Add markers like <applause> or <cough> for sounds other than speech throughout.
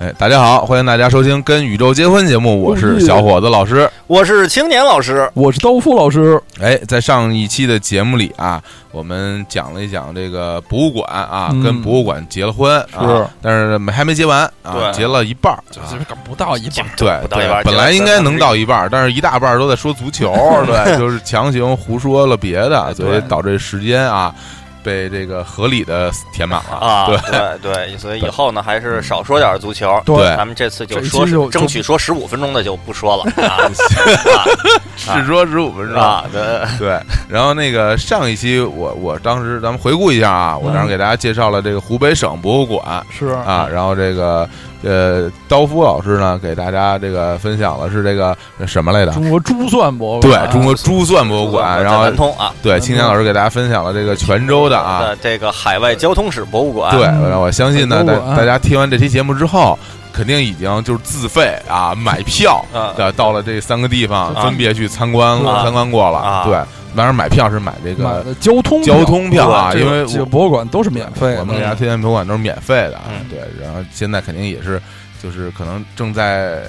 哎大家好，欢迎大家收听《跟宇宙结婚》节嗯目，我是小伙子老师。我是青年老师，我是刀夫老师，哎，在上一期的节目里啊，我们讲了一讲这个博物馆啊，嗯跟博物馆结了婚啊是，但是没还没结完啊，对结了一半儿就啊是不到哦一半，对不到一对半儿，本结了来应该能3分之一到一半儿，但是一大半儿都在说足球，对，就是强行胡说了别的，所以对导致时间啊被这个合理的填满了啊，对，嗯对对，所以以后呢，还是少说点足球。对对咱们这次就这一期说是就争取说十五分钟的就不 <laughs> 说了啊啊是说十五分钟啊，对对，然后那个上一期我我当时咱们回顾一下啊，我当时给大家介绍了这个湖北省博物馆是啊，然后这个呃刀夫老师呢给大家这个分享的是这个什么来着？中国珠算博物对馆，中国啊珠算 <laughs> 博物馆，然在后南通啊，对青年老师给大家分享了这个泉州的啊，呃，这个海外交通史博物馆，对，嗯然后我相信呢，很大多啊大家听完这期节目之后，肯定已经就是自费啊买票啊呃，到了这三个地方啊分别去参观了啊参观过了，啊对，当然买票是嗯买这买个。的交通交通票啊，对因为这个我博物馆都是免费的，我们给大家推荐博物馆都是免费的啊嗯，对，然后现在肯定也是，就是可能正在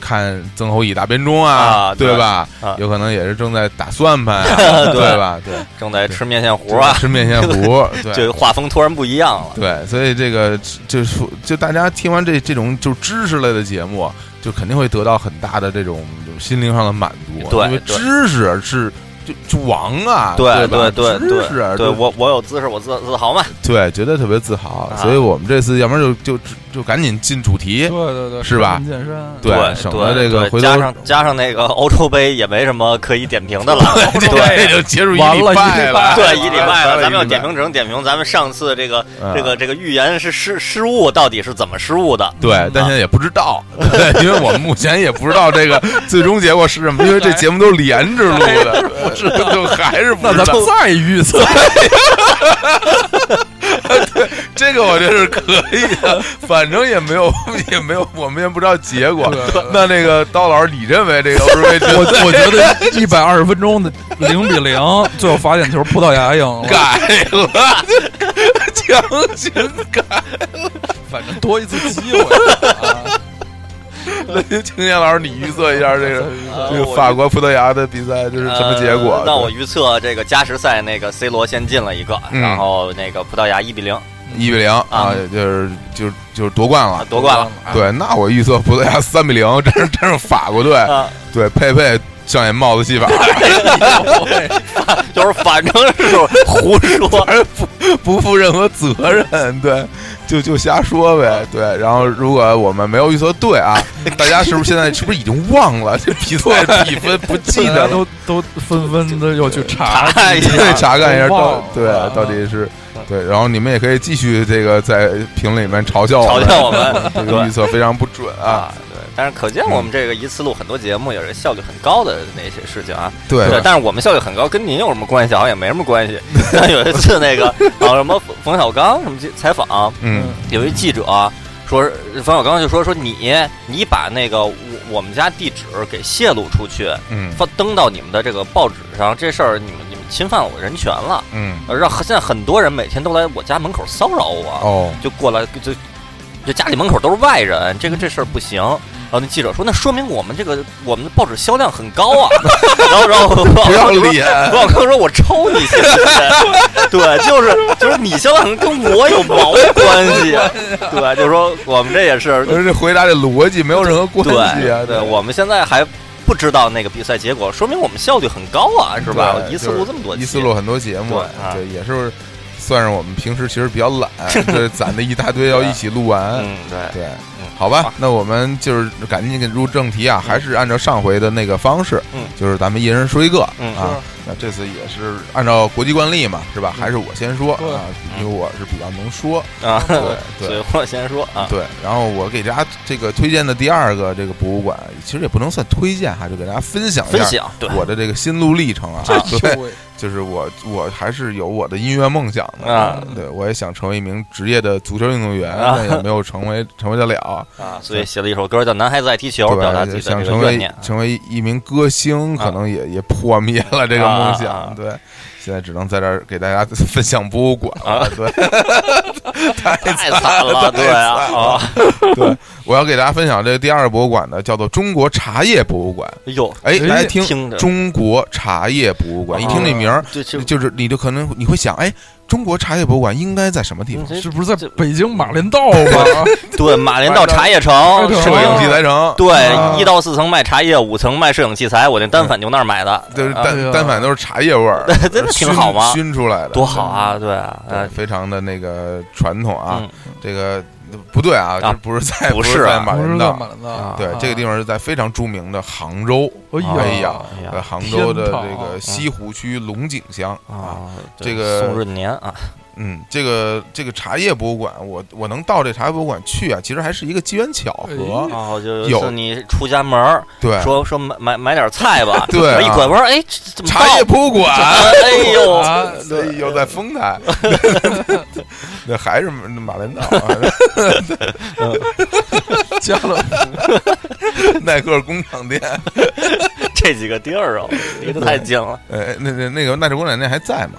看曾侯乙大编钟啊，啊对对吧啊？有可能也是正在打算盘啊，对 <laughs> 对吧？对，正在吃面线糊啊，吃面线 <laughs> 糊，对这。画风突然不一样了。对，所以这个就是就大家听完这这种就知识类的节目，就肯定会得到很大的这种心灵上的满足。啊对因为对知识是就就王啊，对吧？对知识啊啊对，对我我有姿势，我自自豪嘛。对，觉得特别自豪。啊所以我们这次要不然就就就赶紧进主题对，对对，是吧健身健身，对对，省对得这个对回头加上加上那个欧洲杯也没什么可以点评的了， <laughs> 欧洲杯这就结束一哦完了礼拜一礼拜 <laughs> 对，一礼拜了，咱们要一礼拜点评只能点评咱们上次这个嗯这个这个预言是失失误，到底是怎么失误的？对，但现在也不知 <laughs> 道，对，因为我们目前也不知道这个最终结果是什么，因为这节目都是连着录的，不是就还是不那知咱道。们再预测，这个我觉得是可以的，反正也没有也没有，我们也不知道结果对对。那那个刀老师，你认为这个欧洲杯我决赛我觉得一百二十分钟的零比 <laughs> 零，最后罚点球葡萄牙赢了，改了， <laughs> 强行改反正多一次机会啊， <laughs> 了。青年老师，你预测一下这个呃 <laughs> 这个法国葡萄牙的比赛这是什么结果呃？那我预测这个加时赛那个 C 罗先进了一个，嗯然后那个葡萄牙一比零一比零啊，就是就是就是夺冠了。夺冠了。对，那我预测葡萄牙三比零， <laughs> 这是这是法国队。啊，对，佩佩上演帽子 <laughs> 戏法，，就是反正是胡 <laughs> 说而不不负任何责任，对，就就瞎说呗，对。然后如果我们没有预测对啊，大家是不是现在是不是已经忘了这比赛比分不记大家得了？都都纷纷的又去查哎呀对，查看一下都忘到了对嗯啊到底是对，然后你们也可以继续这个在评论里面嘲笑我嘲们，笑我们。哦这个对预测非常不准啊，啊，对，但是可见我们这个一次录很多节目也是效率很高的那些事情啊。对对，但是我们效率很高，跟您有什么关系？好像也没什么关系。 <laughs> 但有一次那个，啊，什么冯冯小刚什么去采访，嗯，有一记者、说，冯小刚就说说你你把那个我我们家地址给泄露出去，嗯发登到你们的这个报纸上，这事儿你们你们侵犯了我人权了，嗯，呃让现在很多人每天都来我家门口骚扰我，啊哦，就过来就就家里门口都是外人，这个这事儿不行。嗯然后那记者说，那说明我们这个我们的报纸销量很高 <laughs> 啊。然后然后不 <laughs> 要脸， <laughs> 冯小刚说：“我抽你信不信？”对，就是就是你相当于跟我有毛关系？啊 <laughs> 对，就是说我们这也是而且回答这逻辑没有任何关系啊，对对，我们现在还不知道那个比赛结果，说明我们效率很高啊，是吧？对一次录这么多就期，是一次录很多节目，对啊对，也是算是我们平时其实比较 <laughs> 懒，对，攒的一大堆要一起录完，嗯，对，对嗯，好吧好，那我们就是赶紧给入正题啊，还是按照上回的那个方式，嗯就是咱们一人说一个嗯啊，那这次也是按照国际惯例嘛，是吧？还是我先说对啊，嗯因为我是比较能说， <laughs> 啊，对 <laughs> 所对以。我先说啊，对，然后我给大家这个推荐的第二个这个博物馆，其实也不能算推荐哈，就给大家分享一分下享对我的这个心路历程 <laughs> 啊，对机，会就是我我还是有我的音乐梦想的啊对我也想成为一名职业的足球运动员，啊但也没有成为成为得了。啊，所以写了一首歌叫《男孩子爱踢球》，表达自对，己的想这成个怨念为啊。成为一名歌星，啊可能也也破灭了这个啊梦啊想。啊对，现在只能在这儿给大家分享博 <laughs> 啊物馆了。对，太太惨了，对啊，啊，对，我要给大家分享这个第二个博物馆呢，叫做中国茶叶博物馆。哎呦，哎，哎大家听听着啊中国茶叶博物馆，一听这名儿，这这 <laughs> 就是你就可能你会想，哎，中国茶叶博物馆应该在什么地方？这是不是在这北京马连道啊嗯吧？对马连道茶叶城茶叶 <laughs> 摄城摄影影器材城，啊对，一到四层卖茶叶，五层卖摄影器材。我那单反就那儿买的，就是啊哎呀单单反都是茶叶味 <laughs> 儿，这这挺好吗？熏熏出来的，多好啊！对啊，嗯对，呃非常的那个传统啊嗯。这个不对啊，啊这不是在不是啊是在马不是连在道，马连道啊，对啊，这个地方是在非常著名的杭州，哎哎呀哎在呀杭州的天堂这个西湖区龙井乡啊。啊，这个宋润年啊，嗯，这个这个茶叶博物馆，我我能到这茶叶博物馆去啊，其实还是一个机缘巧哎合。然后哦就嗯有就你出家门儿对，说说买买买点菜吧， <laughs> 对啊一拐弯儿，哎，这怎么到茶叶博物馆，哎呦，啊所以又在丰 <laughs> 台，那还是马连道啊， <laughs> 加了 <laughs> 耐克工厂店。 <laughs> 这几个地儿啊，离得太近了。哎，那那那个耐克工厂店还在吗？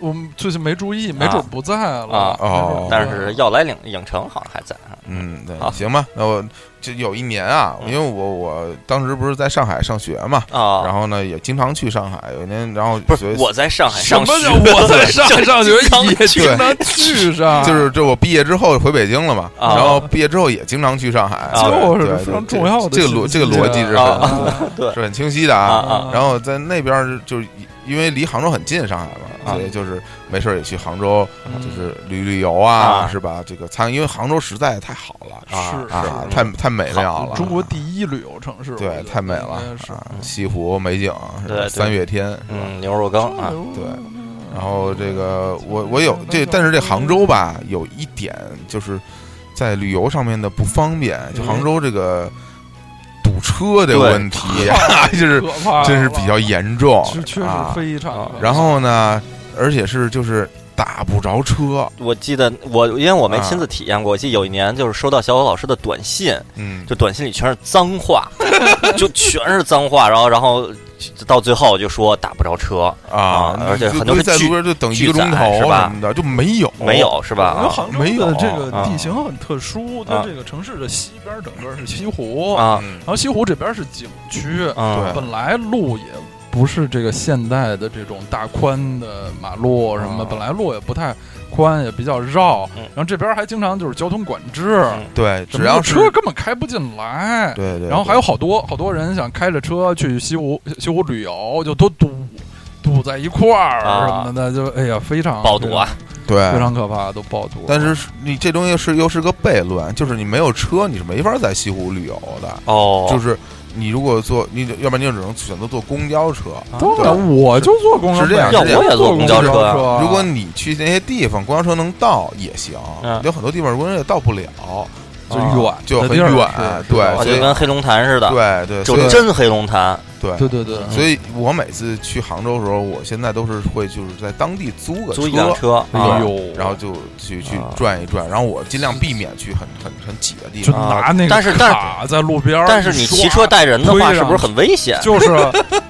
我们最近没注意，没准不在了啊哦但是要来影影城好像还在啊，嗯，对，好行吧。那我就有一年啊，因嗯为我我当时不是在上海上学嘛，啊然后呢也经常去上海。有一年，然后不所是以我在上海什上么学，叫我 <laughs> 在上海上学刚也经 <laughs> 常去上，啊就是这我毕业之后回北京了嘛，啊然后毕业之后也经常去上海，啊对就是对非常这重要的这个逻这个信息逻辑是啊很啊对是很清晰的啊啊。啊然后在那边儿就是因为离杭州很近，上海嘛，啊所以就是没事儿也去杭州，嗯就是旅旅游啊，啊是吧？这个餐，因为杭州实在太好了啊是啊，是太太美妙了，中国第一旅游城市，我觉对，得太美了应该是啊！西湖美景是对吧？对三月天是吧？嗯，牛肉羹啊，对。然后这个我我有这，但是这杭州吧，有一点就是在旅游上面的不方便，就嗯杭州这个堵车这个问题，就是可怕了，真是比较严重是确实啊。非常啊。然后呢，而且是就是打不着车，我记得我因为我没亲自体验过，我记得有一年就是收到小狗老师的短信，嗯，就短信里全是脏 <laughs> 话，就全是脏话，然后然后就到最后就说打不着车，啊啊，而且就很多是在巨路边就等一个巨载钟头是吧什么的，就没有没有是吧？因为啊杭州没有的这个地形啊很特殊，它这个城市的西边整个是西湖，啊嗯然后西湖这边是景区，啊对本来路也不是这个现代的这种大宽的马路什么，啊本来路也不太宽，也比较绕，嗯然后这边还经常就是交通管制，嗯对，什只么要是车根本开不进来。对对，然后对还有好多好多人想开着车去西湖西湖旅游，就都堵堵在一块儿啊什么的，就哎呀，非常爆堵啊，对非常可怕，都爆堵。但是是你这东西是又是个悖论，就是你没有车，你是没法在西湖旅游的。哦，就是你如果坐，你就要不然你就只能选择坐公交车。当啊对然，我就坐公交是车，这样要我也坐公交车啊哦如果你去那些地方，公交车能到也行，嗯有很多地方公交车也到不了，啊就远就的很地儿远。是是对，啊所就以跟黑龙潭似的，对对，所就以真黑龙潭，对对对对，所以我每次去杭州的时候，我现在都是会就是在当地租个租一辆车，车哎啊，呦，然后就去去啊转一转，然后我尽量避免去很很很挤的地就方。拿那个但是但是卡在路边儿但是你骑啊车带人的话，是不是很危 <laughs> 险？就是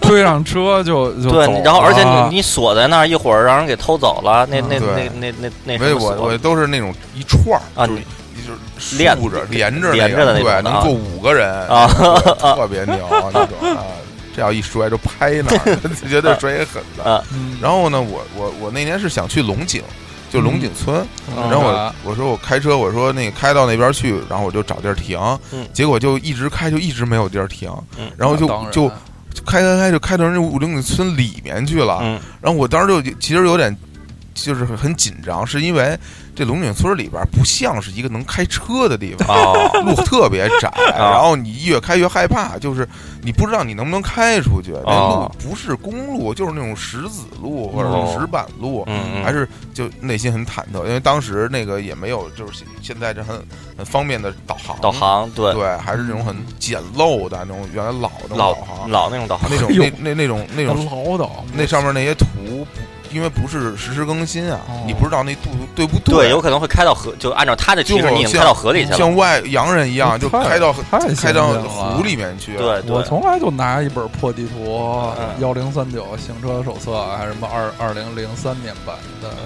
推上车就就对走了，然后而且你你锁在那儿，一会儿让人给偷走了，那那嗯对那那那那没哎什有，么我锁我都是那种一串儿啊就是就是连竖着连着连着的那那个对，种的能啊坐五个人啊对 <laughs> 特别牛那种啊。这要一摔就拍那儿， <laughs> 绝对摔狠的。啊嗯，然后呢，我我我那年是想去龙井，就龙井村。嗯然后啊我我说我开车，我说那个开到那边去，然后我就找地儿停嗯。结果就一直开，就一直没有地儿停嗯。然后就那当然就就开开开就开到人家五龙井村里面去了。嗯然后我当时就其实有点就是很很紧张，是因为这龙井村里边不像是一个能开车的地方。哦，路特别 <laughs> 窄，啊然后你越开越害怕，就是你不知道你能不能开出去。那路哦不是公路，就是那种石子路或者哦是石板路，嗯，嗯还是就内心很忐忑，因为当时那个也没有，就是现现在这很很方便的导航，导航对对，还是那种很简陋的那种原来老的老导航， <laughs> 老那种导航那种哎呦那那那种那那种老岛那上面那些图不因为不是实时更新啊，哦你不知道那度数对不对，有可能会开到河，就按照他的提示，就你已经像开到河里去了。像外洋人一样，就太开到太开先进到了湖里面去。对对我，从来就拿一本破地图嗯，幺零三九行车手册，啊还是什么二二零零三年版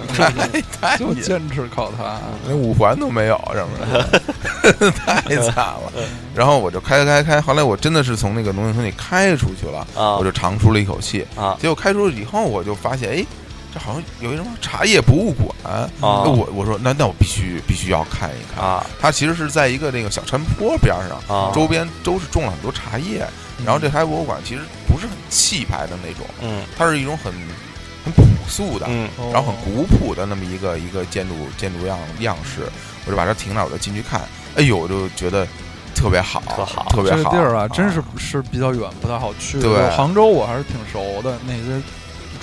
太 <laughs> 的， <laughs> 太就坚持靠它。连五环都没有，上面 <laughs> 太惨了。嗯 <laughs> 然后我就开开开，后来我真的是从那个农业村里开出去了，啊我就长舒了一口气。啊结果开出去以后，我就发现，哎，这好像有一什么茶叶博物馆。啊那我我说那那我必须必须要看一看。啊它其实是在一个那个小山坡边上，啊！周边都是种了很多茶叶。然后这茶叶博物馆其实不是很气派的那种，嗯它是一种很很朴素的，嗯哦，然后很古朴的那么一个一个建筑建筑样样式，我就把它停那儿，我就进去看，哎呦，我就觉得特别好，特好特别这个好，地儿啊，真是是比较远，不太好去。对我杭州我还是挺熟的，那些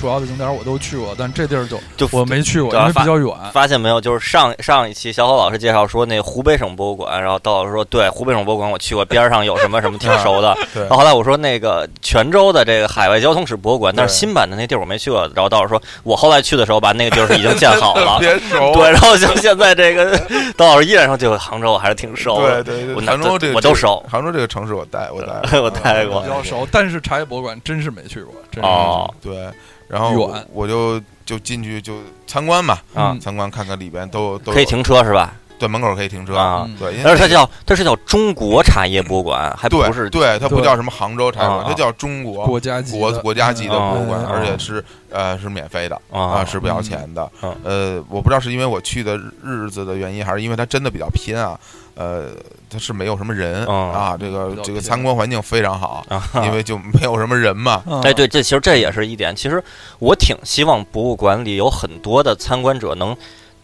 主要的景点我都去过，但这地儿就就我没去过，啊对因为发比较远。发现没有，就是上上一期小伙老师介绍说那湖北省博物馆，然后道老师说对湖北省博物馆我去过，边上有什么什么挺熟的。对然后后来我说那个泉州的这个海外交通史博物馆，但是对新版的那地儿我没去过。然后道老师说我后来去的时候吧，那个地儿是已经建好了特。 <laughs> 别熟，对，然后像现在这个道老师依然说这个杭州我还是挺熟对的。对我对，那杭州这个我都熟杭州这个城市我待我待 <laughs> 我待过啊比较熟，但是茶叶博物馆真是没去过，真是哦啊对，然后我远我就就进去就参观嘛，啊嗯参观看看里边都都可以，停车是吧？对，门口可以停车啊嗯对，因为而且它叫它是叫中国茶叶博物馆，还不对是对，它不对叫什么杭州茶叶馆，啊它叫中国国家级国的国家级的嗯博物馆，嗯而且是呃是免费的啊，啊是不要钱的嗯。呃，我不知道是因为我去的日日子的原因，还是因为它真的比较偏啊。呃，它是没有什么人嗯啊，这个比较这个偏参观环境非常好，啊。因为就没有什么人嘛。嗯哎，对，这其实这也是一点。其实我挺希望博物馆里有很多的参观者能，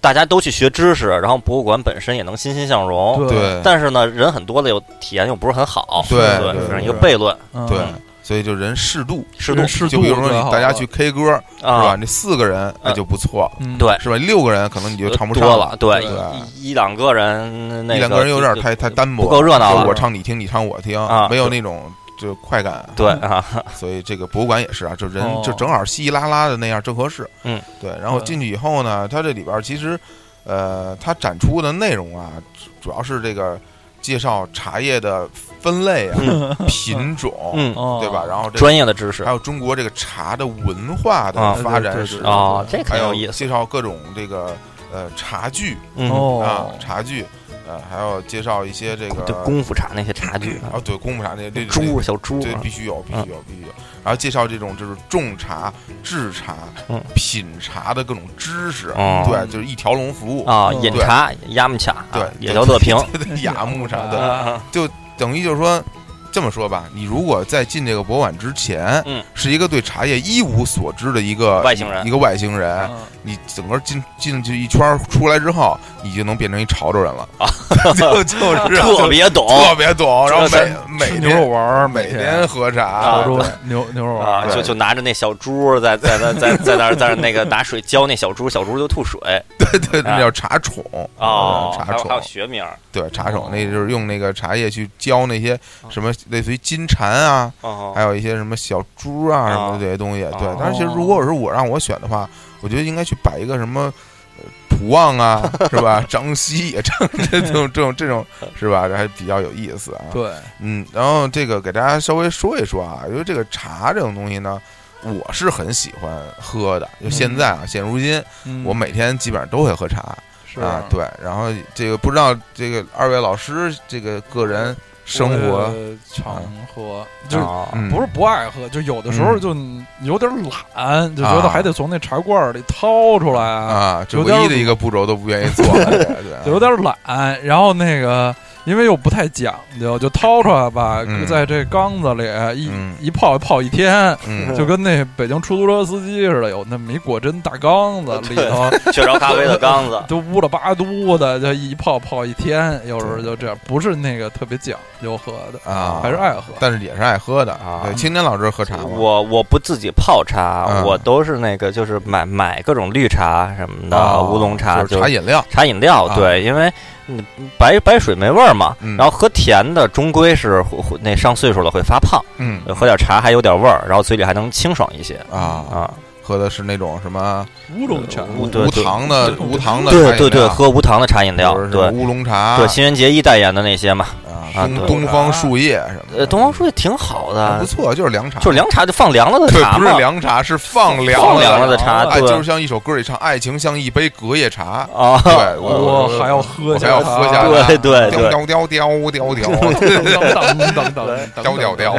大家都去学知识，然后博物馆本身也能欣欣向荣。对对但是呢，人很多的又体验又不是很好，对对对这样对一个悖论，嗯对嗯，所以就人适度，适度人适就比如度说最你好大家了去 K 歌是吧？啊，那四个人那嗯就不错，嗯对是吧？六个人可能你就唱不上呃多了，对，对一一两个人那啊一两个人有点就太太单薄，不够热闹就了我唱你听，你唱我听啊，没有对那种就快感。对啊，所以这个博物馆也是啊，就人哦就正好稀稀拉拉的那样正合适。嗯，对。然后进去以后呢，它这里边儿其实，呃，它展出的内容啊，主主要是这个介绍茶叶的分类啊、嗯品种，嗯，哦对吧？然后这个专业的知识还有中国这个茶的文化的啊发展史对对对对啊，这还很有意思，介绍各种这个呃茶具嗯，啊哦，，茶具，呃，还有介绍一些这就个功夫茶那些茶具啊啊，，对，功夫茶那这猪小猪对，啊必须有，必嗯须有，必须有。然后介绍这种就是种茶、制茶嗯、品茶的各种知识，哦对，就是一条龙服务。啊，嗯饮对茶、压木卡，对啊也叫乐平，雅木茶，对对，啊等于就是说，这么说吧，你如果在进这个博物馆之前，嗯，是一个对茶叶一无所知的一个外星人一个外星人，嗯你整个进进去一圈儿出来之后，你就能变成一潮州人了啊，就就是特别懂特别懂，然后就是每每吃牛肉天丸儿，每天天啊喝茶潮，州牛牛肉丸啊，儿，就对就拿着那小猪在在在在在那儿在那儿那个拿水浇那小猪，小猪就吐水对，那叫茶宠哦，茶还有还有宠，学名对，茶宠，那就是用那个茶叶去浇那些什么类似于金蝉啊，还哦，有一些什么小猪啊啊什么的这些东西。对啊哦，但是其实如果是我让我选的话，我觉得应该去摆一个什么。呃普旺啊，是吧？ <laughs> 张希也张这种这种这种是吧？这还比较有意思啊。对，嗯，然后这个给大家稍微说一说啊，因为这个茶这种东西呢，我是很喜欢喝的。就现在啊，现如今，嗯我每天基本上都会喝茶。是啊，对，然后这个不知道这个二位老师这个个人生活，我常喝，就就是嗯，不是不爱喝，就有的时候就有点懒，就觉得还得从那茶罐儿里掏出来啊，啊，这有唯点一的一个步骤都不愿意做了，对对，就有点懒。然后那个因为又不太讲究，就掏出来吧嗯，在这缸子里一嗯一泡泡一天。嗯，就跟那北京出租车司机似的，有那么一果真大缸啊子，里 <laughs> 头，<laughs> 雀巢咖啡的缸子都乌了巴嘟的，就一泡泡一天，有时候就这样，不是那个特别讲究喝的啊还是爱喝。但是也是爱喝的啊对，青年老师喝茶吗？我我不自己泡茶，嗯我都是那个就是买买各种绿茶什么的，啊乌龙茶就是就茶饮料，茶饮料啊，对，因为嗯白白水没味儿嘛嗯，然后喝甜的终归是会会那上岁数了会发胖，嗯呃喝点茶还有点味儿，然后嘴里还能清爽一些啊，啊。喝的是那种什么乌龙茶，乌对无糖的无糖的茶对饮对对，料喝无糖的茶饮料比，如说对乌龙茶，对，新垣结衣代言的那些嘛，啊，啊东对东方树叶什么的，呃，东方树也挺好还的啊不，错，就是凉茶，就是凉茶就放凉了的对，茶不是嘛，凉茶，是放凉放的凉了的茶茶，哎，对就是像一首歌里唱，爱情像一杯隔夜茶，啊，对，我我还要喝我还下，要喝下对雕对雕对雕雕雕雕当当当当当雕雕雕，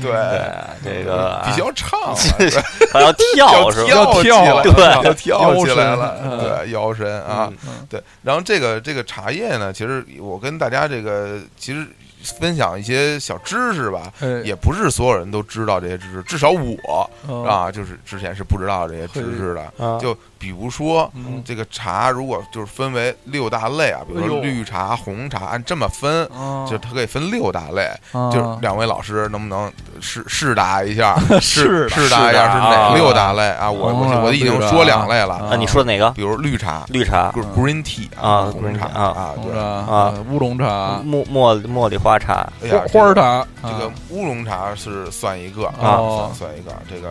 对，对这个 <laughs> 比较唱啊，还要跳要是吧？跳起啊来，对要跳起来腰身嗯了，对，腰身啊，对。然后这个这个茶叶呢，其实我跟大家这个其实分享一些小知识吧，哎也不是所有人都知道这些知识，至少我嗯啊，就是之前是不知道这些知识的。啊就比如说嗯这个茶，如果就是分为六大类啊，比如哎说呦绿茶、红茶，按这么分。啊就它可以分六大类，啊就是两位老师能不能试试答一下？是试的试答一下是是的哪啊六大类啊？我当我然我已经绿的说两类啊了，啊，你说的哪个？比如绿茶绿茶、 ，gr- green tea 啊红 green 茶 tea，啊啊，红茶对，啊乌龙茶、茉茉茉莉花茶，哎呀，花儿这个茶，这个乌龙茶是算一个啊算算一个。这个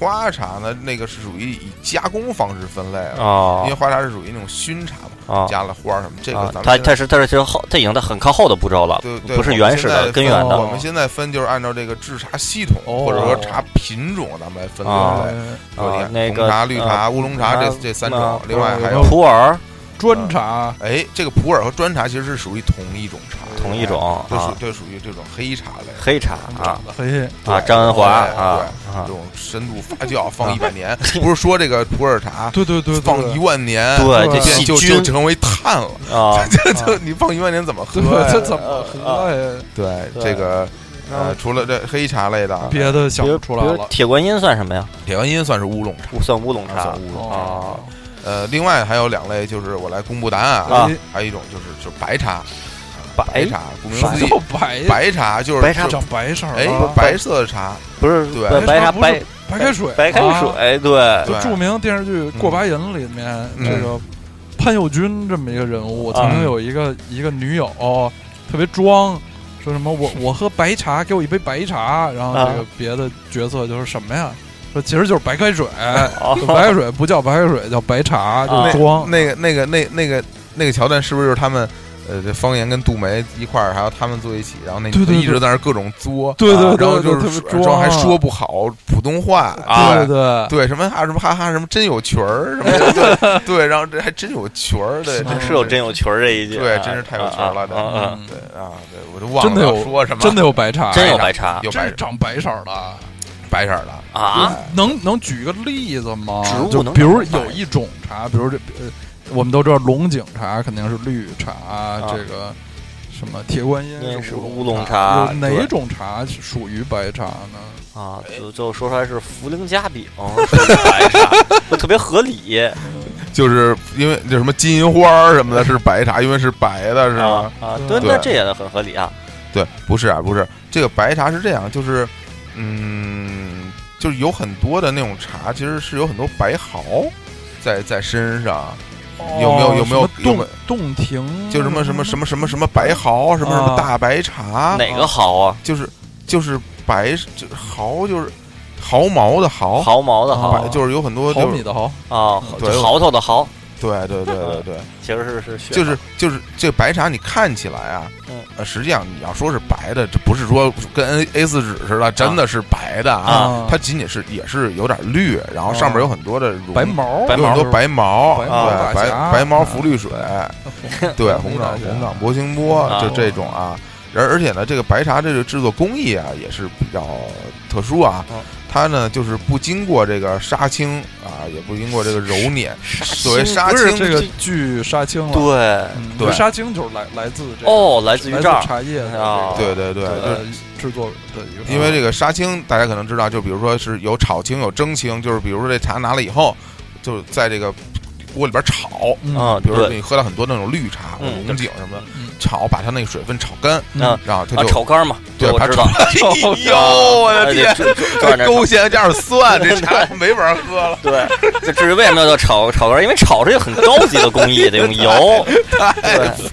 花茶呢，那个是属于以加工方式分类的，啊因为哦花茶是属于那种熏茶嘛，哦。加了花儿什么，这个啊咱，们它现在它是它是其实后，它已经在很靠后的步骤了对，对不是我们原始现在的分根源的我们现在分就是按照这个制茶系统哦或者说茶品种，咱们来分啊六类。哎有啊点，那红个啊茶、绿茶、乌龙茶红这茶这三啊种，另外还有有普洱砖茶，哎，这个普洱和砖茶其实是属于同一种茶，同一种哎，就属啊，就属于这种黑茶类黑茶啊长得黑，对啊，张恩华对啊这啊，种深度发 <laughs> 酵放一百年，不是说这个普洱茶对对对，对放一万年，对对就这细就就菌成为碳了，啊这 <laughs> 就你放一万年怎么喝对，呀？这怎么喝呀？对对这个呃，嗯除了这黑茶类的，别的想比如不出来比如了。铁观音算什么呀？啊铁观音算是乌龙茶，不算乌龙茶算乌龙。哦，呃，另外还有两类，就是我来公布答案啊，啊哎还有一种就是就是白茶，白白茶，顾名啥思义，叫白？白茶就是白茶啊就长白色儿哎了，，白色的茶，不是对白白茶不是白白开水，白开啊。水，对对就著名电视剧《过把瘾》里面，嗯这个潘友军这么一个人物，啊曾经有一个一个女友特别装，说什么我我喝白茶，给我一杯白茶，然后啊这个别的角色就是什么呀？说其实就是白开水，哦就白开水不叫白开水，叫白茶，就啊是装。那个那个那那个那个桥段是不是就是他们呃这方言跟杜梅一块儿，还有他们坐一起，然后那对对女的对一直在那儿各种作，对对啊对然后对就特是别然后还装说不好普通话啊对对对什么哈什么哈哈什么真有群儿什么的对，对，然后这还真有群儿，对，是是有真有群儿这一句，啊对啊真是太有群儿了啊啊啊嗯对啊，对我就忘真了的要有说什么，真的有白茶，真有白茶有真白是长白色儿的。白色儿的，啊，能能举个例子吗？植物就能比如长白有一种茶，比如这呃，我们都知道龙井茶肯定是绿茶，啊这个什么铁观音那是乌乌龙茶，茶有对哪种茶是属于白茶呢？啊，就就说出来是茯苓夹饼，是白茶，就特别合理就是因为那什么金银花儿什么的，是白茶，因为是白的，是啊吗？啊，对对，那这也很合理啊对，不是啊，不是这个白茶是这样，就是嗯，就是有很多的那种茶，其实是有很多白毫在在身上，有没有有没有哦什么有没洞洞庭？就什么什么什么什么什么白毫，什么什么啊大白茶，哪个好啊？就是就是白就毫就是毫毛的毫，毫毛的毫毫白就是有很多毫就米是的毫？啊，对就毫头的毫，对对对对 <laughs> 对。其实是是血就是就是这白茶，你看起来啊嗯，呃，实际上你要说是白的，这不是说跟 A 四纸似的，真的是白的啊，啊它仅仅是也是有点绿，然后上面有很多的绒白，毛，有很多白毛，白毛对，发白夹白毛啊浮绿水，红对，红红掌掌红掌波星波，啊就这种啊。而而且呢，这个白茶这个制作工艺啊，也是比较特殊啊哦。它呢，就是不经过这个杀青啊，也不经过这个揉捻，杀所谓青杀不青是这个剧杀青了，对嗯对杀青就是来来自这个哦，来自于来自这儿茶叶的这啊个对对对，对就是呃制作的一个，因为这个杀青，大家可能知道，就比如说是有炒青，有蒸青，就是比如说这茶拿了以后，就在这个锅里边炒。嗯啊，比如说对，你喝到很多那种绿茶、嗯龙井什么的，嗯炒把它那个水分炒干，那然后它啊就炒肝嘛，对，我把它知炒 <laughs> 道。。 <laughs> 哎哎呦，我的天！天这勾芡加点蒜，这 <laughs> 茶没法喝了。对，就至于为什么要叫炒炒肝，因为炒是一个很高级的工艺，得用油， <laughs>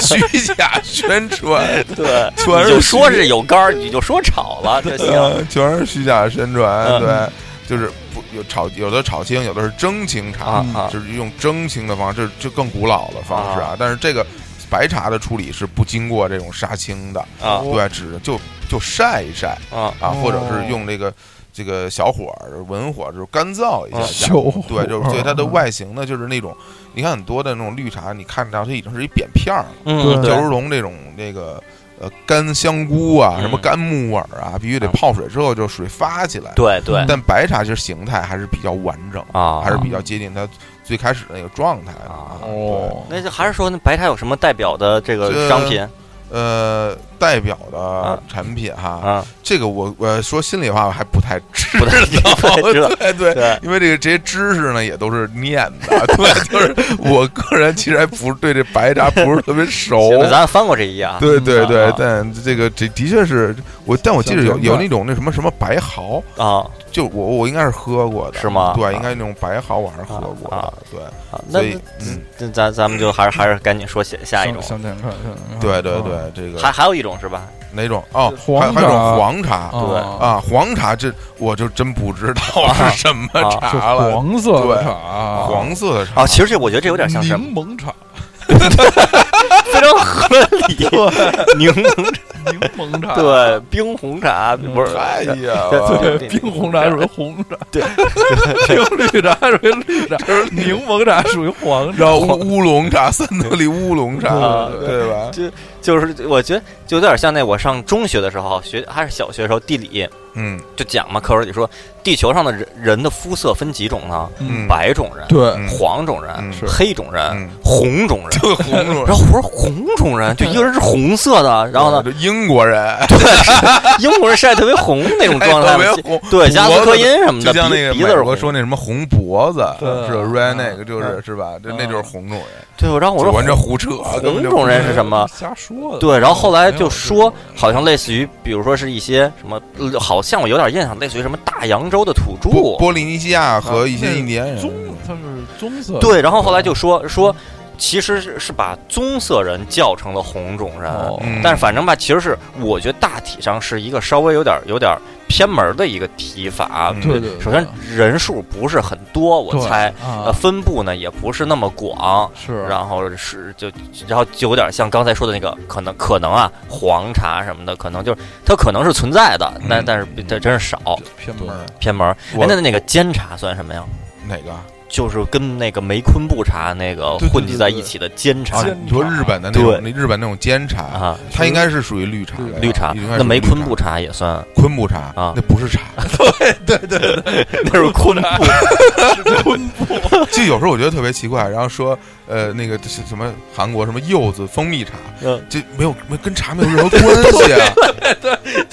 虚假宣 <laughs> 传，对，全是你啊 <laughs> 就说是有肝儿，你就说炒了就行。嗯全是虚假宣传，嗯对。就是不有炒，有的炒青，有的是蒸青茶，啊嗯啊就是用蒸青的方式，这就更古老的方式啊。但是这个白茶的处理是不经过这种杀青的，啊对，只就就晒一晒啊啊，哦或者是用这个这个小火儿文火儿就是干燥一下啊这样。秀对，就是所以它的嗯嗯外形呢，就是那种，你看很多的那种绿茶，你看到它已经是一扁片儿了，嗯，焦对如龙这种那个呃干香菇啊，嗯什么干木耳啊，必须得嗯泡水之后就水发起来。对对但白茶其实形态还是比较完整，啊，还是比较接近它最开始的那个状态的啊哦，那就还是说那白茶有什么代表的这个这商 <laughs> 品对呃，代表的啊产品哈，啊？这个我我说心里话我还不太知不太知道知道道， <laughs> 对对。对，因为这个这些知识呢，也都是念的，对，就是我个人其实还不是对这白茶不是特别熟，行那咱翻过这一页啊。哦对对啊对啊，但这个这的确是我，但我记得小有甜有段那种那什么什么白毫，啊，就我我应该是喝过的，是吗对，啊应该那种白毫我还是喝过啊的，对啊那所以嗯那咱咱们就还是还是赶紧说下下一种，向前看，向前嗯看对对，对，这还个还有一种是吧？哪种哦，嗯黄还有还有一茶种黄茶啊对啊，啊，黄茶这我就真不知道 <laughs> 啊是什么是茶了，黄色的对茶，黄色的茶啊，其实这我觉得这有点像什么，柠檬茶，非常合 <laughs> 理，柠檬柠檬茶，对冰红茶不是哎呀， <laughs> 对我 <laughs> 对，冰红茶属于红茶， <laughs> <laughs> 对，冰绿茶属于绿 <laughs> 茶，柠檬茶属于黄茶。然后乌乌龙茶，三得利乌龙茶啊，对吧？就是我觉得就有点像那我上中学的时候学还是小学的时候地理嗯就讲嘛，课文里说地球上的人人的肤色分几种呢？嗯，白种人、对嗯黄种人嗯、是黑种人、嗯，红种人。就红种然后我说红种人就一个人是红色的，然后呢，这英国人，英国人晒得特别红那种状 <laughs> 哎态特别嘛，红，对，加斯脖科子因什么的，就像那鼻个鼻子是美红国说那什么红脖子，对啊是 red neck，嗯就是是吧？这那就是红种人，对，然后我就说完这胡扯，根本就红种人是什么？瞎说的。对，然后后来没就有说这种，好像类似于，比如说是一些什么，呃好像我有点印象，类似于什么大洋洲的土波著，波利尼西亚和一些印第安人，嗯棕，它啊是棕色的。对，然后后来就说说，其实是是把棕色人叫成了红种人，哦嗯但是反正吧，其实是我觉得大体上是一个稍微有点有点偏门的一个提法嗯。对对，对首先人数不是很多，我对猜，呃，啊分布呢也不是那么广，是然后是就，然后就有点像刚才说的那个，可能可能啊，黄茶什么的，可能就是它可能是存在的，但嗯但是它真是少这偏门儿偏门儿。哎我，那那个煎茶算什么呀？哪个？啊就是跟那个梅昆布茶那个对对混迹在对一起的煎茶啊煎，你说日本的那种对，那日本那种煎茶，啊，它应该是属于绿茶类的，绿茶。应该是那梅绿昆布茶也算，昆布茶啊那不是 <laughs> 茶。那是昆布 <laughs> 就有时候我觉得特别奇怪，然后说呃那个是什么韩国什么柚子蜂蜜茶，嗯这没有没跟茶没有任何关系 <laughs> 啊，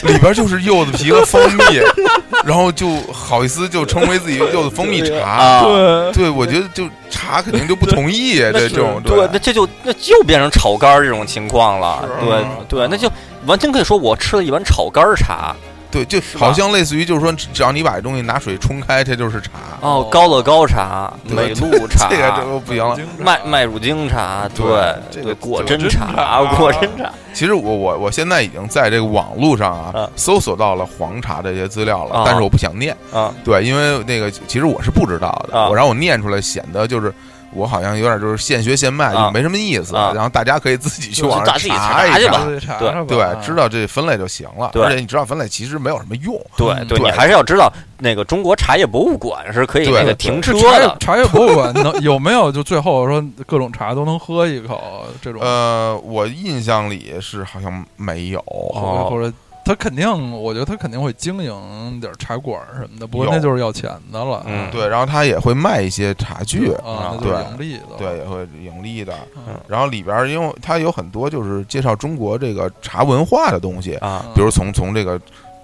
里边就是柚子皮和蜂蜜， <laughs> 然后就好意思就称为自己柚子蜂蜜茶。啊。对对，我觉得就茶肯定就不同意啊那这是这种对，那这就那就变成炒肝儿这种情况了是。对嗯对，那就完全可以说我吃了一碗炒肝儿茶。对，就是吧好像类似于就是说，只只要你把这东西拿水冲开，这就是 <laughs> 茶。哦哦，高乐高茶、对美露茶，这个这 <laughs> 个不行了。麦麦乳精茶，对这对个果这个真珍茶啊果珍茶其实我我我现在已经在这个网络上啊啊搜索到了黄茶这些资料了啊，但是我不想念。啊，对，因为那个其实我是不知道的，啊我让我念出来，显得就是我好像有点就是现学现卖，啊就没什么意思。啊然后大家可以自己去就是网上大家自己查一查去查吧，对茶对是吧啊对，知道这分类就行了。对而且你知道分类其实没有什么用，对对，嗯对你还是要知道那个中国茶叶博物馆是可以对那个对停车这茶叶的， <laughs> 茶叶博物馆能有没有？就最后说各种茶都能喝一口这种，呃，我印象里是好像没有。哦或者或者他肯定，我觉得他肯定会经营点茶馆什么的，不过有那就是要钱的了。嗯对，然后他也会卖一些茶具，啊，那就对是盈利的了。对，也会盈利的。嗯然后里边儿，因为它有很多就是介绍中国这个茶文化的东西，啊，比如从从这个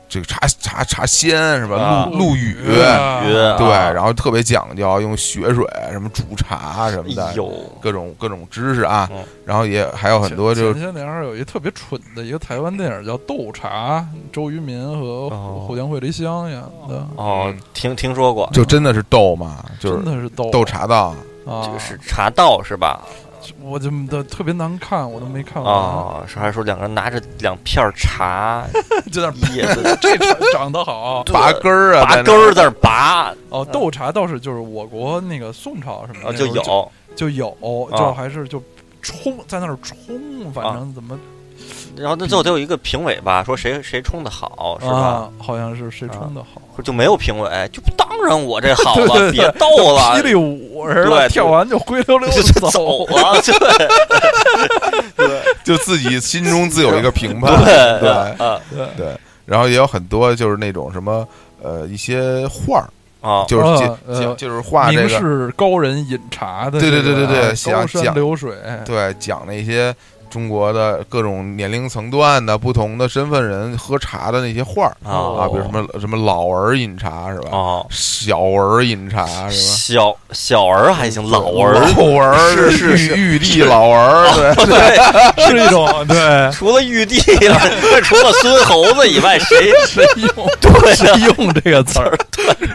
这个茶茶茶仙是吧，啊陆陆羽，啊约啊对，然后特别讲究，用血水什么煮茶什么哎的，呦，各种各种知识啊嗯。然后也还有很多就前前些年有一特别蠢的一个台湾电影叫《斗茶》，周渝民和哦胡胡江惠、雷香演的，嗯哦，听听说过，就真的是斗嘛，就真是的是斗斗茶道，啊，这个是茶道是吧？我就都特别难看，我都没看完，啊，是还说两个人拿着两片 <laughs> 茶 <laughs> 就在那儿 <laughs> 叶子这长得好对拔根儿嗯啊，拔在那根儿在那儿拔，哦。豆茶倒是就是我国那个宋朝什么啊的就嗯有就有，啊就还是就冲在那儿冲，反正怎么然后那最后得有一个评委吧，说谁谁冲的好哦是吧？啊啊，好像是谁冲的好。说就没有评委，就当然我这好对了，对别对逗了霹，雳舞似对的，跳完就灰 <laughs> 溜溜就的 <laughs> 就走走。了，对对就自己心中自有一个评判， <laughs> 对对啊对，对。然后也有很多就是那种什么呃一些画儿，啊，就是啊就呃就就是画这明个，是高人饮茶的对这个对啊，对对对想高山讲流水，对，讲那些中国的各种年龄层段的不同的身份人喝茶的那些画儿啊，啊比如什啊么什么老儿饮茶是吧？哦，小儿饮茶是吧？小小儿还行，老儿老儿是是玉玉帝老儿， <laughs> 对，对， <laughs> 是一种对除了 <laughs> 玉帝，除了孙猴子以外，谁谁用谁用这个词儿？ <laughs>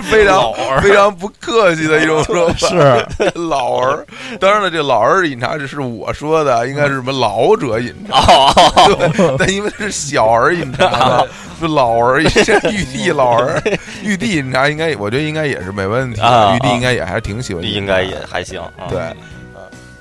非常老儿非常不客气的一种说法。是老儿，当然了，这老儿饮茶这是我说的，应该是什么老者饮茶，哦，对，但因为是小儿饮茶 <laughs> 嘛，是老儿，这玉帝老儿，玉帝饮茶应该，我觉得应该也是没问题的，啊玉帝应该也还是挺喜欢饮茶的，应该也还行，啊对，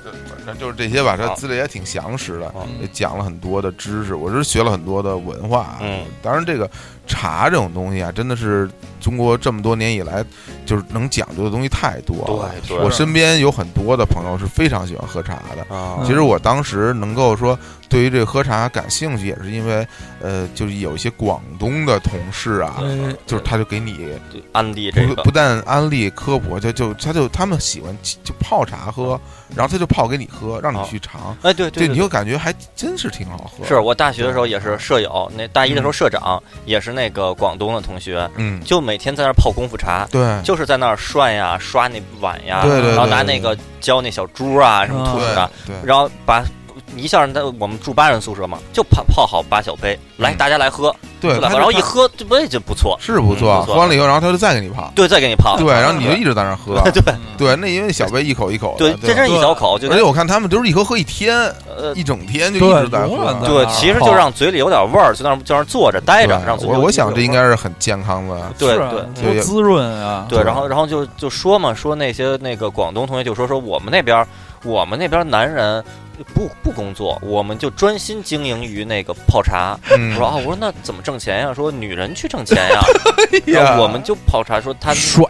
就反正就是这些吧，他啊资料也挺详实的，嗯也讲了很多的知识，我是学了很多的文化、啊。嗯，当然这个茶这种东西啊，真的是中国这么多年以来，就是能讲究的东西太多了。对对我身边有很多的朋友是非常喜欢喝茶的。啊其实我当时能够说对于这个喝茶感兴趣，也是因为，呃，就是有一些广东的同事啊，呃就是他就给你就安迪这不个不但安利科普，就就他就他们喜欢就泡茶喝，嗯然后他就泡给你喝，让你去尝，哎，对对这对你嗯就感觉还真是挺好喝。是，我大学的时候也是舍友，那大一的时候社长也是那个广东的同学，嗯，就每天在那儿泡功夫茶，对，就是在那儿涮呀、刷那碗呀，对对对然后拿那个浇那小猪啊什么兔子对的，对，然后把。一下，那我们住八人宿舍嘛，就泡泡好八小杯，来嗯大家来喝，对，对吧？他然后一他喝，这味就不错，是不错，嗯不错啊喝完了以后，然后他就再给你泡，对，再给你泡， <laughs> 对，然后你就一直在那儿喝，对对，那因为小杯一口一口对的，，这真吧是一小口就而且我看他们都是一喝喝一天，呃一整天就对一直在永喝远。在对，哪儿其实泡就让嘴里有点味儿，就那儿就那儿坐着待对着，让嘴里我有我想这应该是很健康 <laughs> 的，对是啊对多对滋润啊！对，然后然后就就说嘛，说那些那个广东同学就说说我们那边儿我们那边儿男人不不工作，我们就专心经营于那个泡茶。我嗯说，啊，我说那怎么挣钱呀？说女人去挣钱 <laughs> 呀。呀然后我们就泡茶，说嗯他们帅，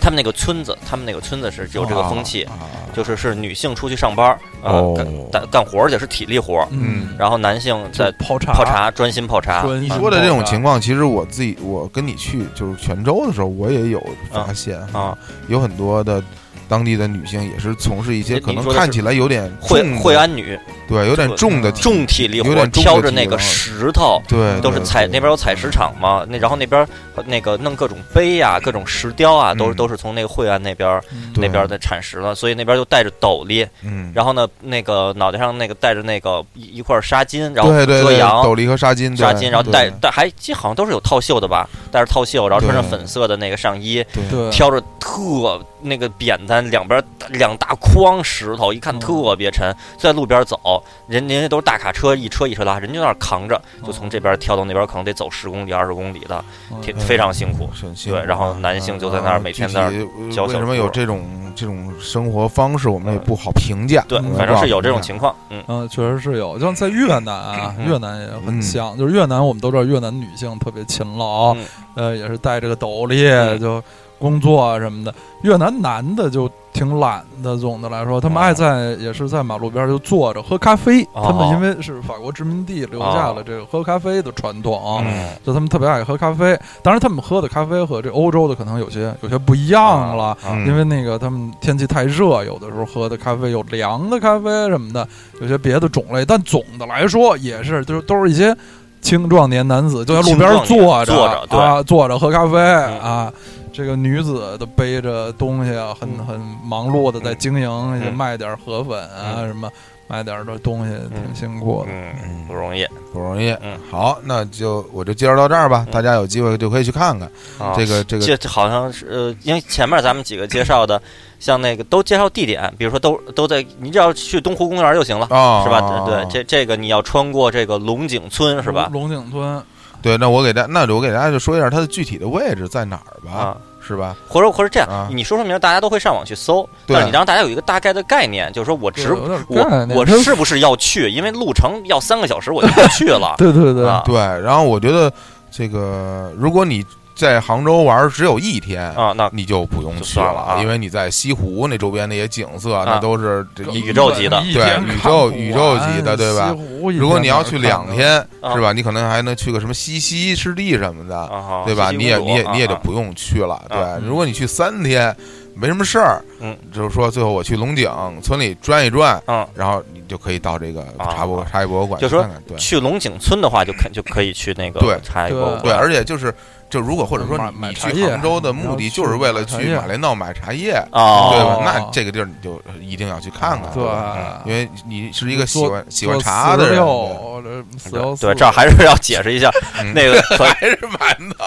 他们那个村子，他们那个村子是有这个风气，啊，啊就是是女性出去上班儿啊哦，干干干活儿去是体力活儿，嗯然后男性就在泡茶泡，茶啊专心泡茶。专你心说的泡这种茶情况，其实我自己我跟你去就是泉州的时候，我也有发现啊，有很多的当地的女性也是从事一些你可能你说的看是起来有点惠重的惠安女对有点重的这个体重体力活有儿，点重的挑着体那力个活儿石头，对都是对采对那边有采石场嘛，那然后那边儿呃那个弄各种碑呀、各种石雕啊，都嗯是都是从那个惠安那边儿嗯对那边儿的产石了，所以那边就带着斗笠，嗯，然后呢，那个脑袋上那个带着那个一一块纱巾，然后对对遮对，斗阳。笠和纱巾，对纱巾，然后对带带还这好像都是有套袖的吧，带着套袖，然后穿上对粉色的那个上衣，对对挑着特那个扁担，两边大两大筐石头，一看嗯特别沉，在路边走，人人家都是大卡车，一车一车拉，人家在那儿扛着，就从这边挑到那边，可能得走十公里、二十公里的，挺哦嗯非常辛苦。很辛苦对然后男性就在那儿啊每具天在那儿体呃嚼为小什么兔有儿这种这种生活方式，我们也不好评价。对我们，也反不正好是有这种评情况。嗯，嗯，确实是有，像在越南啊，嗯越南也很嗯像，就是越南我们都知道越南女性特别勤劳，哦嗯呃，也是戴着个斗笠、嗯就工作啊什么的。越南男的就挺懒的，总的来说，他们哦爱在、也是在马路边就坐着喝咖啡，哦他们因为是法国殖民地留下了哦这个喝咖啡的传统。嗯就他们特别爱喝咖啡，当然他们喝的咖啡和这欧洲的可能有些有些不一样啊了，价，嗯因为那个他们天气太热，有的时候喝的咖啡有凉的咖啡什么的，有些别的种类，但总的来说也是，就是都是一些青壮年男子就在路边青壮坐年坐着对嗯啊，坐着喝咖啡、啊。这个女子都背着东西啊，很很忙碌的在经营，也卖点河粉啊，嗯什么卖点这东西，嗯挺辛苦的。嗯，嗯不容易，不不容易。嗯好，那就我就介绍到这儿吧，嗯大家有机会就可以去看看啊这个这个。这这好像是呃，因为前面咱们几个介绍的，像那个都介绍地点，比如说都都在，你只要去东湖公园就行了，啊，是吧？对，这这个你要穿过这个龙井村是吧？龙井村，对，那我给大那我给大家就说一下它的具体的位置在哪儿吧，啊，是吧？或者或者这样，啊你说说明，大家都会上网去搜，对但是你让大家有一个大概的概念，就是说我对值有点我概念我真。是不是要去？因为路程要三个小时，我就不去了对对对，啊对，然后我觉得这个，如果你在杭州玩只有一天，啊，那你就不用去就算了啊因为你在西湖那周边那些景色，啊那都是这根一宇宙级的本一对天宇看宙不宇宙完级的对吧？西湖一如果天你哪要儿去看两得完，天，啊是吧？你可能还能去个什么西溪湿地什么的，啊，嗯对吧？西西你也公主你也啊你也就啊不用去了。啊对，如果你去三天，没什么事儿，嗯，就是说最后我去龙井村里转一转，嗯，然后你就可以到这个啊茶博茶叶博物馆就去说看看。对去龙井村的话，就肯就可以去那对个啊茶叶对博物对，馆而且就是就如果或者说买你买你茶去叶杭州的你要目的去就是为了买茶去叶马连道买茶叶，哦，对吧哦？那这个地儿你就一定要去看看。对嗯吧因为你是一个喜坐欢喜欢茶的人，六呃四幺四，哦对，这儿还是要解释一下，嗯那个 <laughs> 可还是馒头。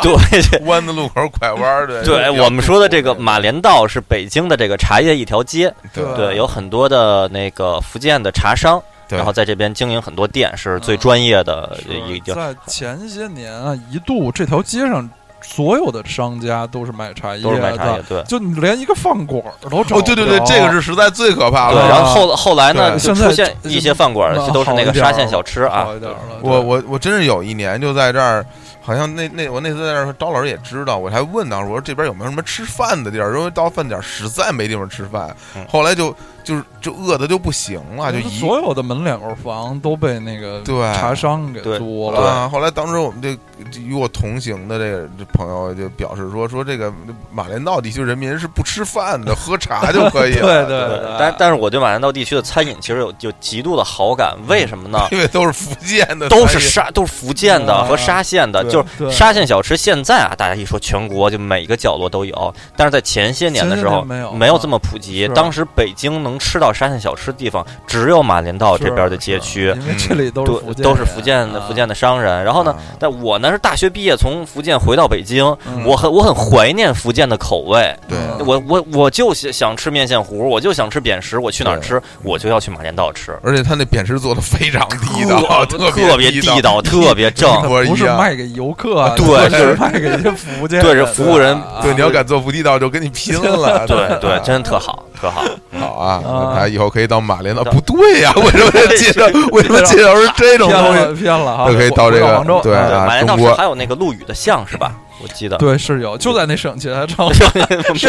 <laughs> 对弯的路口拐弯儿的。对，我们说的这个马连道是北京的这个茶叶一条街，对对对，有很多的那个福建的茶商，对然后在这边经营很多店，是最嗯专业的一是个。在前些年啊，一度这条街上所有的商家都是卖茶叶都是卖茶叶的，，对就你连一个饭馆儿都 <laughs> 找哦，对对对不，着这个是实在最可怕对，了。然后后后来呢，对现就在出现一些饭馆，那都是好那个一点沙儿县小吃啊好一，点儿了。我我我真是有一年就在这儿，好像那那我那次在这儿，刀老师也知道，我还问当时我说这边有没有什么吃饭的地儿，因为到饭点儿实在没地方吃饭嗯，后来就就是就饿的就不行了，就对一所有的门脸房都被那个对茶商给对租了，啊，后来当时我们这这与我同行的这个这朋友就表示说说这个马连道地区人民是不吃饭的，喝茶就可以了， <laughs> 对对啊对但但是我对马连道地区的餐饮其实有有极度的好感，为什么 <laughs> 呢？因为都是福建的餐饮，都是沙都是福建的啊和沙县的，对就是对沙县小吃。现在啊，大家一说全国就每个角落都有，但是在前些年的时候前些年没有啊这么普及。是当时北京能吃到沙县小吃的地方，只有马连道这边的街区是，因为这里都是都福建人，都是福建的啊福建的商人。然后呢啊，但我呢是大学毕业从福建回到北京，嗯我很我很怀念福建的口味。对嗯我我我就想想吃面线糊，我就想吃扁食，我去哪儿吃，我就要去马连道吃，而且他那扁食做的非常地道，特特别地地道，特别正。一模一不是样卖给游客啊，对是是卖给一些服务建，对是服务人啊对，你要敢做不地道，就跟你拼了。对对，啊真特好，特好。好啊！啊那大家以后可以到马连道。到不对呀，为什么要介绍？为什么介绍是这种骗东了西？骗了哈，就可以到这个回杭州对啊对，马连道中是国还有那个陆羽的像是吧？我记得。对是有，就在那省其他城，是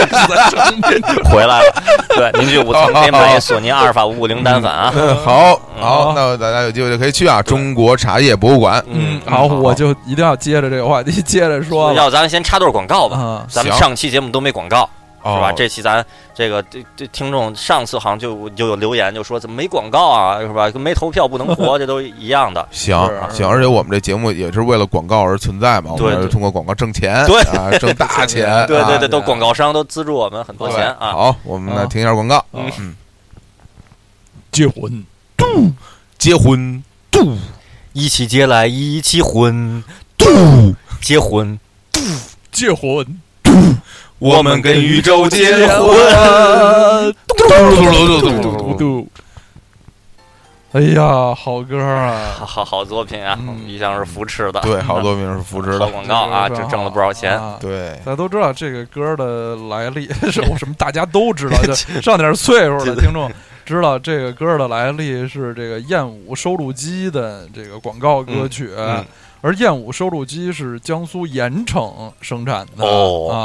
回来了，对，您去五层好好边买索尼阿尔法五五零单反啊，嗯，好好好，那大家有机会就可以去啊！中国茶叶博物馆。嗯嗯，，好，我就一定要接着这个话题接着说了要咱们先插段广告吧，啊，咱们行上期节目都没广告哦是吧？这期咱这个这这听众上次好像就就有留言就说怎么没广告啊，是吧？没投票不能 <laughs> 活，这都一样的。行是行，而且我们这节目也是为了广告而存在嘛，我对们对通过广告挣钱，对啊，挣大钱，对对对，啊都广告商都资助我们很多对钱啊。好，我们来啊听一下广告。嗯嗯，结婚结婚度一起接来一起婚，度，结婚，结婚，我们跟宇宙结婚。婚，嘟嘟嘟嘟嘟嘟嘟嘟嘟，哎呀，好歌啊，好好好作品啊，嗯一向是扶持的， <laughs> 对，好多名是扶持的。好广告啊，这挣了不少钱。啊对，大家都知道这个歌的来历，是我什么？大家都知道， <laughs> 就上点岁数的听众知道这个歌的来历是这个燕舞收录机的这个广告歌曲，嗯嗯而燕舞收录机是江苏盐城生产的、哦啊。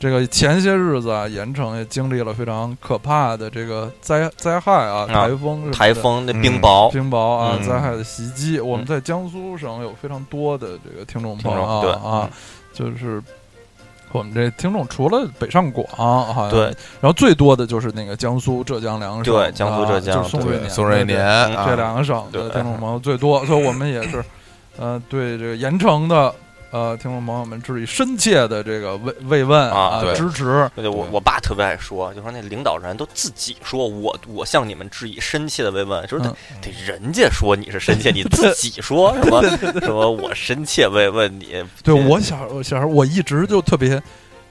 这个前些日子啊，盐城也经历了非常可怕的这个灾灾害啊，啊台风什么的台风那嗯冰雹，冰雹啊，嗯灾害的袭击，我们在江苏省有非常多的这个听众朋友听众对啊啊，就是我们这听众除了北上广好像对，然后最多的就是那个江苏、浙江两省啊，对江苏浙江就是宋对瑞年、宋瑞年嗯这啊，两个省的对 <laughs> 听众朋友最多，所以我们也是呃对这个盐城的。呃听众朋友们致以深切的这个慰慰问啊对支持。对，我对我爸特别爱说，就说那领导人都自己说我我向你们致以深切的慰问，就是得、嗯得人家说你是深切，你自己 <laughs> 说什么什么我深切慰问你。对这我小我小时候我一直就特别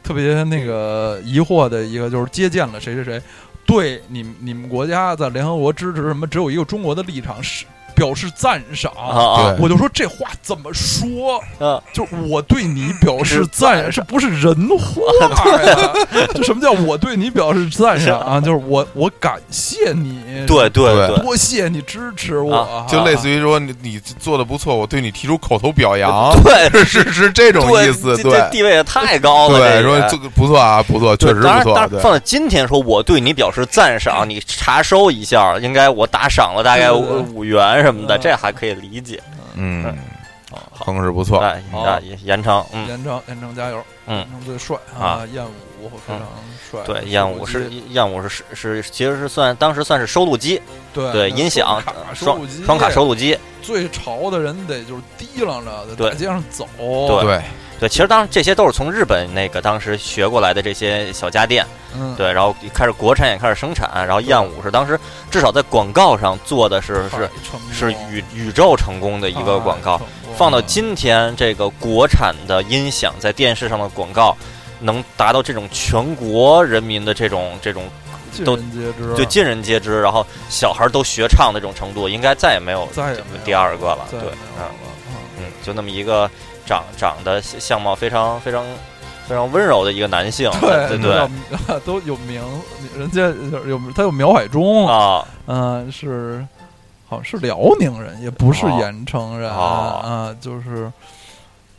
特别那个疑惑的一个就是接见了谁谁谁，对你们你们国家在联合国支持什么只有一个中国的立场是表示赞赏。啊啊对我就说这话怎么说？啊！就是我对你表示赞，这不是人 <laughs> 话呀？啊这什么叫我对你表示赞赏啊？就是我我感谢你，对对对对多谢你支持我啊啊，就类似于于说你你做的不错，我对你提出口头表扬，对是是是这种对意思，这对这地位也太高了。对，这说也这个不错啊，不错，确对实当不然当错，然对放到今天说，我对你表示赞赏，你查收一下，应该我打赏了大概对对对五五元什么的，嗯这还可以理解。嗯，好，哼是不错，哎好啊，延延长，嗯，严城严城加油，嗯严城最帅啊嗯啊，燕舞非常帅，对，燕舞是收录机燕舞是是是，其实是算当时算是收录机，对对那音响双卡呃收双录机双卡收录机。最潮的人得就是提啷着在对大街上走，对对，对，其实当这些都是从日本那个当时学过来的这些小家电，嗯，对，然后开始国产也开始生产，然后燕舞是当时至少在广告上做的是太是成功是宇宇宙成功的了一个广告太。成功了放到今天，这个国产的音响在电视上的广告，能达到这种全国人民的这种这种尽都人皆知，啊就尽人皆知，然后小孩都学唱的这种程度，应该再也没有再也没有第二个了。再对也没，有嗯了嗯嗯，就那么一个长长得相貌非常非常非常温柔的一个男性，对对对对，都有名，人家有有他有苗海中，啊，嗯、是好像是辽宁人，也不是哦盐城人哦啊、就是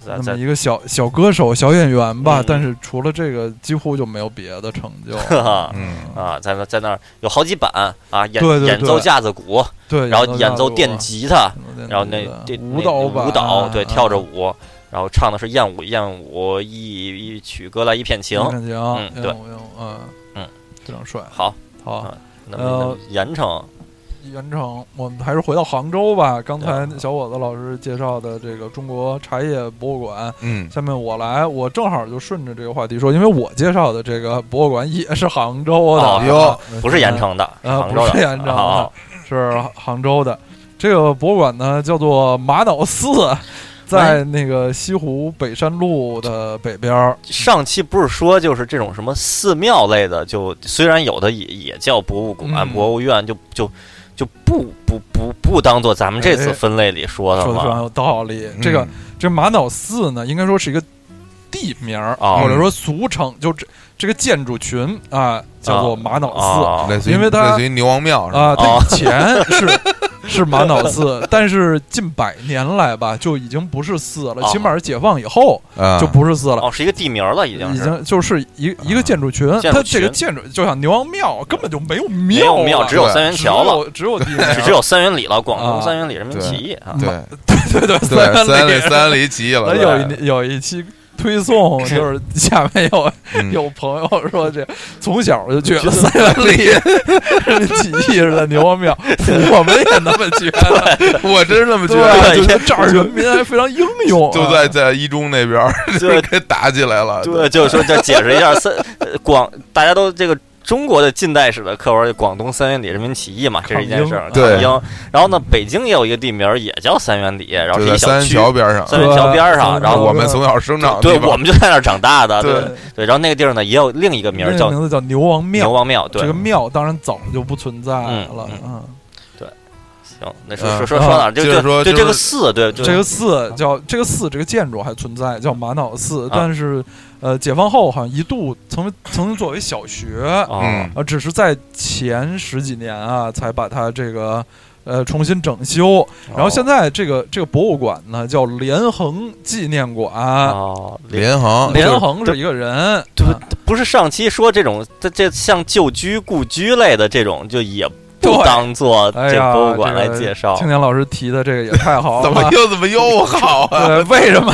在那在么一个小小歌手、小演员吧、嗯但是除了这个，几乎就没有别的成就。哈嗯啊，在那在那儿有好几版啊，演对对对演奏架子鼓，对，然后演演奏奏电吉他，啊电吉他，然后那这舞蹈那版舞蹈对啊跳着舞，然后唱的是燕舞燕舞一一曲歌来一片情啊。感情，嗯对嗯嗯嗯，非常帅。好，好，那么呃那么盐城盐城，我们还是回到杭州吧。刚才对小伙子老师介绍的这个中国茶叶博物馆，嗯下面我来，我正好就顺着这个话题说，因为我介绍的这个博物馆也是杭州的，哦哟不是盐城的，呃，杭州不的，是盐城啊的，是杭州的。这个博物馆呢，叫做玛瑙寺，在那个西湖北山路的北边儿。上期不是说就是这种什么寺庙类的，就虽然有的也也叫博物馆、嗯博物院，就就就不不不不当做咱们这次分类里说的说的非常了。有道理。这个嗯这玛瑙寺呢，应该说是一个地名儿，哦或者说俗称，就这这个建筑群啊，叫做玛瑙寺。啊类似于因为它类似于牛王庙是吧？啊，它哦以前是、是玛瑙寺，但是近百年来吧，就已经不是寺了，哦起码是解放以后啊，就不是寺了。哦，是一个地名了，已经已是啊经就是一一个建筑群，建筑它这个群建筑就像牛王庙，根本就没有没庙有了，庙，只有对三元桥了，只 <laughs> 有只有地只只名，有三元里了，广东啊三元里人民对起义 <laughs> 啊。对对对对，三里里三里急了，咱对有一有一期推 <laughs> 送，就是下面有嗯有朋友说这从小就觉得三元里人起义似的牛王庙，我们也那么觉得，我真是那么觉得，对，对就觉得这儿人民还非常英勇啊，就在在一中那边儿对 <laughs> 给打起来了，对，就是说这解释一下三呃广，大家都这个中国的近代史的课文，广东三元里人民起义嘛，这是一件事儿。抗英对抗英，然后呢，北京也有一个地名儿也叫三元里，然后就是一在小三区，桥边上，三元桥边儿上，对然啊后我们从小生长的对，地我方，们就在那儿长大的，对对对。然后那个地儿呢，也有另一个名儿那叫个名字叫牛王牛庙，王庙，对这个庙当然早就不存在了嗯，嗯，行，那说嗯说说啊说哪儿？就接着说就对就是这个寺，对就这个寺叫这个寺，这个建筑还存在，叫玛瑙寺啊，但是呃，解放后好像一度曾曾经作为小学，哦嗯啊，只是在前十几年啊，才把它这个呃重新整修。哦然后现在这个这个博物馆呢，叫连横纪念馆。哦，连联航连就是横是一个人，对啊不是上期说这种这这像旧居故居类的这种，就也不对当做哎这呀，博物馆来这个介绍。青年老师提的这个也太 <laughs> 好怎么了。又怎么又好啊？对，为什么？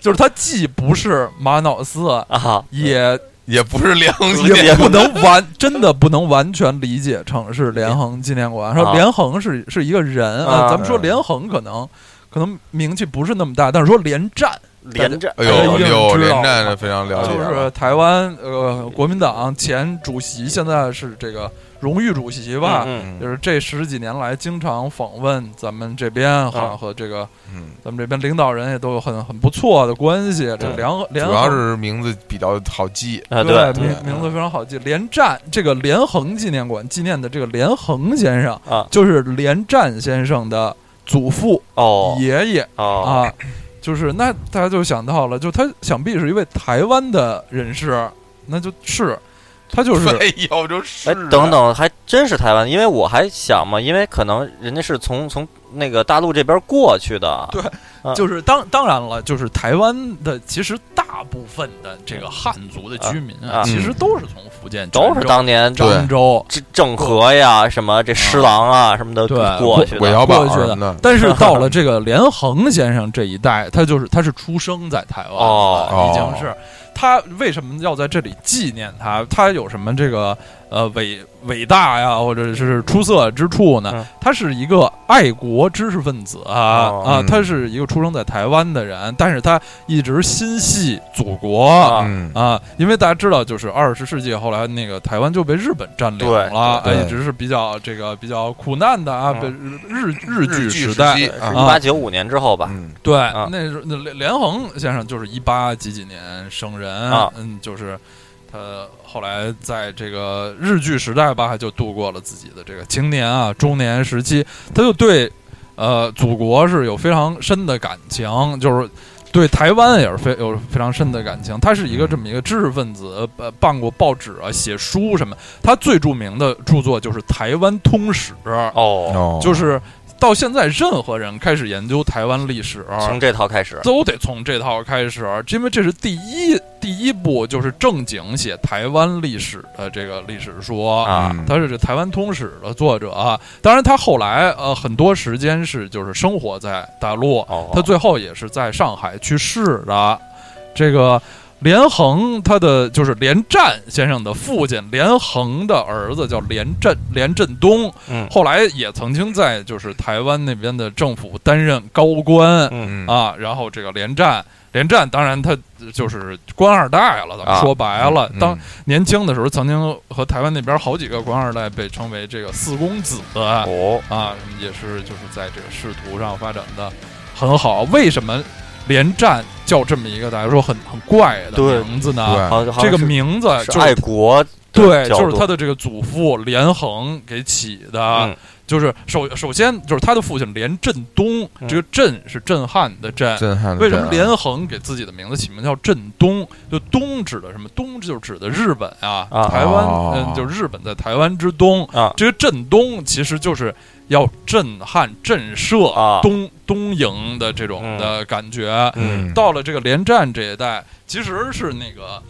就是它既不是玛瑙 <laughs> 寺，啊，也也不是联航也线也不能完，真的不能完全理解成是连横纪念馆。说啊连横是是一个人啊咱们说连横可能可能名气不是那么大，但是说连战连战，哎大家呦一定呦，知道连战呢非常了解就啊，是台湾呃国民党前主席，现在是这个荣誉主席吧。嗯，嗯就是这十几年来，经常访问咱们这边哈啊和这个嗯，咱们这边领导人也都有很很不错的关系。这对联合主联要合是名字比较好记，嗯啊，对对名名字非常好记，连战这个连横纪念馆纪念的这个连横先生，啊，就是连战先生的祖父、哦爷爷哦，啊，就是那大家就想到了，就他想必是一位台湾的人士，那就是他就是哎呦，就是哎啊，<laughs> 等等，还真是台湾，因为我还想嘛，因为可能人家是从从那个大陆这边过去的，对啊就是当当然了，就是台湾的其实大部分的这个汉族的居民啊其实都是从福建都是泉州当年对漳州。郑郑和呀，什么这施琅啊什么的对过去韦的，小宝过去的什么的， <laughs> 但是到 <laughs> 了这个连横先生这一代，他就是他是出生在台湾的哦已经是他为什么要在这里纪念他？他有什么这个呃伟伟大呀，或者是出色之处呢？嗯他是一个爱国知识分子啊、哦啊嗯，他是一个出生在台湾的人，但是他一直心系祖国。啊嗯，啊，因为大家知道，就是二十世纪后来那个台湾就被日本占领对了，对哎一直是比较这个比较苦难的啊，嗯被日日日据据时代期一啊，八九五年之后吧，嗯，对，啊那时候那连连横先生就是一八几几年生人，啊嗯，就是他后来在这个日据时代吧，就度过了自己的这个青年啊、中年时期，他就对呃祖国是有非常深的感情，就是。对台湾也是非有非常深的感情，他是一嗯个这么一个知识分子，呃，办过报纸啊，写书什么。他最著名的著作就是《台湾通史》，哦，哦，就是到现在任何人开始研究台湾历史，哦从这套开始，都得从这套开始，因为这是第一第一部，就是正经写台湾历史的这个历史书啊嗯他是这《台湾通史》的作者啊，当然他后来呃很多时间是就是生活在大陆，哦，他最后也是在上海去世的。这个连横，他的就是连战先生的父亲，连横的儿子叫连振连振东，嗯后来也曾经在就是台湾那边的政府担任高官，嗯，嗯啊，然后这个连战，连战当然他就是官二代了，咱们啊说白了，嗯当年轻的时候曾经和台湾那边好几个官二代被称为这个四公子啊，哦，也是就是在这个仕途上发展的很好。为什么连战叫这么一个大家说很很怪的对名字呢？对，好，好像这个是名字是就是爱国，对，角就是度他的这个祖父连横给起的。嗯就是首首先就是他的父亲连振东，嗯这个震是震撼的震，震撼的为什么震撼连横给自己的名字起名叫振东？就东指的什么？东就是指的日本啊，啊台湾，哦嗯，就是日本在台湾之东啊这个振东其实就是要震撼、震慑啊东东营的这种的感觉。嗯嗯到了这个连战这一代，其实是那个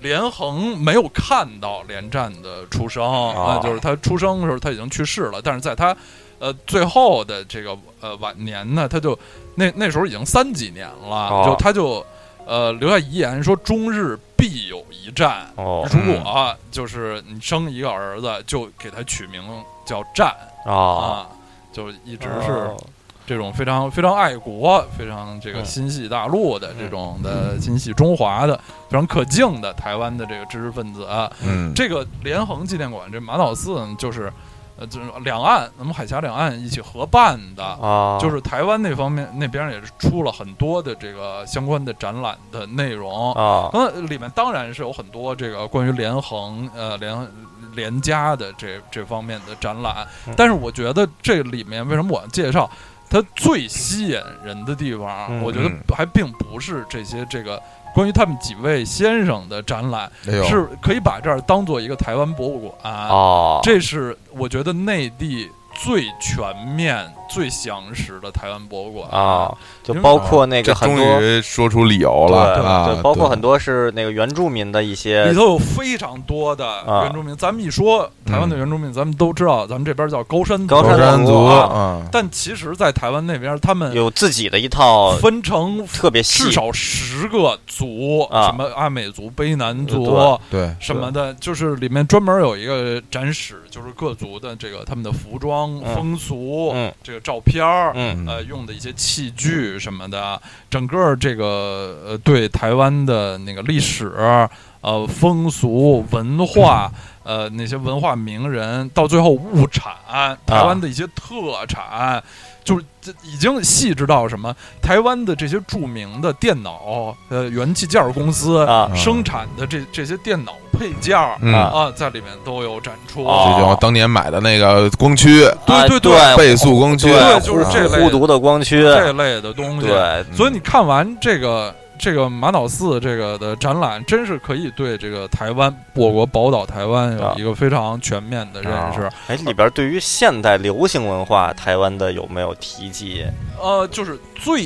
连横没有看到连战的出生，啊、哦就是他出生的时候他已经去世了，但是在他呃最后的这个呃晚年呢，他就那那时候已经三几年了，哦就他就呃留下遗言说中日必有一战，哦如果就是你生一个儿子，就给他取名叫战啊，啊。就一直是哦这种非常非常爱国、非常这个嗯心系大陆的这种的心系中华的非常可敬的台湾的这个知识分子啊，嗯，这个联横纪念馆这马岛寺呢就是，呃，就是两岸咱们海峡两岸一起合办的，啊，就是台湾那方面那边也是出了很多的这个相关的展览的内容，啊，那里面当然是有很多这个关于连横呃连连家的这这方面的展览嗯，但是我觉得这里面为什么我要介绍它最吸引人的地方，嗯我觉得还并不是这些这个关于他们几位先生的展览，哎呦是可以把这儿当做一个台湾博物馆。哦，这是我觉得内地最全面、最详实的台湾博物馆啊，就因为包括那这个很终多。于说出理由对了啊，对，包括很多多是那个原住民的一些里头有非常多的呃啊嗯原住民。咱们一说台湾的原住民，咱们都知道，咱们这边叫高山族高高山高族山族啊，但其实，在台湾那边，他们有自己的一套分成特别细至少十个族，啊呃什么阿美族、卑南对族。对，什么的，就是里面专门有一个展示，就是各族的这个他们的服装风嗯风俗，嗯这个照片儿，嗯呃，用的一些器具什么的，整个这个呃对台湾的那个历史、呃风俗文化，呃那些文化名人，到最后物产，台湾的一些特产，就是这已经细致到什么？台湾的这些著名的电脑呃元器件儿公司啊生产的这这些电脑配件儿嗯，啊啊，在里面都有展出。哦这就我当年买的那个光驱，对对啊对对倍速光驱，对就是这类的孤独的光驱，这类的东西，对，嗯所以你看完这个这个玛瑙寺这个的展览，真是可以对这个台湾我国宝岛台湾有一个非常全面的认识。啊哎，里边对于现代流行文化，台湾的有没有提及？呃，就是最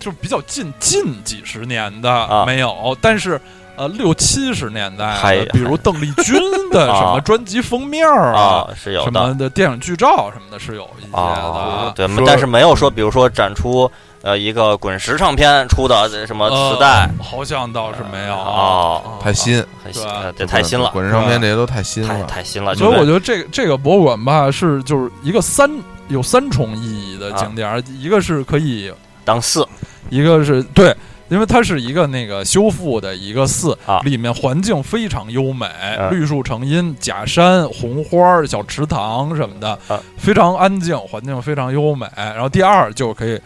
就是比较近近几十年啊的没有，但是。呃，六七十年代还的，比如邓丽君的啊什么专辑封面儿啊，啊，是有什的么的电影剧照什么的，是有一些啊的，。对，说但是没有说，比如说展出呃一个滚石唱片出的这什么呃磁带好像倒是没有啊哦太新。新，很新，对啊呃这太新了，滚石唱片这些都太新太了，太新了，所以就我是觉得这个这个博物馆吧，是就是一个三有三重意义的景点，儿，一个是可以，当寺一个是对。因为它是一个那个修复的一个寺，啊里面环境非常优美，嗯绿树成荫，假山、红花儿、小池塘什么的，啊非常安静，环境非常优美。然后第二就可以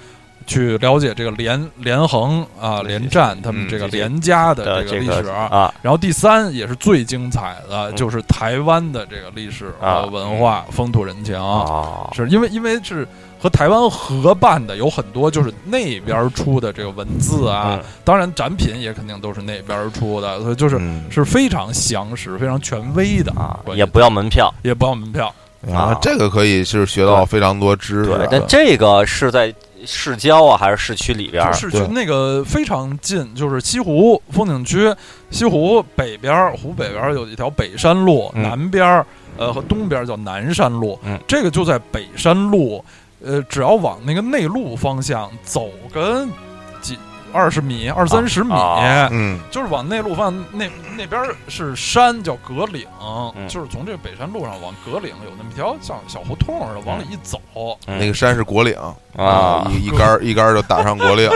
去了解这个连连横啊、对连战他们嗯这个这些连家的的这这个历史个啊，然后第三也是最精彩的，嗯就是台湾的这个历史啊和文化、风土人情，哦，是因为因为是和台湾合办的，有很多就是那边出的这个文字啊，嗯当然展品也肯定都是那边出的，所以就是、嗯是非常详实、非常权威的啊，关于也不要门票。也不要门票，啊啊，这个可以是学到非常多知识对的，，但啊这个是在市郊啊，还是市区里边就儿？是去对那个非常近，就是西湖风景区，西湖北边儿湖北边儿有一条北山路，嗯南边儿呃和东边儿叫南山路，嗯这个就在北山路，呃，只要往那个内陆方向走跟几二十米、二三十米。啊嗯，就是往内陆方向，那那边儿是山，叫格岭，嗯就是从这个北山路上往格岭有那么一条像小胡同似的，往里一走，嗯那个山是果岭啊一一杆儿一杆儿就打上果 <laughs> 岭，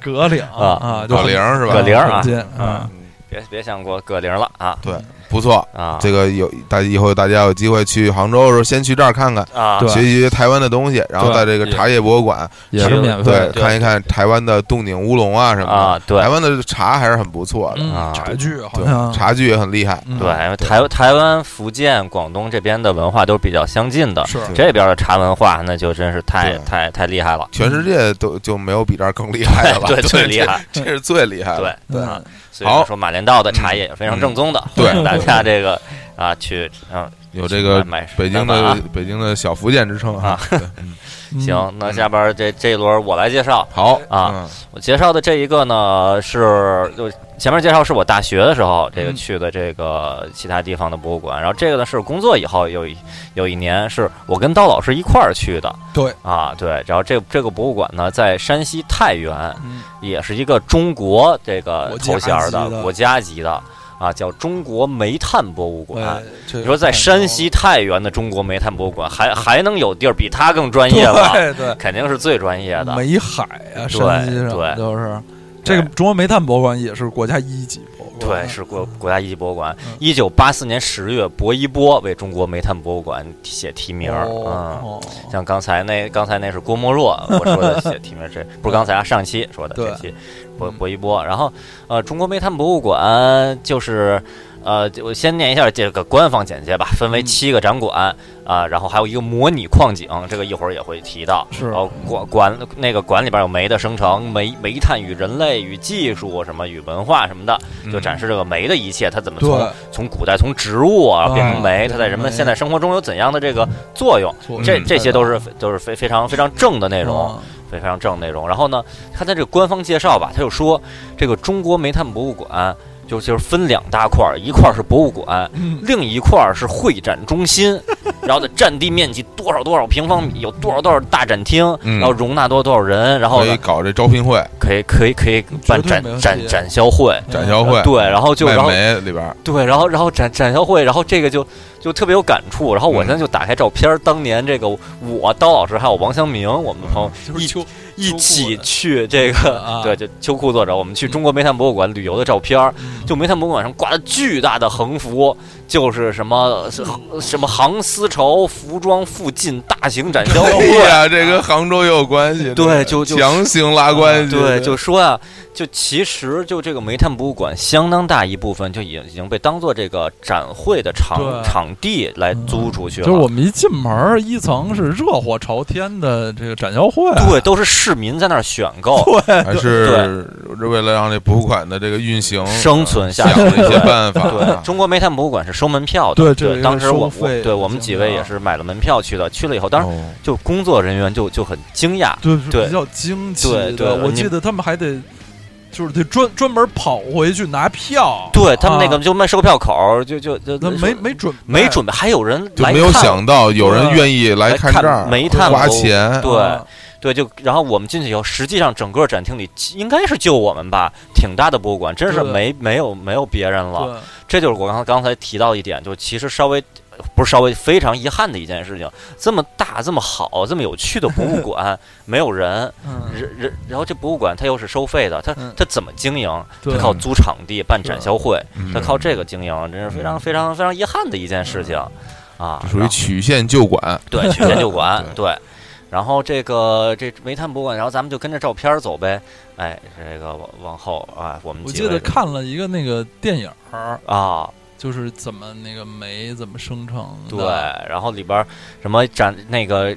格岭啊啊，就果很岭是吧？葛玲儿啊很近啊啊，别别想过葛玲了啊嗯不错，啊！这个有大以后大家有机会去杭州的时候，先去这儿看看，啊，对学习学习台湾的东西，然后对在这个茶叶博物馆也是免费的。对看一看台湾的洞顶乌龙啊什么啊，的，对台湾的茶还是很不错的，啊嗯，茶具好对像，茶具也很厉害，嗯对，台台湾、福建、广东这边的文化都是比较相近的，是对这边的茶文化那就真是太对太太厉害了，全世界都就没有比这儿更厉 <laughs> 害的了， <laughs> 对，这最厉，害，这这是最厉害对的，对嗯所以好嗯说马连道的茶叶也非常正宗的，对欢迎大家这个啊去嗯有这个买买北京买的吧北京的小福建之称啊啊，对嗯啊嗯行，那下边儿这这一轮我来介绍，好啊，我介绍的这一个呢，是就前面介绍是我大学的时候这个嗯去的这个其他地方的博物馆，然后这个呢是工作以后有一有一年是我跟刀老师一块儿去的，对啊对，然后这这个博物馆呢在山西太原，嗯也是一个中国这个头衔儿的国国家级的啊，叫中国煤炭博物馆。对这哎你说在山西太原的中国煤炭博物馆，还还能有地儿比它更专业吗？对对，肯定是最专业的。煤海啊，山西上对就是这个中国煤炭博物馆也是国家一级博物馆，对，是国国家一级博物馆嗯。一九八四年十月，薄一波为中国煤炭博物馆写题名儿。嗯，哦，哦像刚才那刚才那是郭沫若，我 <laughs> 说的写题名儿，这不是刚才啊，上期说的对这期薄嗯薄一波。然后呃，中国煤炭博物馆就是。呃，就我先念一下这个官方简介吧，分为嗯七个展馆啊、然后还有一个模拟矿井，这个一会儿也会提到。是然后馆馆那个馆里边有煤的生成、煤煤炭与人类与技术什么与文化什么的，就展示示这个煤的一切，它怎么从对，从古代从植物啊啊变成煤，变它成在人们煤现在生活中有怎样的这个作用？做这嗯这些都是都是非非常非常正的内嗯容，，非常正的内容。然后呢，看它这个官方介绍吧，他就说这个中国煤炭博物馆就就是分两大块儿，一块儿是博物馆，嗯另一块儿是会展中心，然后的占地面积多少多少平方米，有多少多少大展厅，嗯然后容纳多少多少人，然后可呢以搞这招聘会，可以可以可以绝办对展没问题展展销会，展销会嗯对，然后就然卖后煤里边儿，对，然后然后展展销会，然后这个就就特别有感触。然后嗯我现在就打开照片儿，当年这个我刀老师还有王祥明，我们的朋友就是秋一秋裤起的去这个、嗯啊 <laughs> 对，就秋裤作者，我们去嗯中国煤炭博物馆旅游的照片儿，嗯就煤炭博物馆上挂了巨大的横幅，就是什么呃是什么杭丝绸服装附近大型展销哎会。呀，这跟杭州也有关系，哦对就就强行拉关系，对，就说啊，就其实就这个煤炭博物馆，相当大一部分就已已经被当做这个展会的场对场地来租出嗯去就了。是我们一进门儿，一层是热火朝天的这个展销会，啊对，都是市民在那儿选购，还是为了让这博物馆的这个运行生存下想去。了一些办法对啊，，中国煤炭博物馆是收门票的。对这个当时我收我费啊对我们几位也是买了门票去的。去了以后，当时哦就工作人员就就很惊讶，对，对是比较惊奇的。对对我你记得他们还得就是得专专门跑回去拿票，对他们那个啊就卖售票口儿，就就就那没说没准没准备，还有人就来没有看啊想到有人对愿意来来看看这儿，煤炭花博物钱，对啊对，就然后我们进去以后，实际上整个展厅里应该是就我们吧，挺大的博物馆，真是对没没有没有别人了。对这就是我刚才刚才提到一点，就其实稍微呃不是稍微非常遗憾的一件事情，这么大、这么好、这么有趣的博物 <laughs> 馆没有人，嗯，人人然后这博物馆它又是收费的，它嗯它怎么经营？它对靠租场地办展销会，嗯它靠这个经营，真是非嗯常非常非常遗憾的一件事情啊这。属然于后曲线救馆，对，曲线就管对。然后这个这煤炭博物馆，然后咱们就跟着照片儿走呗。哎，这个往往后啊，我们我几记得位看了一个那个电影儿，啊，就是怎么那个煤怎么生成的，对，然后里边儿什么展那个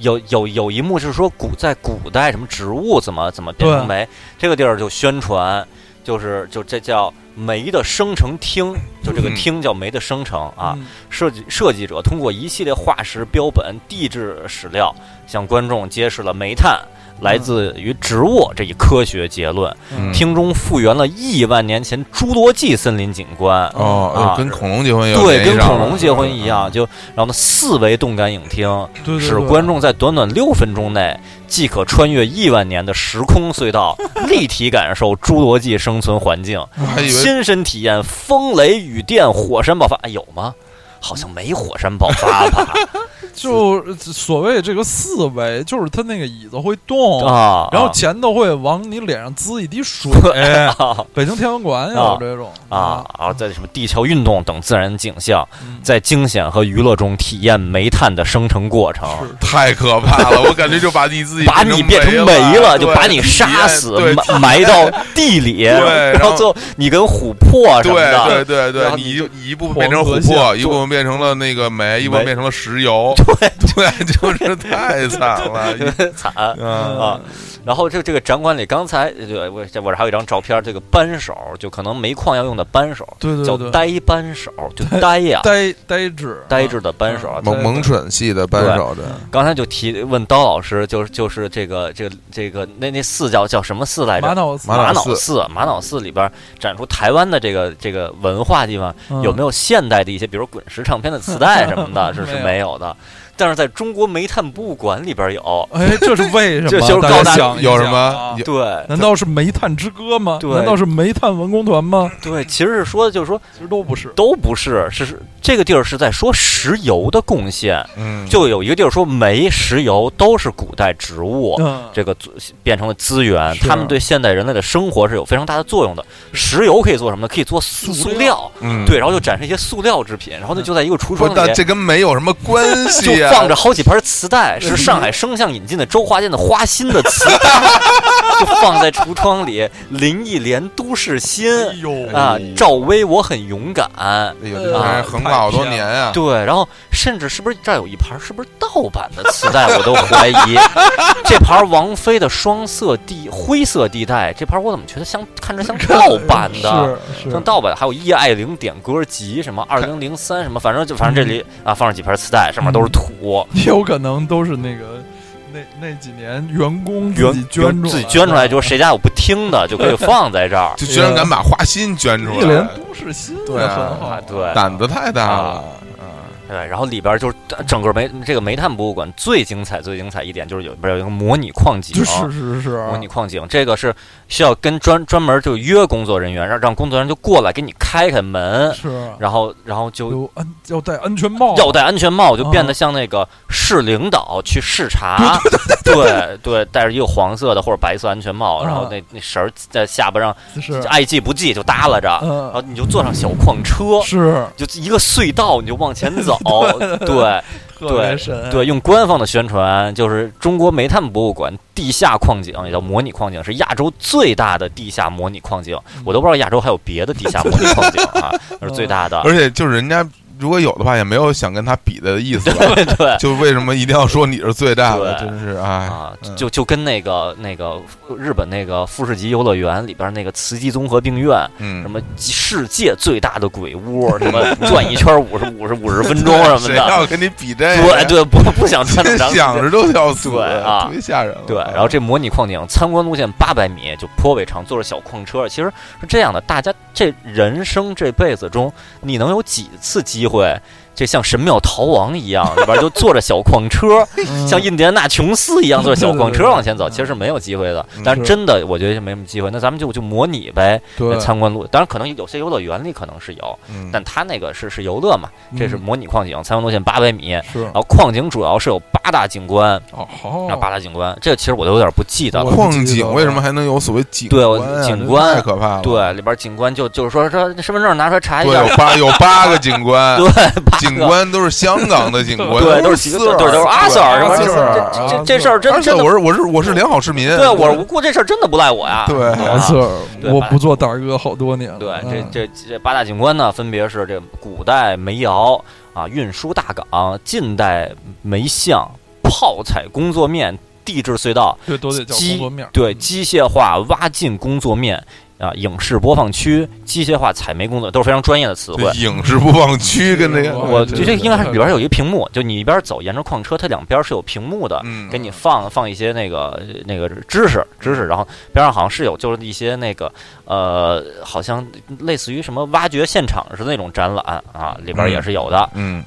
有有有一幕是说古在古代什么植物怎么怎么变对成煤，这个地儿就宣传就是就这叫煤的生成厅，就这个嗯厅叫煤的生成啊。嗯，设计设计者通过一系列化石标本、地质史料，向观众揭示了煤炭来自于植物这一科学结论，嗯厅中复原了亿万年前侏罗纪森林景观。哦，啊跟恐龙结婚也有对，联系跟上恐了嗯龙结婚一样，就然后呢，四维动感影厅对对使对观众在短短六分钟内，即可穿越亿万年的时空隧 <laughs> 道，立体感受侏罗纪生存环境，我还以为亲身体验风雷雨电火山爆发，哎，有吗？好像没火山爆发吧？就所谓这个四维，就是它那个椅子会动，啊，然后前头会往你脸上滋一滴水。啊北京天文馆也有这种啊，啊，在什么地壳运动等自然景象，嗯在惊险和娱乐中体验煤炭的生成过程。是太可怕了，我感觉就把你自己 <laughs> 把你变成煤了，了，就对把你杀死对，埋埋到地里，对然然后后最后你跟琥珀什么的，对对对对，然后你你就你一部分变成琥黄河珀，一部分变成了那个煤，一部分变成了石油， <laughs> 对 <laughs> 对，就是太惨 <laughs> 了，对，惨。嗯，啊，然后这这个展馆里，刚才对我这我这还有一张照片，这个扳手就可能煤矿要用的扳手，对对叫对，呆扳手，就呆 <laughs> 呀、呆呆滞呆滞的扳手啊。萌萌蠢系的扳手的，刚才就提问刀老师，就是就是这个这个这个那那寺叫叫什么寺来马着？脑子马脑脑寺寺，玛瑙寺里边展出台湾的这个这个文化地方，有没有？有现代的一些，比如滚石唱片的磁带什么的，这是没有的。但是在中国煤炭博物馆里边有，哎，这是为什么？ <laughs> 这就是大家高大想一有什想么啊？有对难道是煤炭之歌吗？对难道是煤炭文工团吗？对，其实是说就是说其实都不是。都不是，是是这个地儿是在说石油的贡献。嗯，就有一个地儿说煤、石油都是古代植物，嗯，这个资变成了资源，是啊它们对现代人类的生活是有非常大的作用的。石油可以做什么呢？可以做塑塑料料，嗯，对，然后就展示一些塑料制品，然嗯后呢就在一个橱不窗是，里但面这跟煤有什么关 <laughs> 就系啊？放着好几盘 <laughs> 磁带，是上海声像引进的周华健的《花心》的磁带， <laughs> 就放在橱窗里。林忆莲《都市心哎》呦啊，赵薇《我很勇敢》，哎呦，这玩意儿横了好多年啊，对，然后甚至是不是这儿有一盘是不是盗版的磁带，我都 <laughs> 怀疑。这盘王菲的《双色地灰色地带》，这盘我怎么觉得像看着像 <laughs> 盗版的？ <laughs> 是像是盗版，还有叶爱玲点歌集，什么二零零三什么，反正就反正这里嗯啊放上几盘磁带，上面都是土，也有可能都是那个那那几年员工自原己捐出自己捐出来，就是谁家有不听的就可以放在这 <laughs> 儿就居然敢把花心捐出一连来，都市新对啊很好啊，对胆子太大了，啊，对，然后里边就是呃整个煤这个煤炭博物馆最精彩、最精彩一点就是有里边有一个模拟矿井，就是是啊是，模拟矿井，这个是需要跟专专门就约工作人员，让让工作人员就过来给你开开门，是，啊然后然后就有安要戴安全帽，要戴安全帽，就变得像那个市领导去视察，嗯对嗯对，戴着一个黄色的或者白色安全帽，然后那那绳儿在下巴上是，爱系不系就耷拉着，然后嗯，你就坐上小矿车，是就一个隧道你就往前走，对特别嗯神，对，用官方的宣传，就是中国煤炭博物馆地下矿井，也叫模拟矿井，是亚洲最大的地下模拟矿井。嗯我都不知道亚洲还有别的地下模拟矿井 <laughs> 啊，那是最大的。而且就是人家如果有的话，也没有想跟他比的意思吧。对对就为什么一定要说你是最大的？对真是哎，啊嗯，就就跟那个那个日本那个富士急游乐园里边那个慈济综合病院，嗯，什么世界最大的鬼屋，什 <laughs> 么转一圈五十五十五十分钟什么谁的。要跟你比这个对呀？对，不不想穿那么长时间想着都要死，对啊特别吓人了。对，然后这模拟矿井参观路线八百米，就颇为长，坐着小矿车。其实是这样的，大家这人生这辈子中，你能有几次机会，这像神庙逃亡一样，里边就坐着小矿车，嗯像印第安纳琼斯一样坐着小矿对对车对往前走，其实是没有机会的嗯。但是是真的，我觉得是没什么机会。那咱们就就模拟呗，对，参观路。当然，可能有些游乐园里可能是有，嗯，但他那个是是游乐嘛，这是啊嗯模拟矿井，参观路线八百米。是然后矿井主要是有八大景观，哦，那八大景观，这个其实我都有点不记得了。矿井为什么还能有所谓景对我观啊？景这观太可怕了。对，里边警官就就是说说身份证拿出来查一对，下，有八有八个警官，对，八警个，官都是香港的警官，对，都都是几四个，对，都是阿 Sir 什么这这这这事儿真而且真的我，是我是我是良好市民，对我无辜这事儿真的不赖我呀，对啊没错，对哎我八不做大哥好多年了，对，嗯这这这八大警官呢，分别是这古代煤窑啊、运输大港、近代煤巷、泡采工作面、地质隧道，对都得叫鸡工作面儿，对机械化挖进工作面啊、影视播放区、机械化采煤工作都是非常专业的词汇这。影视播放区跟那个，我我哦对觉得对应该是对里边有一个屏幕，就你一边走，沿着矿车，它两边是有屏幕的，嗯，给你放放一些那个那个知识知嗯识，然后边上好像是有就是一些那个呃，好像类似于什么挖掘现场似的那种展览啊，里边也是有的。嗯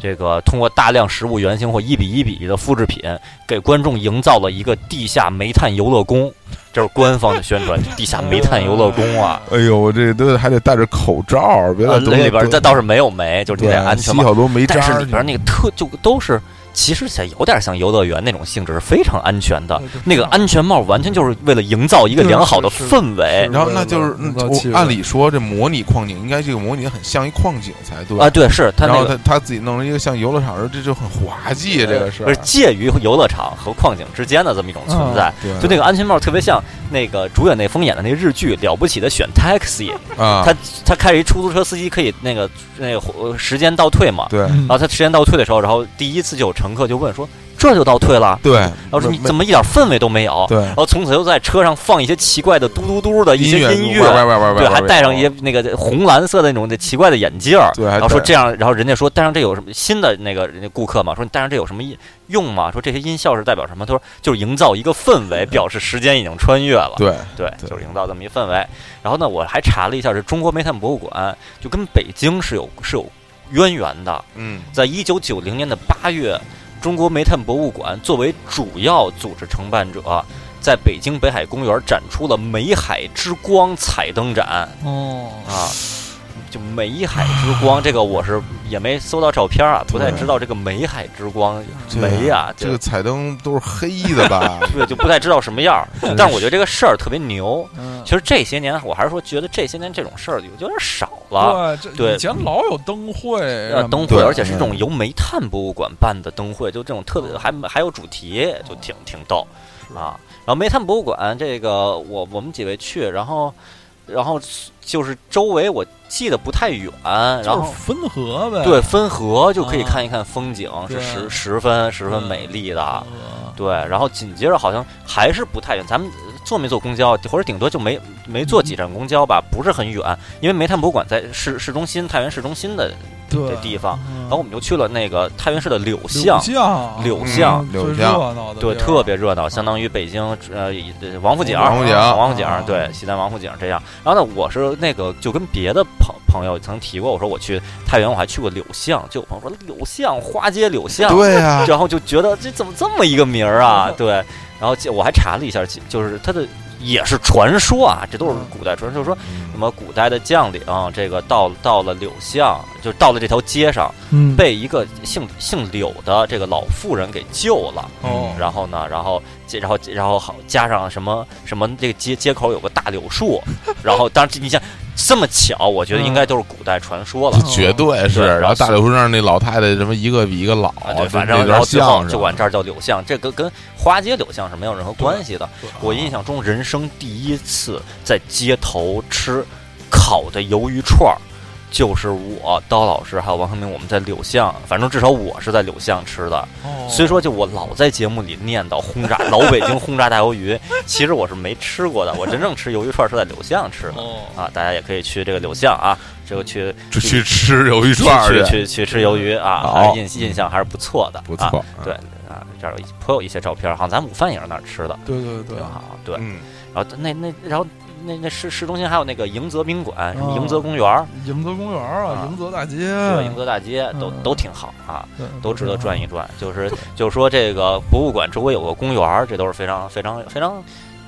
这个通过大量实物原型或一比一比例的复制品，给观众营造了一个地下煤炭游乐宫，这是官方的宣传，地下煤炭游嗯乐宫啊。哎呦，我这都还得戴着口罩，别呃，在里边这倒是没有煤，就是你对得安吸全帽。好多煤渣但儿去，是里边那个特就都是，其实才有点像游乐园那种性质，是非常安全嗯的。那个安全帽完全就是为了营造一个良好的氛围是然后那就是嗯嗯到气我味按理说这模拟矿井应该这个模拟很像一矿井才对啊，，对，是它然那后个他他自己弄了一个像游乐场似的，这就很滑稽这个事啊呃儿是，介于游乐场和矿井之间的这么一种存在。对就那个安全帽特别像那个主演那峰演的那日剧《了不起的选 Taxi》，啊，他他开着一出租车，司机可以那个那个呃时间倒退嘛。对嗯然后他时间倒退的时候，然后第一次就有乘客就问说：“这就倒退了？”对，然后说：“你没怎么一哦点氛围都没有？”对然后从此又在车上放一些奇怪的嘟嘟嘟的一些乐音玩乐，玩玩玩玩，对，还玩戴上一些那个红蓝色的那种的奇怪的眼镜儿。哦对，还然后说戴这样，然后人家说戴上这有什么新的那个人家顾客嘛？说你戴上这有什么用吗？说这些音效是代表什么？他说就是营造一个氛围，表示时间已经穿越了。对对，对就是营造这么一氛围。然后呢，我还查了一下，这中国煤炭博物馆就跟北京是有是有渊源的。嗯在一九九零年的八月，中国煤炭博物馆作为主要组织承办者，在北京北海公园展出了“煤海之光”彩灯展哦，啊。就煤海之光，这个我是也没搜到照片啊，不太知道这个煤海之光对煤啊，这个彩灯都是黑的吧？ <laughs> 对就不太知道什么样儿。但是我觉得这个事儿特别牛。嗯其实这些年，我还是说觉得这些年这种事儿有有点少了。对，这啊对以前老有灯会什么呃，的，灯会，对而且是这种嗯由煤炭博物馆办的灯会，就这种特哦别，还还有主题，就挺挺逗啊。然后煤炭博物馆这个，我我们几位去，然后然后就是周围我记得不太远，就然是后分合呗，对分河就可以啊看一看风景，是对十十分十分嗯美丽的。呃对，然后紧接着好像还是不太远，咱们呃坐没坐公交，或者顶多就没没嗯坐几站公交吧，不是很远，因为煤炭博物馆在市市中心，太原市中心的对这地方，嗯然后我们就去了那个太原市的柳巷柳，巷，啊柳嗯巷最柳热巷，闹的地儿，对，特别热闹，相当于北京呃以呃王府井儿，王府井儿王府井儿，啊对，西单王府井儿这样。然后呢，我是那个就跟别的朋朋朋友曾提过，我说我去太原，我还去过柳巷，就有朋友说柳巷花街柳巷，对呀、然后就觉得这怎么这么一个名儿啊？对，然后这我还查了一下，其就是它的也是传说啊，这都是古代传说，说什么古代的将领、这个到到了柳巷，就到了这条街上，嗯被一个姓姓柳的这个老妇人给救了。嗯哦，然后呢，然后这，然后然后好加上什么什么这个街街口有个大柳 <laughs> 树，然后当然这你想这么巧，我觉得应该都是古代传说嗯了这。绝对是。对然哦然后后大柳树上那老太太什么一个比一个老啊，，哦对，就反那正然段后最后相就声管这儿叫柳巷，这个跟花街柳巷是没有任何关系的对对。我印象中人生第一次在街头吃烤的鱿鱼串儿，就是我刀老师还有王恒明，我们在柳巷，反正至少我是在柳巷吃的。哦虽说就我老在节目里念叨轰炸老北京轰炸大鱿 <laughs> 鱼，其实我是没吃过的，我真正吃鱿鱼串儿是在柳巷吃的。哦，啊，大家也可以去这个柳巷啊，这个去就去吃鱿鱼串儿去去，去去吃鱿鱼啊，好嗯还是印印象还是不错的，不啊错。对啊，这儿有一颇有一些照片，好像咱午饭也是那儿吃的，对对对挺，好。对，嗯，然后那那然后那那市市中心还有那个迎泽宾馆、什么哦迎泽公园儿、迎泽公园啊，啊迎泽大街，对迎泽大街都嗯都挺好啊，对都值得转一嗯转。就是就是说这个博物馆周围有个公园儿，这都是非常非常非常，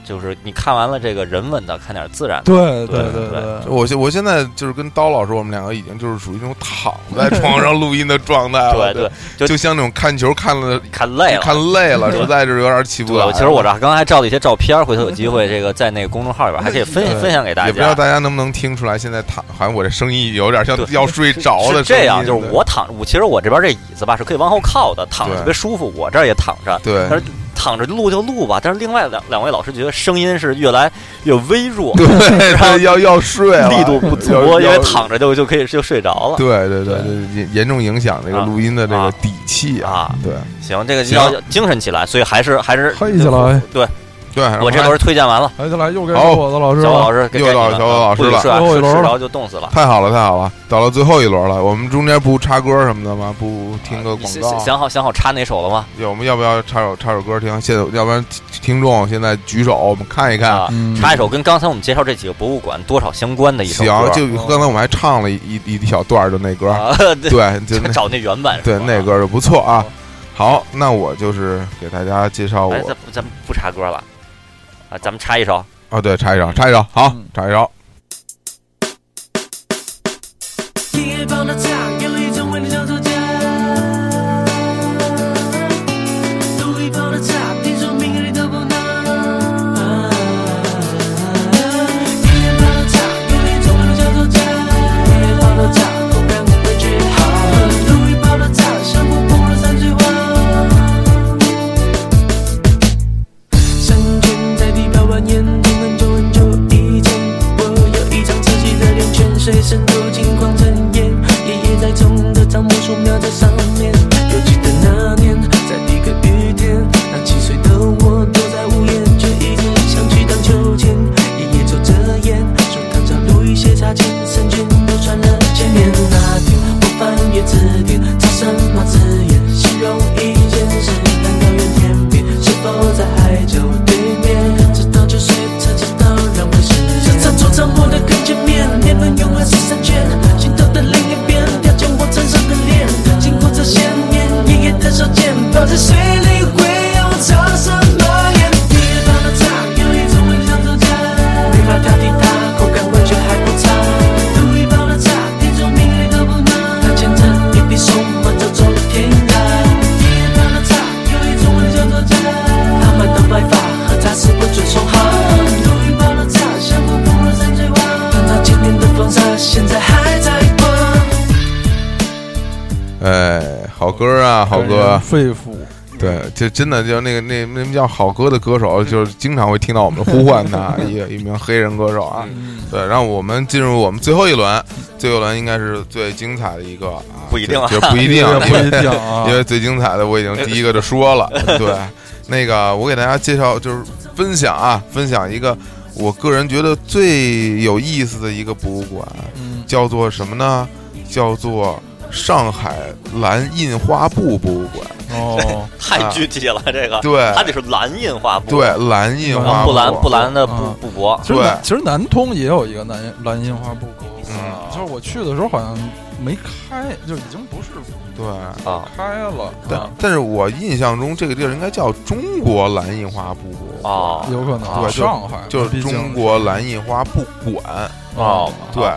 就是你看完了这个人文的，看点自然的。对对对对对对，我现我现在就是跟刀老师，我们两个已经就是属于那种躺 <laughs> 在床上录音的状态了，对对对，，就就像那种看球看了看累了。看累了，对实在是有点起不对来。，其实我这刚才还照了一些照片儿，回头有机会这个在那个公众号里边儿还可 <laughs> 以分对分享给大也不知道家。大家能不能听出来，现在躺，好像我这声音有点像对要睡着是的声音。这样，就是对我躺，我其实我这边这椅子吧是可以往后靠的，躺着对特别舒服。我这儿也躺着，对但是躺着录就录吧。但是另外两两位老师觉得声音是越来越微弱， <laughs> 对，然后对要要睡了，力度不足要，因为要躺着就就可以就睡着 <laughs> 了。对对对，对严严重影响这个啊录音的这个啊底气啊。啊，对行，这个行要要精神起来，所以还是还是黑起来，对对，然后我这轮推荐完了，黑起来又该好说我的老师小了宝老师给又给你到们小宝老师不许了睡啊最后一睡轮睡了着就冻死了。太好了，太好了，到了最后一轮了，我们中间不插歌什么的吗？不听个啊你广想告想？想好想好插哪首了吗？有我们要不要插首插首歌听？现在要不然听听众现在举手，我们看一看。啊，嗯插一首跟刚才我们介绍这几个博物馆多少相关的一首行歌，嗯就哦刚才我们还唱了一一一一小段儿的那歌，啊， <laughs> 对，嗯对，就那找那原版是对吧那歌就不错啊。好，那我就是给大家介绍哎，我咱不咱们不插歌了啊，咱们插一首。哦，对，插一首，插一首，好嗯，插一首。夜帮他架，眼泪成为你小作家。都已帮他架，听说明日你到光南。夜帮他架，眼泪成为你小作家。夜帮他架，口干不回去。都已帮他架，像我碰了三句话。山泉在地表蜿蜒，从很久很久以前，我有一张自己的脸，泉水渗透金矿成烟，爷爷在种的樟木树苗在上面。犹记得那年，在一个雨天，那七岁的我躲在屋檐，却一直想去荡秋千。爷爷抽着烟，说唐朝路易斜插肩，三军都穿了千年。那天我翻阅字典，找什么字眼形容一件事？难道怨天边？是否在海角对面？直到秋水才知道让我失眠。这场错场我的看见面，年轮永远是三圈，心头的另一边，掉进我成上的脸，经过这些年，爷爷的手剑泡在水里会用潮什么眼？别把它擦，有一种味像作家，别怕它滴答，口感味觉还不差，独一包的茶，听说名利都不拿，它牵着一匹松马走走了天涯。别把它擦，有一种味叫作家，他们的白发和他是不准说好，独一包的茶，像我碰了山水画，看他今年的风沙，现在还在刮。哎，好歌啊，好感人歌，肺腑，对，就真的就那个那那叫好歌的歌手，就是经常会听到我们呼唤 <laughs> 他，一一名黑人歌手啊。嗯对，让我们进入我们最后一轮，最后一轮应该是最精彩的一个啊，不一定啊就就不一定，这个因 <laughs> 不一为定 <laughs> 啊因，为最精彩的我已经第一个就说 <laughs> 了，对，那个我给大家介绍就是分享啊，分享一个我个人觉得最有意思的一个博物馆，嗯叫做什么呢？叫做上海蓝印花布博物馆。哦，太具体了，这个对它得是蓝印花布，对，蓝印嗯花啊，布不蓝不蓝的啊布布帛其实对南其实南通也有一个南蓝印花布博物馆，啊嗯，就是我去的时候好像没开，就已经不是对。啊开了，但但是我印象中这个地儿应该叫中国蓝印花布，哦有对可能就上海就是中国蓝印花不管，哦，对，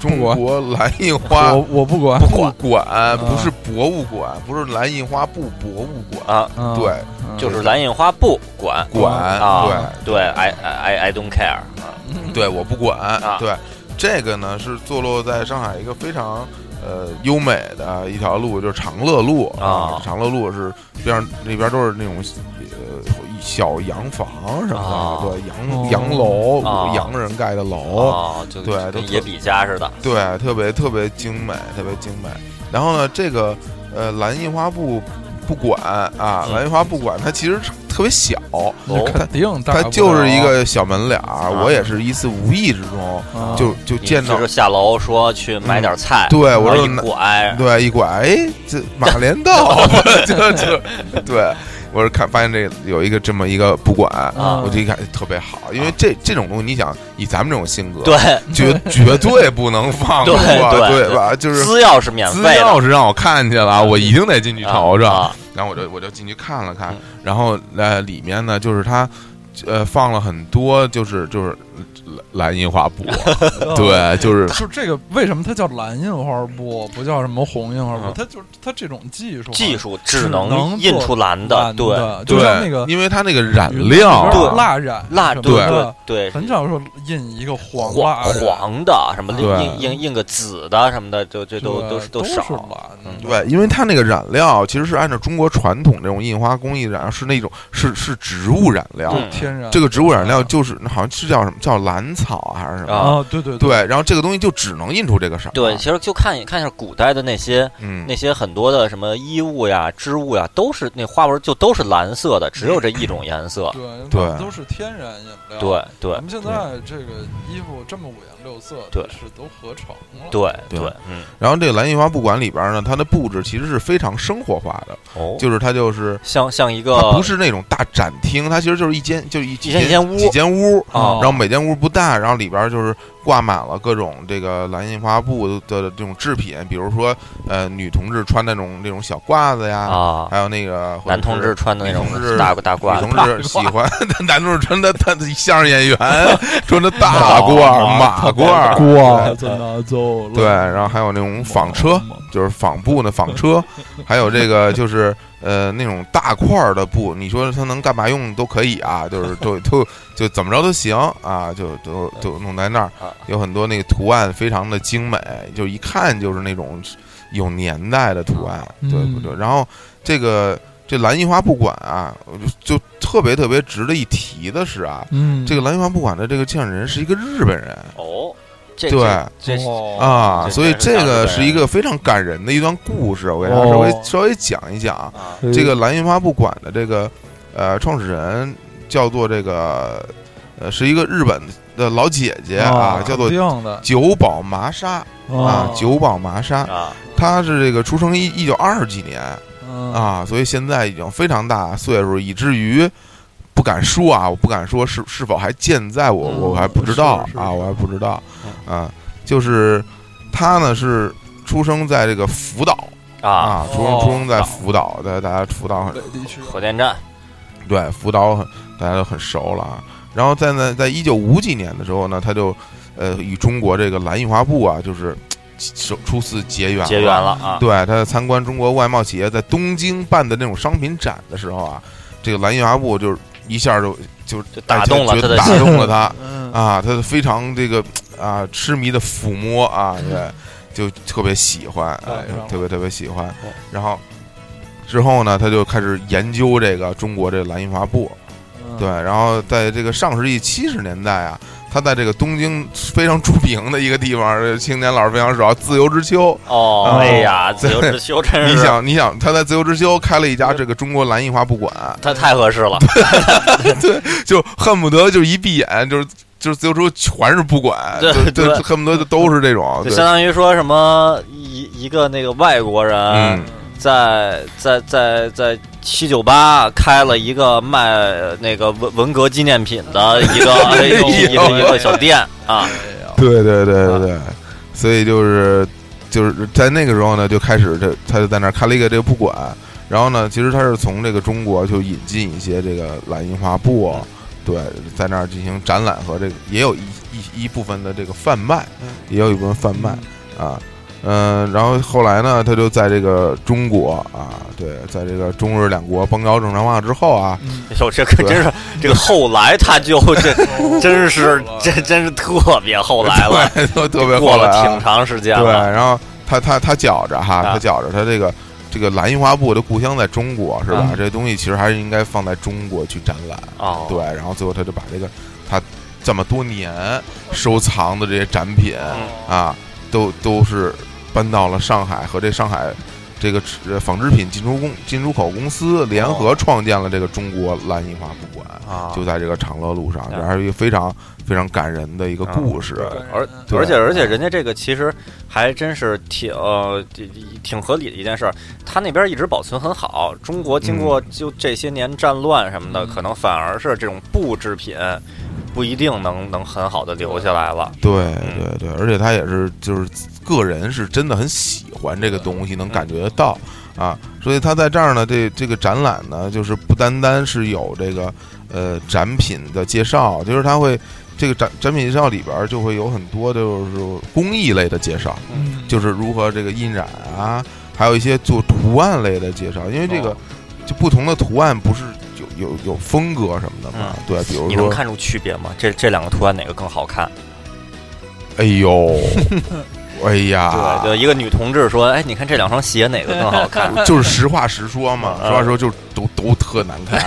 中管国蓝印花我我不管，不管嗯不是博物馆，不是蓝印花布博物馆，啊，嗯对，嗯就是蓝印花不管管啊，对，I I I I don't care 啊， <laughs> 对对，我不管啊，对，这个呢是坐落在上海一个非常。呃，优美的一条路就是长乐路啊长乐路是边上那边都是那种呃小洋房什啊么的，对，哦洋洋楼啊，洋人盖的楼，哦，就对就都跟特野比家似的，对，特别特别精美，特别精美。然后呢，这个呃蓝印花布不管啊，嗯蓝印花不管它其实特别小，那哦它肯定大它不了就是一个小门脸儿。我也是一次无意之中啊就就你见到就是，下楼说去买点菜，对我然后说一那拐，对一拐，哎，这马连 <laughs> 道，哦 <laughs> 就就对，我是看发现这有一个这么一个不管，啊我就一看特别好，因为这这种东西，你想以咱们这种性格，对，绝绝对不能放对过，对对吧？就是资料是免资费的料是让我看见了，我一定得进去瞅瞅。啊然后我就我就进去看了看嗯，然后呃里面呢就是它。呃，放了很多，就是就是蓝蓝印花 <laughs> 布，对，就是 <laughs> 就这个为什么它叫蓝印花布，不叫什么红印花布嗯？它就是它这种技术啊，技术只能能印做出蓝蓝对，的，就对像那个因为它那个染里料，啊边蜡染蜡什么对的，对对很少说印一个黄蜡黄染，黄的什么对印印印个紫的什么的，就这都这都个是都是少蓝的嗯对，因为它那个染料其实是按照中国传统这种印花工艺染料是那种是是植物染料，嗯天然这个植物染料就是好像是叫什么叫兰草还是什么，啊啊，对对对，然后这个东西就只能印出这个色儿，对，其实就看一看一下古代的那些啊嗯，那些很多的什么衣物呀、织物呀，都是那花纹就都是蓝色的，只有这一种颜色。对对都是天然饮料，对对我们现在这个衣服这么五颜六色，对是都合成了。对对对，嗯，然后这个蓝印花布馆里边呢，它的布置其实是非常生活化的，哦，就是它就是像像一它个不是那种大展厅，它其实就是一间就一几间一间屋几间屋，啊然后每间屋不大，然后里边就是挂满了各种这个蓝印花布的这种制品，比如说呃女同志穿那种那种小褂子呀，啊，还有那个男同志。穿的那种女同志大大褂女子，同志喜欢 <laughs> 男同志穿的他的相声演员穿的大褂儿马褂儿，瓜子拿走了，对，然后还有那种纺车，就是纺布的纺 <laughs> 车，还有这个就是呃那种大块儿的布，你说它能干嘛用都可以啊，就是都都就怎么着都行啊，就都都弄在那儿啊，有很多那个图案非常的精美，就一看就是那种有年代的图案，对不嗯对？然后这个这蓝印花布馆啊，我就就特别特别值得一提的是啊，嗯，这个蓝印花布馆的这个建筑人是一个日本人，哦，这对。这这啊，啊，这所以全是这大个日本是一哦人个非常感人的一段故事，我给大家稍微稍微讲一讲啊。啊这个蓝印花布馆的这个呃创始人叫做这个呃是一个日本的老姐姐啊，叫做肯定的久保麻纱啊，久保麻纱，啊，她是这个出生一一九二几年啊，啊，所以现在已经非常大岁数，以至于。不敢说啊，我不敢说是是否还健在我，嗯我还不知道是是啊，是我还不知道啊。就是他呢是出生在这个福岛啊，啊，出生哦出生在啊福岛，在大家福岛很北地区火电站对福岛很大家都很熟了啊。然后在那在一九五几年的时候呢，他就呃与中国这个蓝印花布啊，就是首初次结缘结缘了啊，对，他参观中国外贸企业在东京办的那种商品展的时候啊，这个蓝印花布就是一下就就就打动了哎就他的打心动了他，嗯啊，他非常这个啊痴迷的抚摸啊，嗯对，就特别喜欢，哎对然后，特别特别喜欢啊对。然后之后呢，他就开始研究这个中国这蓝印花布，嗯嗯对。然后在这个上世纪七十年代啊，他在这个东京非常著名的一个地方，这青年老师非常熟，自由之丘。哦，啊哎呀，自由之丘真你是，想，你想，他在自由之丘开了一家这个中国蓝印花布馆，他太合适了，就恨不得就一闭眼就是。就是自由之丘全是布馆，对就就对就恨不得就都是这种，就对相当于说什么一一个那个外国人嗯在在在在七九八开了一个卖呃那个文文革纪 <laughs> 哎哎念品的一个一个一个一个小店啊，对对对对对，所以就是就是在那个时候呢，就开始这他就在那儿开了一个这个布馆，然后呢，其实他是从这个中国就引进一些这个蓝印花布，对，在那儿进行展览和这个也有一一一部分的这个贩卖，也有一部分贩卖啊。嗯，然后后来呢，他就在这个中国啊，对，在这个中日两国邦交正常化之后啊，嗯，哟，哎这可真是这个后来他就嗯这 <laughs> 真是这真是特别后来 <laughs> 了，对，都 <laughs> 特别过后来了啊挺长时间对，了。然后他他他觉着哈，啊他觉着他这个这个蓝印花布的故乡在中国是吧？这东西其实还是应该放在中国去展览。嗯哦，对，然后最后他就把这个他这么多年收藏的这些展品嗯啊，都都是搬到了上海和这上海。这个呃纺织品进出公进出口公哦司联合创建了这个中国蓝印花布馆，啊，就在这个长乐路上，对这还是一个非常非常感人的一个啊故事。而对而且而且人家这个其实还真是挺呃挺挺合理的一件事儿，他那边一直保存很好，中国经嗯过就这些年战乱什么的，嗯可能反而是这种布制品不一定能能很好的留下来了。对嗯对对，而且他也是就是个人是真的很喜欢这个东西，能感觉得到啊，所以他在这儿呢，这这个展览呢，就是不单单是有这个呃展品的介绍，就是他会这个展展品介绍里边儿就会有很多就是工艺类的介绍，嗯就是如何这个印染啊，还有一些做图案类的介绍，因为这个哦就不同的图案不是有有有风格什么的嘛，对，比如嗯你能说，看出区别吗？这这两个图案哪个更好看？哎呦， <laughs> 哎呀，对对，一个女同志说：“哎，你看这两双鞋哪个更好看 <laughs> 就是实话实说嘛，嗯实话实说就都都特难 <laughs> 看，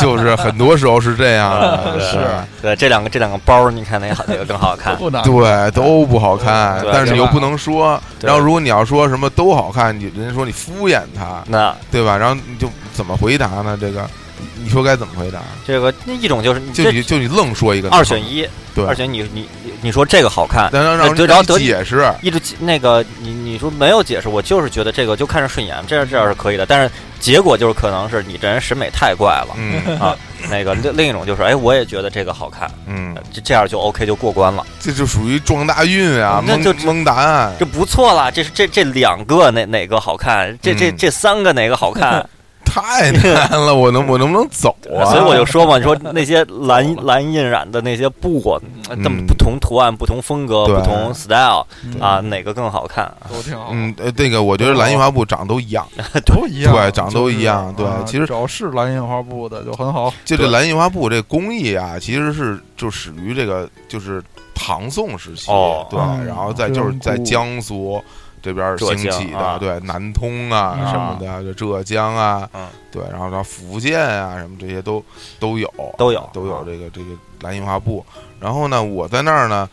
就是很多时候是这样的，嗯是？”对，这两个这两个包，你看哪个哪个更好 <laughs> 看？不难，对，都不好看，嗯对但是你又不能说。对然后如果你要说什么都好看，你人家说你敷衍他，那对吧？然后你就怎么回答呢？这个你你说该怎么回答？这个那一种就是你就这你就你愣说一个二选，一，对二，选一你你你你说这个好看，然后让对然后得你解释，一直那个你你说没有解释，我就是觉得这个就看着顺眼，这样这样是可以的。但是结果就是可能是你这人审美太怪了。 <laughs> 嗯啊，那个另另一种就是，哎，我也觉得这个好看，嗯，这这样就 OK 就过关了，这就属于撞大运啊，那蒙就蒙答案，这不错了。这是这这两个哪哪个好看？这这嗯这三个哪个好 <laughs> 看？太难了，我能我能不能走啊？所以我就说嘛，你说那些蓝蓝印染的那些布，嗯那么不同图案、不同风格、对不同 style 嗯啊，，哪个更好看？都挺好， <laughs> 嗯，呃，这个我觉得蓝印花布长得都一样。哦都一样，对长得都就是一样对啊其实只要是蓝印花布的就很好，就这对蓝印花布这工艺啊，其实是就始于这个就是唐宋时期，哦对，嗯然后再就是在江苏这边儿浙兴江起的，啊对，南通啊嗯什么的，就浙江啊，嗯对，然后到福建啊什么这些都都有，都有都啊有这个这个蓝印花布。然后呢，我在那儿呢，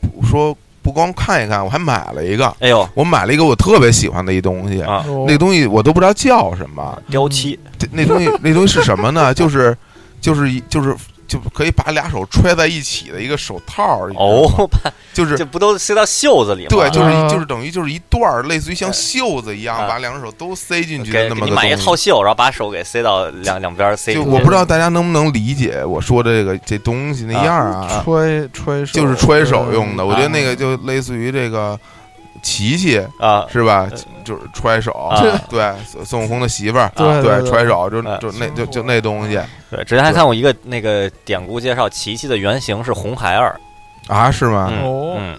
不说不光看一看，我还买了一个，哎呦我买了一个我特别喜欢的一东西，啊，嗯那个东西我都不知道叫什么，雕漆这那东西那东西是什么呢？ <laughs> 就是就是一就是就可以把俩手揣在一起的一个手套儿，你知道吗，哦，就是 <laughs> 这不都塞到袖子里吗？嗯对，就是啊一就是等于就是一段儿，类似于像对袖子一样，啊把两只手都塞进去的给那给么你个买一套东西。袖，然后把手给塞到两两边儿塞就进去。我不知道大家能不能理解我说的这个这东西那样儿啊，揣揣手就是揣手用的。我觉得啊那个就类似于这个琪琪啊，是吧呃？就是揣手啊，对，孙悟空的媳妇儿，对对，对揣手就啊就那就就那东西对，之前呃还看过一个那个典故介绍，琪琪的原型是红孩儿，啊，是吗？嗯哦嗯，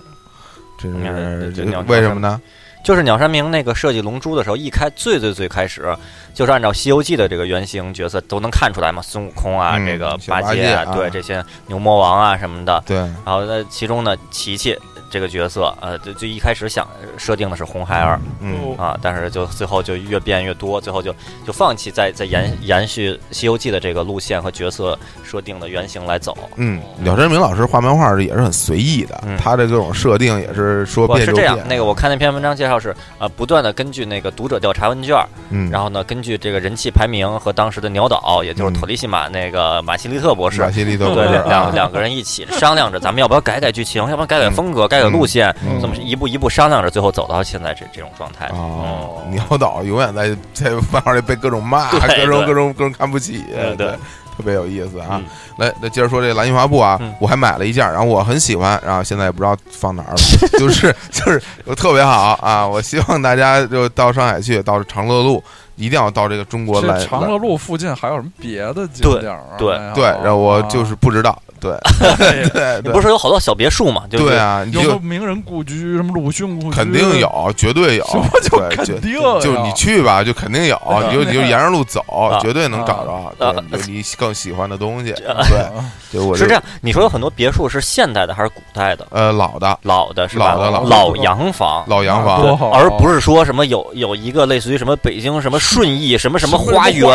真你看是这这鸟为什么呢？就是鸟山明那个设计《龙珠》的时候，一开最最最开始就是按照《西游记》的这个原型角色都能看出来嘛，孙悟空啊，嗯这个小八八戒戒啊，啊对这些牛魔王啊什么的，对，然后那其中呢，琪琪这个角色，呃，就就一开始想呃设定的是红孩儿嗯，啊，但是就最后就越变越多，最后就就放弃再再延延续《西游记》的这个路线和角色设定的原型来走。嗯，廖真明老师画漫画也是很随意的，嗯他的各种设定也是说我变是就这变啊样，。那个我看那篇文章介绍是，呃，不断的根据那个读者调查问卷儿，嗯，然后呢，根据这个人气排名和当时的鸟岛，也就是嗯托利西马那个马西利特博士马，西利特博对士两两啊，两个人一起商量着，咱们要不要改改剧情，要不要改改风格，改改路线，嗯这么一步一步商量着，最后走到现在这这种状态。哦，鸟岛永远在在漫画里被各种骂，对各种对各种各种看不起，对对对，特别有意思啊。嗯来，那接着说这蓝印花布啊，嗯我还买了一件儿，然后我很喜欢，然后现在也不知道放哪儿了， <laughs> 就是就是特别好啊！我希望大家就到上海去，到长乐路，一定要到这个中国蓝这长乐路附近还有什么别的景点儿啊？对哎呀啊哎对，然后我就是不知道，对 <laughs> <laughs> 对你不对是说有好多小别墅嘛？就是对啊，你有什就么名人故居，什么鲁迅故居，肯定。有，绝对有，什么叫对肯绝定呀就是你去吧，就肯定 <laughs> 有，你就你就沿着路走，绝对能找着，啊对，有你更喜欢的东西，对，啊就我就是这样，你说有很多别墅是现代的还是古代的？呃，老的老的是吧？老的老的老洋房，老洋房，多好啊，而不是说什么有有一个类似于什么北京什么顺义什么什么花园，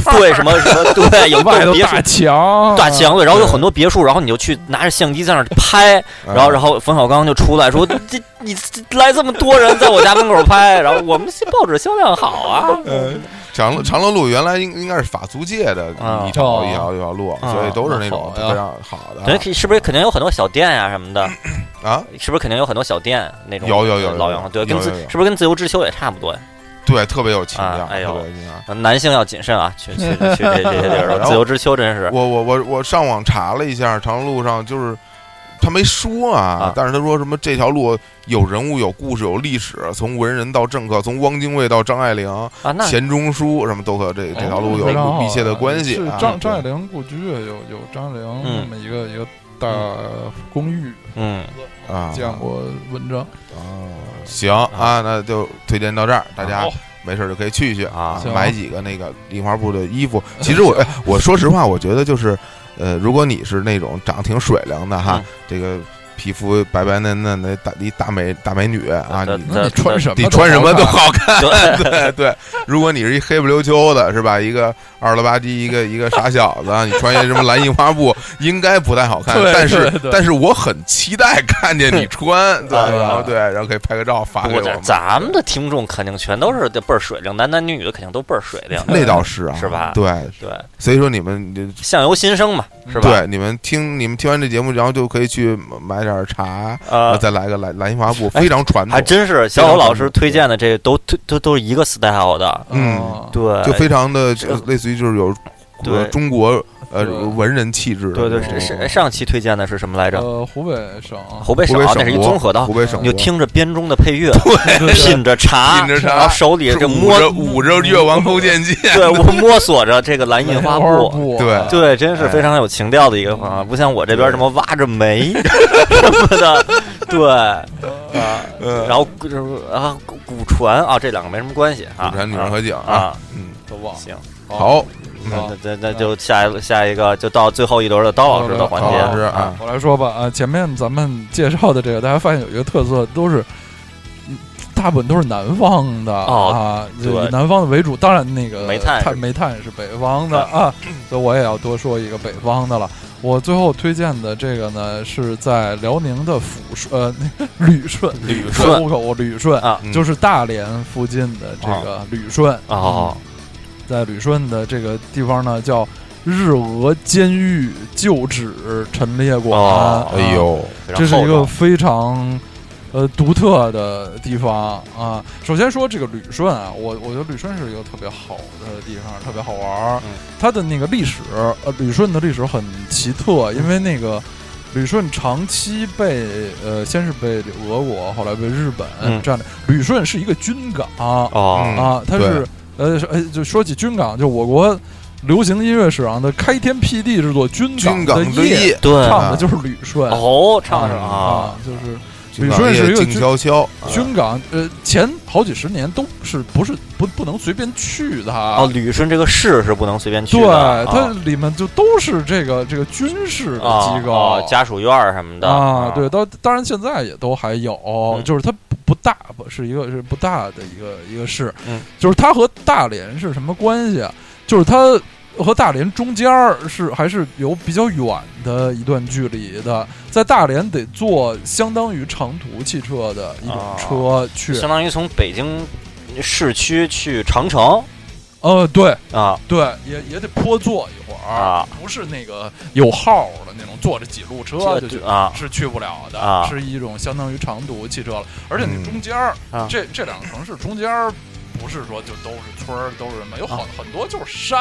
花对什么什么 <laughs> 对，有一 <laughs> 外栋头别墅大墙，啊大啊墙，对，然后有很多别墅，然后你就去拿着相机在那儿拍，嗯然后然后冯小刚就出来说：“这你这来这么多人在我家门口拍，然后我们这报纸销量好啊。呃，长乐长乐路原来应应该是法租界的啊一条哦一条一条路，啊所以都是那种好呀非常好”对，的可以是不是肯定有很多小店呀、什么的？啊。是不是肯定有很多小店那种？有有有有老洋房，对，有跟自有有是不是跟自由之丘也差不多呀？对，特别有情调，啊哎呦特别有情调。男性要谨慎啊，去去去这这些地 <laughs> 儿然，后自由之丘真是我我我我上网查了一下，长乐路上就是他没说啊啊，但是他说什么这条路有人物、有故事、有历史，从文人到政客，从汪精卫到张爱玲、啊，那钱钟书什么都和这这条路有非常好密切的关系哦是啊。张张爱对玲故居有有张爱玲嗯那么一个一个大公寓，嗯，啊，哦见过文章。行啊，那就推荐到这儿，大家好没事儿就可以去一去啊行买几个那个印花布的衣服。其实我哎我说实话，我觉得就是，呃，如果你是那种长得挺水灵的哈嗯，这个皮肤白白嫩嫩的大一大美大美女啊，对你那你穿什么？你穿什么都好好看。就对对，如果你是一黑不溜秋的，是吧？一个二了吧唧，一个一个傻小子，你穿一什么蓝印花布，应该不太好看。对但对是对但是我很期待看见你穿，对，哎呀然后对，然后可以拍个照发不给过我咱们。咱们的听众肯定全都是这倍儿水灵，男男女女的肯定都倍儿水灵， <laughs> 那倒是啊，是吧对，对，所以说你们这相由心生嘛，是吧？对你们听你们听完这节目，然后就可以去买点儿茶，然后呃，再来个蓝蓝印花布，哎非常传统还，真是小友老师推荐的这都都都都是一个 style 的， <laughs> 嗯啊对，就非常的就这类似于就是有对中国呃对文人气质的对那对种，是是上期推荐的是什么来着？呃，湖北省湖北省湖北啊省那是一博综合的湖，北省你就博听着编钟的配乐，对 <laughs> 品着茶 <laughs> 品，着茶然后手里是这捂摸，嗯着捂着越王勾践剑， <laughs> <laughs> 对我摸索着这个蓝印花布，布对啊对，真哎是非常有情调的一个方法，不像我这边什么挖着煤什么的，对啊，嗯，然后就是啊古古船啊，这两个没什么关系啊，古船女人和景啊，啊，嗯，都忘了。啊行，好，那好那那就下一下一个就到最后一轮的刀老师的环刀老师节，啊我来说吧啊，前面咱们介绍的这个，大家发现有一个特色，都是嗯大部分都是南方的、哦啊，就对以南方的为主。当然，那个煤炭是炭煤炭是北方的啊，所以我也要多说一个北方的了。我最后推荐的这个呢，是在辽宁的抚顺，呃，那个旅顺，旅顺户口旅顺啊嗯就是大连附近的这个旅顺哦，在旅顺的这个地方呢，叫日俄监狱旧址陈列馆。啊哦哎呦，非常这是一厚个道非常呃独特的地方啊。首先说这个旅顺啊，我我觉得旅顺是一个特别好的地方，特别好玩儿。嗯它的那个历史，呃，旅顺的历史很奇特，因为那个。旅顺长期被呃，先是被俄国，后来被日本嗯占领。旅顺是一个军港啊，嗯哦，它对是呃是呃，就说起军港，就我国流行音乐史上的开天辟地之作《军军港港的之夜》，夜，对，唱的就是旅顺。哦，唱的是嗯啊嗯啊，，就是军旅港顺夜是一个静军悄悄，啊军港，呃，前好几十年都是不是不不能随便去的哦，嗯啊。旅顺这个市是不能随便去对，的啊，它里面就都是这个这个军事的啊机构啊家属院儿什么的啊，对，，当当然现在也都还有嗯，就是它不不大，不是一个是不大的一个一个市嗯，就是它和大连是什么关系啊？就是它和大连中间儿是还是有比较远的一段距离的，在大连得坐相当于长途汽车的一种啊车去，相当于从北京市区去长城呃，对啊对，也也得坡坐一会儿，啊不是那个有号儿的那种坐着几路车就去。啊是去不了的，啊是一种相当于长途汽车了。而且嗯那中间儿、啊这这两个城市中间儿不是说就都是村儿，都是什么，有很、很多就是山，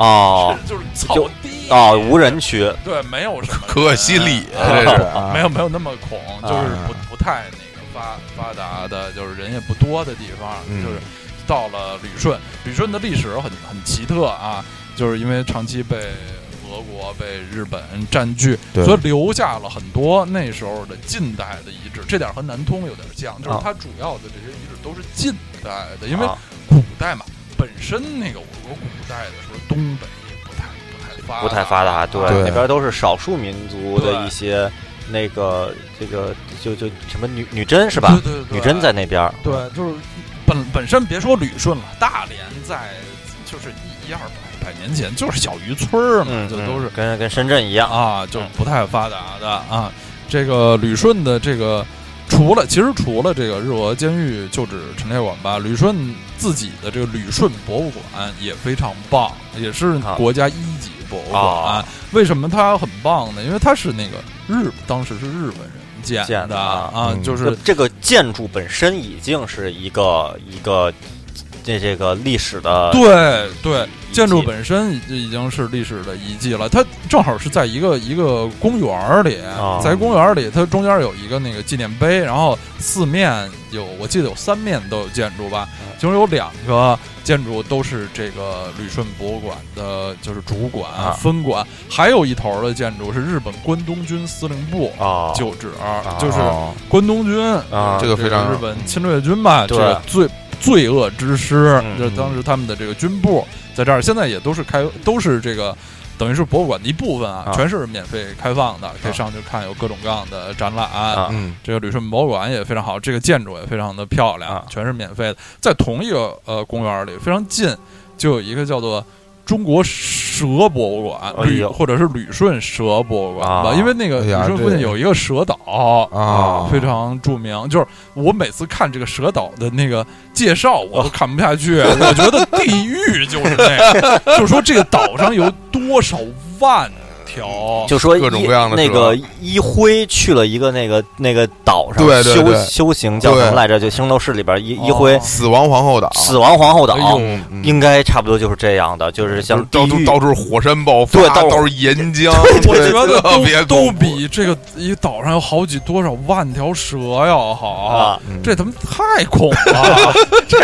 哦就是草地哦，无人区，对，没有什么可西里人啊，这是啊没有没有那么恐，就是啊不不太那个发发达的，就是人也不多的地方，嗯就是到了旅顺，旅顺的历史很很奇特啊，就是因为长期被俄国、被日本占据，对所以留下了很多那时候的近代的遗址，这点和南通有点像，就是啊它主要的这些遗址都是近代的，因为啊古代嘛，本身那个我国古代的时候，东北也不太不太发不太发达，对，啊对那边都是少数民族的对一些那个这个就就什么女女真是吧？对对对，女真在那边儿，对，就是本本身别说旅顺了，大连在就是一一二百百年前就是小渔村儿嘛，嗯，就都是嗯跟跟深圳一样，啊，就不太发达的啊。这个旅顺的这个，除了其实除了这个日俄监狱旧址陈列馆吧，旅顺自己的这个旅顺博物馆也非常棒，也是啊国家一级博物馆。啊为什么它很棒呢？因为它是那个日当时是日本人建的建的啊啊，嗯就是这这个建筑本身已经是一个一个这这个历史的对对，遗迹建筑本身已已经是历史的遗迹了。它正好是在一个一个公园儿里，哦在公园儿里，它中间有一个那个纪念碑，然后四面有，我记得有三面都有建筑吧嗯，其中有两个建筑都是这个旅顺博物馆的，就是主管、啊分馆，还有一头的建筑是日本关东军司令部。哦，旧址就是哦关东军啊这个非常日本侵略军吧，这对个罪罪恶之师，嗯就是当时他们的这个军部在这儿，现在也都是开都是这个。等于是博物馆的一部分啊啊，全是免费开放的，可以上去看，有各种各样的展览。啊嗯这个旅顺博物馆也非常好，这个建筑也非常的漂亮，啊全是免费的。在同一个呃公园里，非常近，就有一个叫做中国蛇博物馆，哎旅呦或者是旅顺蛇博物馆吧，啊因为那个哎旅呀顺附近这有一个蛇岛啊，非常著名。就是我每次看这个蛇岛的那个介绍，我都看不下去。啊我觉得地狱就是那个， <laughs> 就是说这个岛上有多少万条，就说哦各种一各样的那蛇个一辉去了一个那个那个岛上对对修对修行叫对什么来着？就《圣斗士》里边一一哦辉死亡皇后岛，死亡皇后岛，哎呦嗯嗯应该差不多就是这样的，就是像地到处狱到处火山爆发，对到到处处岩浆，我对觉得特别都都恐怖比这个一岛上有好几多少万条蛇要好。啊，嗯这他妈太恐了，这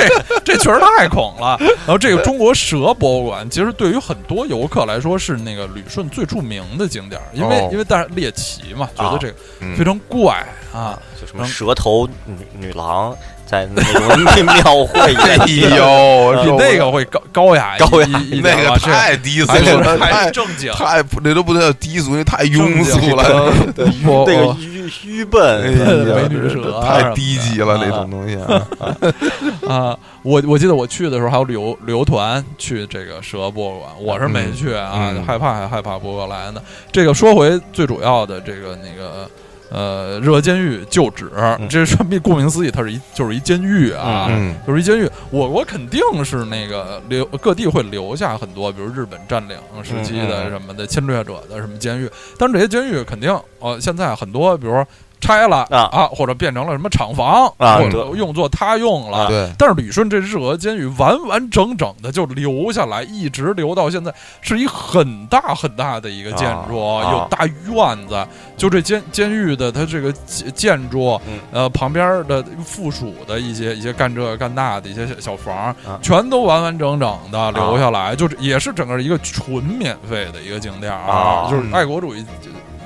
这确实太恐了。然后这个中国蛇博物馆，其实对于很多游客来说是那个旅顺最著名的景点儿，因为、哦因为但是猎奇嘛，觉得这个嗯非常怪啊。就什么蛇头女女郎在那种 <laughs> 庙会哎演戏，呦，比受不了那个会高高雅一高雅一一点那吧个这太低俗哎这了，个太太正经了。太那都不能叫低俗，因为太庸俗了。 <laughs> 了， <laughs> 我 <laughs> 那哦个我愚愚哎笨，呀美女蛇太低级了，那种东西啊， <laughs> 啊，我我记得我去的时候还有旅游旅游团去这个蛇博物馆，我是没去啊，嗯嗯害怕还害怕不过来呢。这个说回最主要的这个那个呃热监狱旧址，这是顾名思义，它是一就是一监狱啊。嗯嗯，就是一监狱，我国肯定是那个留各地会留下很多，比如日本占领时期嗯嗯的嗯什么的侵略者的什么监狱，但是这些监狱肯定呃现在很多，比如说拆了啊或者变成了什么厂房啊或者用作他用了，啊对，但是旅顺这日俄监狱完完整整的就留下来，一直留到现在，是一很大很大的一个建筑，啊啊有大院子。就这监监狱的它这个建建筑，嗯呃，旁边的附属的一些一些干这干那的一些小小房，啊全都完完整整的留下来，就是也是整个一个纯免费的一个景点儿啊就是爱国主义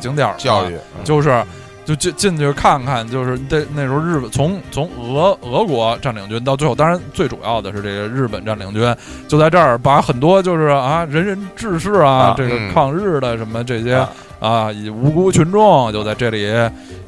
景点儿嘛教育就是就进进去看看，就是那那时候日本从从俄俄国占领军到最后，当然最主要的是这个日本占领军就在这儿把很多就是啊仁人志士啊啊，这个嗯抗日的什么这些啊啊，以无辜群众就在这里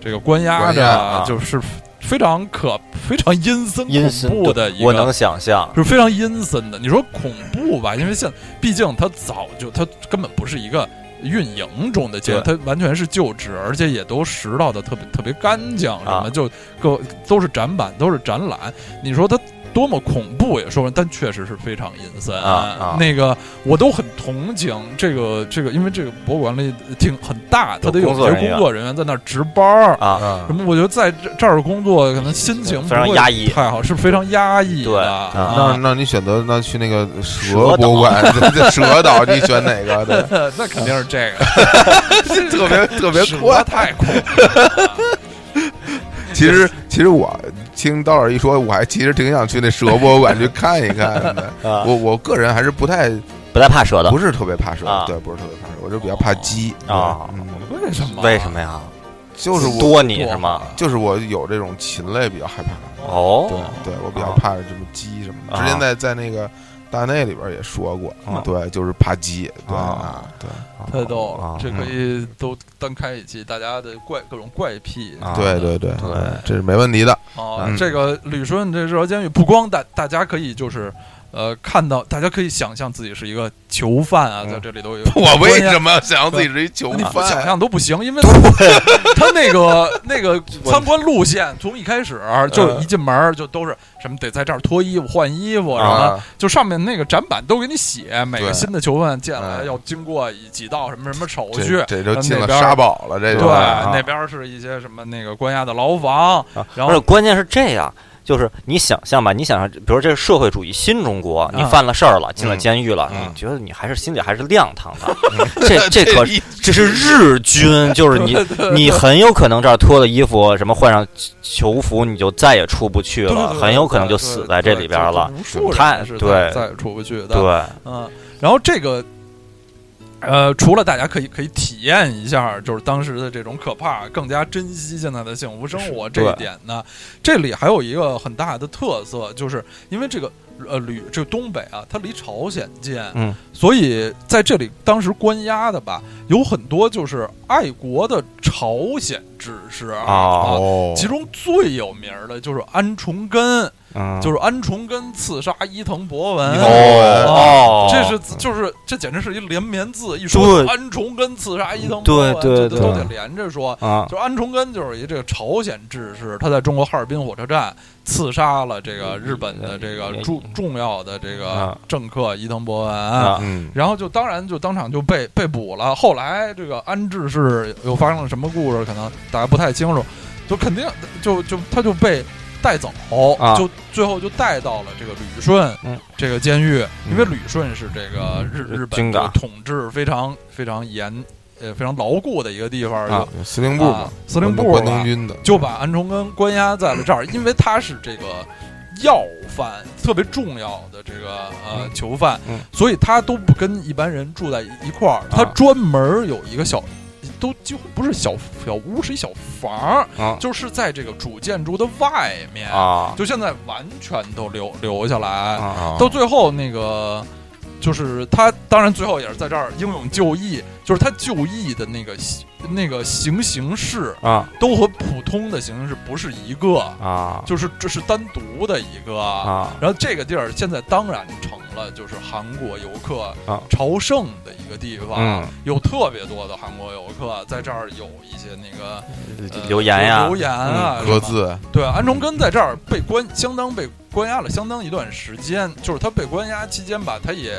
这个关押关押着啊，就是非常可非常阴森阴恐森怖的一我个能想象，就是非常阴森的。你说恐怖吧，因为现毕竟它早就它根本不是一个运营中的街，它完全是旧址，而且也都拾到的特别特别干净，什么、啊就各都是展板，都是展览。你说它。多么恐怖也说不，但确实是非常阴森啊啊那个我都很同情这个这个，因为这个博物馆里挺很大，它得有有工作些人员工作人员在那儿值班儿。啊，啊什，么？我觉得在这这儿工作，可能心情非常不会压抑太好，是非常压抑的。对啊啊那那你选择那去那个蛇蛇博物馆，蛇岛，你选哪个？对， <laughs> 那肯定是这个， <laughs> 特别特别啊实宽在。太恐怖了。其实其实我听刀老师一说，我还其实挺想去那蛇博物馆去看一看的。啊我我个人还是不太不太怕蛇的不是特别怕蛇啊，对，不是特别怕蛇，我就比较怕鸡啊对嗯为什么？啊为什？么呀？就是我多你是吗？就是我有这种禽类比较害怕，对哦，对，我比较啊怕什么鸡什么的。之前啊在在那个大内里边也说过啊，对，就是怕鸡，对啊啊，对。太逗了，啊这可以都单开一期，大家的怪各种怪癖啊对对对对这是没问题的。哦，嗯这个旅顺这热河监狱不光大，大家可以就是，呃，看到大家可以想象自己是一个囚犯啊，嗯在这里头有我为什么想让自己是一囚你不想犯？象都不行，因为他他那个那个参观路线，从一开始就一进门就都是什么得在这儿脱衣服、换衣服，然后啊，就上面那个展板都给你写，每个对新的囚犯进来嗯哎要经过几道什么什么手续，这这就进那了边儿沙堡了，这对，就啊那边儿是一些什么那个关押的牢房，然而且后关键是这样，就是你想象吧，你想象，比如这是社会主义新中国，你嗯犯了事儿了，进了嗯监狱了，嗯你觉得你还是心里还是亮堂 <laughs> 的。这这可一这是日军，就是你你很有可能这儿脱了衣服，什么换上囚服，你就再也出不去对对了，对很有可能对就对死对在这里边了。无数人太是对再也出不去的。对，嗯，然后这个。呃，除了大家可以可以体验一下，就是当时的这种可怕，更加珍惜现在的幸福生活这一对点呢，这里还有一个很大的特色，就是因为这个呃旅这个东北啊，它离朝鲜近，嗯，所以在这里当时关押的吧，有很多就是爱国的朝鲜志士啊哦哦其中最有名儿的就是安重根，嗯，就是安重根刺杀伊藤博文。伊藤博文哦啊哦，这是就是这简直是一连绵字，一说对安重根刺杀伊藤博文，对对这都对得连着说。啊就安重根就是一这个朝鲜志士，他在中国哈尔滨火车站刺杀了这个日本的这个嗯重重要的这个啊政客伊藤博文。啊嗯，然后就当然就当场就被被捕了。后来这个安置是又发生了什么故事，可能大家不太清楚，就肯定就就他就被带走，啊就最后就带到了这个旅顺、嗯这个监狱，嗯因为旅顺是这个日嗯日本军港这个统治非常非常严呃非常牢固的一个地方，啊司令就部嘛啊，司令部关东吧军的，就把安重根关押在了这儿，因为他是这个要犯，特别重要的这个呃囚犯，嗯啊所以他都不跟一般人住在一块儿，他专门有一个小，都几乎不是小小屋，是一小房儿，啊就是在这个主建筑的外面，啊就现在完全都留留下来，啊到最后那个。就是他，当然最后也是在这儿英勇就义。就是他就义的那个那个行刑室，啊都和普通的形式不是一个，啊就是这是单独的一个。啊然后这个地儿现在当然成了就是韩国游客啊朝圣的一个地方，嗯有特别多的韩国游客在这儿有一些那个、呃嗯留言呀嗯留言啊，各自对，安重根在这儿被关，相当被关押了相当一段时间。就是他被关押期间吧，他也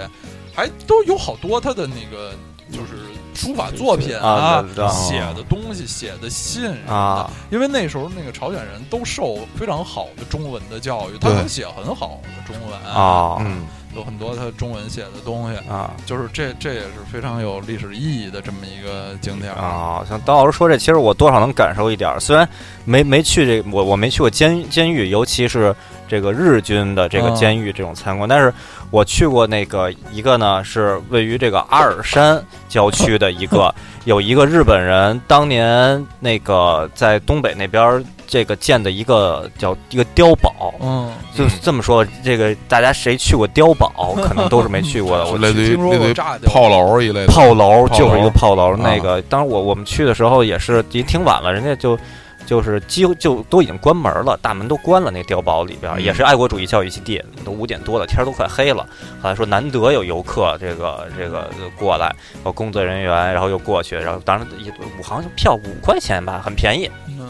还都有好多他的那个就是书法作品啊对对写的东西、写的信什么的。啊因为那时候那个朝鲜人都受非常好的中文的教育，他对能写很好的中文，啊嗯有很多他中文写的东西。啊就是这，这也是非常有历史意义的这么一个景点儿！啊！像刀老师说这，其实我多少能感受一点儿。虽然没没去这，我我没去过监监狱，尤其是这个日军的这个啊监狱这种参观，但是我去过那个一个呢，是位于这个阿尔山郊区的一个，有一个日本人当年那个在东北那边儿这个建的一个叫一个碉堡。嗯，就是这么说，这个大家谁去过碉堡，可能都是没去过 <laughs> 的。是呃我类似于听说类似过于炸掉炮楼一类的炮楼炮就是一楼个炮楼，啊那个当时我我们去的时候也是也挺晚了，人家就就是几乎就都已经关门了，大门都关了，那碉堡里边嗯也是爱国主义教育基地，都五点多了，天儿都快黑了，后来说难得有游客这个这个过来，然后工作人员然后又过去，然后当时一我好像票五块钱吧，很便宜，嗯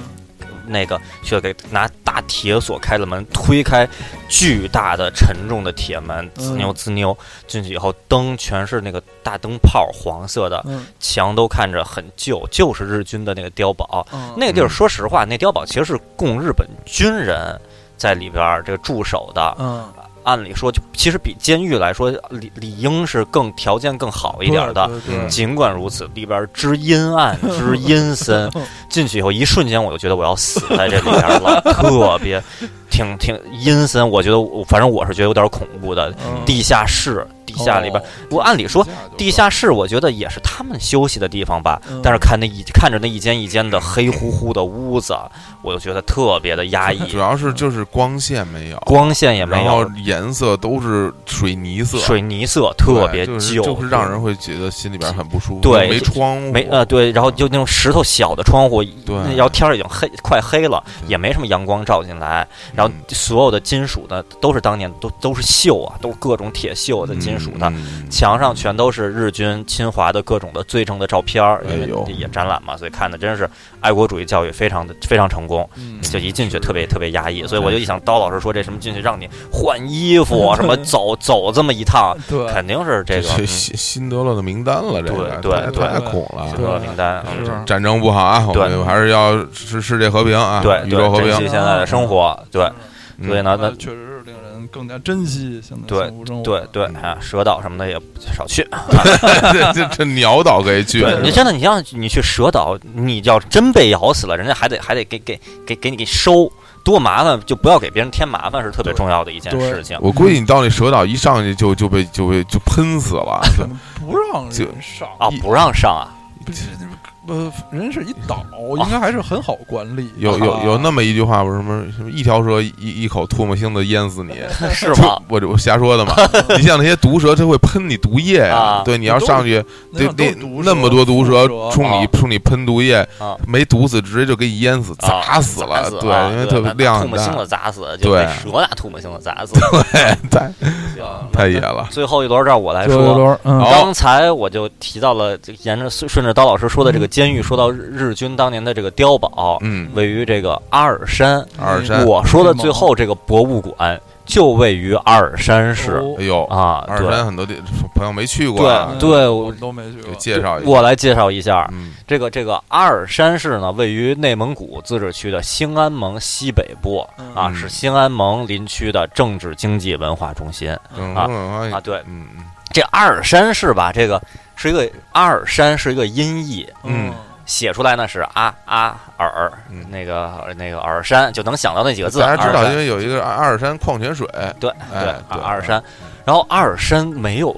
那个却给拿大铁锁开了门，推开巨大的沉重的铁门，滋嗯扭滋扭进去以后，灯全是那个大灯泡，黄色的，嗯墙都看着很旧，就是日军的那个碉堡。嗯那个地儿，嗯说实话，那碉堡其实是供日本军人在里边儿这个驻守的。嗯按理说，就其实比监狱来说，理理应是更条件更好一对点儿的。对对嗯尽管如此，里边儿之阴暗之 <laughs> 阴森，进去以后一瞬间我就觉得我要死在这里边儿了，特别挺挺阴森。我觉得我反正我是觉得有点恐怖的。嗯地下室，地下里边儿，哦我按理说地下就地下室我觉得也是他们休息的地方吧，嗯但是看那一看着那一间一间的黑乎乎的屋子，我就觉得特别的压抑主，要是就是光线没有，光线也没然后有，颜色都是水泥色，水泥色对特别就是旧，就是让人会觉得心里边很不舒服。对没窗户，没呃对，然后就那种石头小的窗户，嗯对那然后天儿已经黑快黑了，对也没什么阳光照进来，然后嗯所有的金属呢都是当年都都是锈啊，都是各种铁锈的金属的。嗯，嗯墙上全都是日军侵华的各种的罪证的照片儿，哎因呦为也展览嘛，所以看的真是爱国主义教育非常的非常成功。嗯就一进去特别特别压抑，所以对我就一想，刀老师说这什么进去让你换衣 <laughs> 服，什么走走这么一趟，对肯定是这个嗯这辛辛德勒的名单了，这个对太对太对恐嗯了选。择对名单。嗯是战争不好啊，我对们还是要世世界和平啊，对宇宙和对，珍惜平。现在的生活，对嗯所以呢，那那确实是令人更加珍惜现在对幸福生活对对嗯啊，蛇岛什么的也少去。 <laughs> 这这这鸟岛可以去，对，你真的你要你去蛇岛，你要真被咬死了，人家还得还得给给给给你给收，多麻烦！就不要给别人添麻烦，是特别对重要的一件对事情。我估计你到那蛇岛一上去就就被就被就喷死了，可能不让就人上啊，不让上 <laughs> 啊！不是呃，人是一岛，应该还是很好管理。啊有啊有有那么一句话，不是什么什么一条蛇一一一口唾沫星子淹死 <laughs> 你，是吗？我我瞎说的 <laughs> 嘛。你像那些毒蛇，它会喷你毒液呀啊。对，你要都上去，那对种那都毒那么多毒蛇蛇冲你啊冲你喷毒液啊，没毒死，直接就给你淹死，啊砸死了。对，对，因为特别把量吐很沫星大，子砸死，就对被蛇拿吐沫星子 <laughs> 砸死。 <laughs> 太行太野了。最后一轮让我来就有说。点儿嗯好刚才我就提到了，这个沿着顺顺着刀老师说的这个监狱，说到日日军当年的这个碉堡， <laughs> 嗯，位于这个阿尔山。阿尔山我说的最后这个博物馆就位于阿尔山市哦哎呦，啊，二对山很多地朋友没去过啊，对对，我我们都没去给过。介绍一下。我来介绍一下嗯这个这个阿尔山市呢，位于内蒙古自治区的兴安盟西北部嗯啊，嗯是兴安盟林区的政治经济文化中心嗯啊嗯啊。对，嗯嗯这阿尔山市吧，这个是一个阿尔山是一个音译，嗯写出来呢是阿阿尔嗯那个那个尔山，就能想到那几个字。大家知阿尔道，山啊因为有一个阿阿尔山矿泉水，对哎对对阿尔山，然后阿尔山没有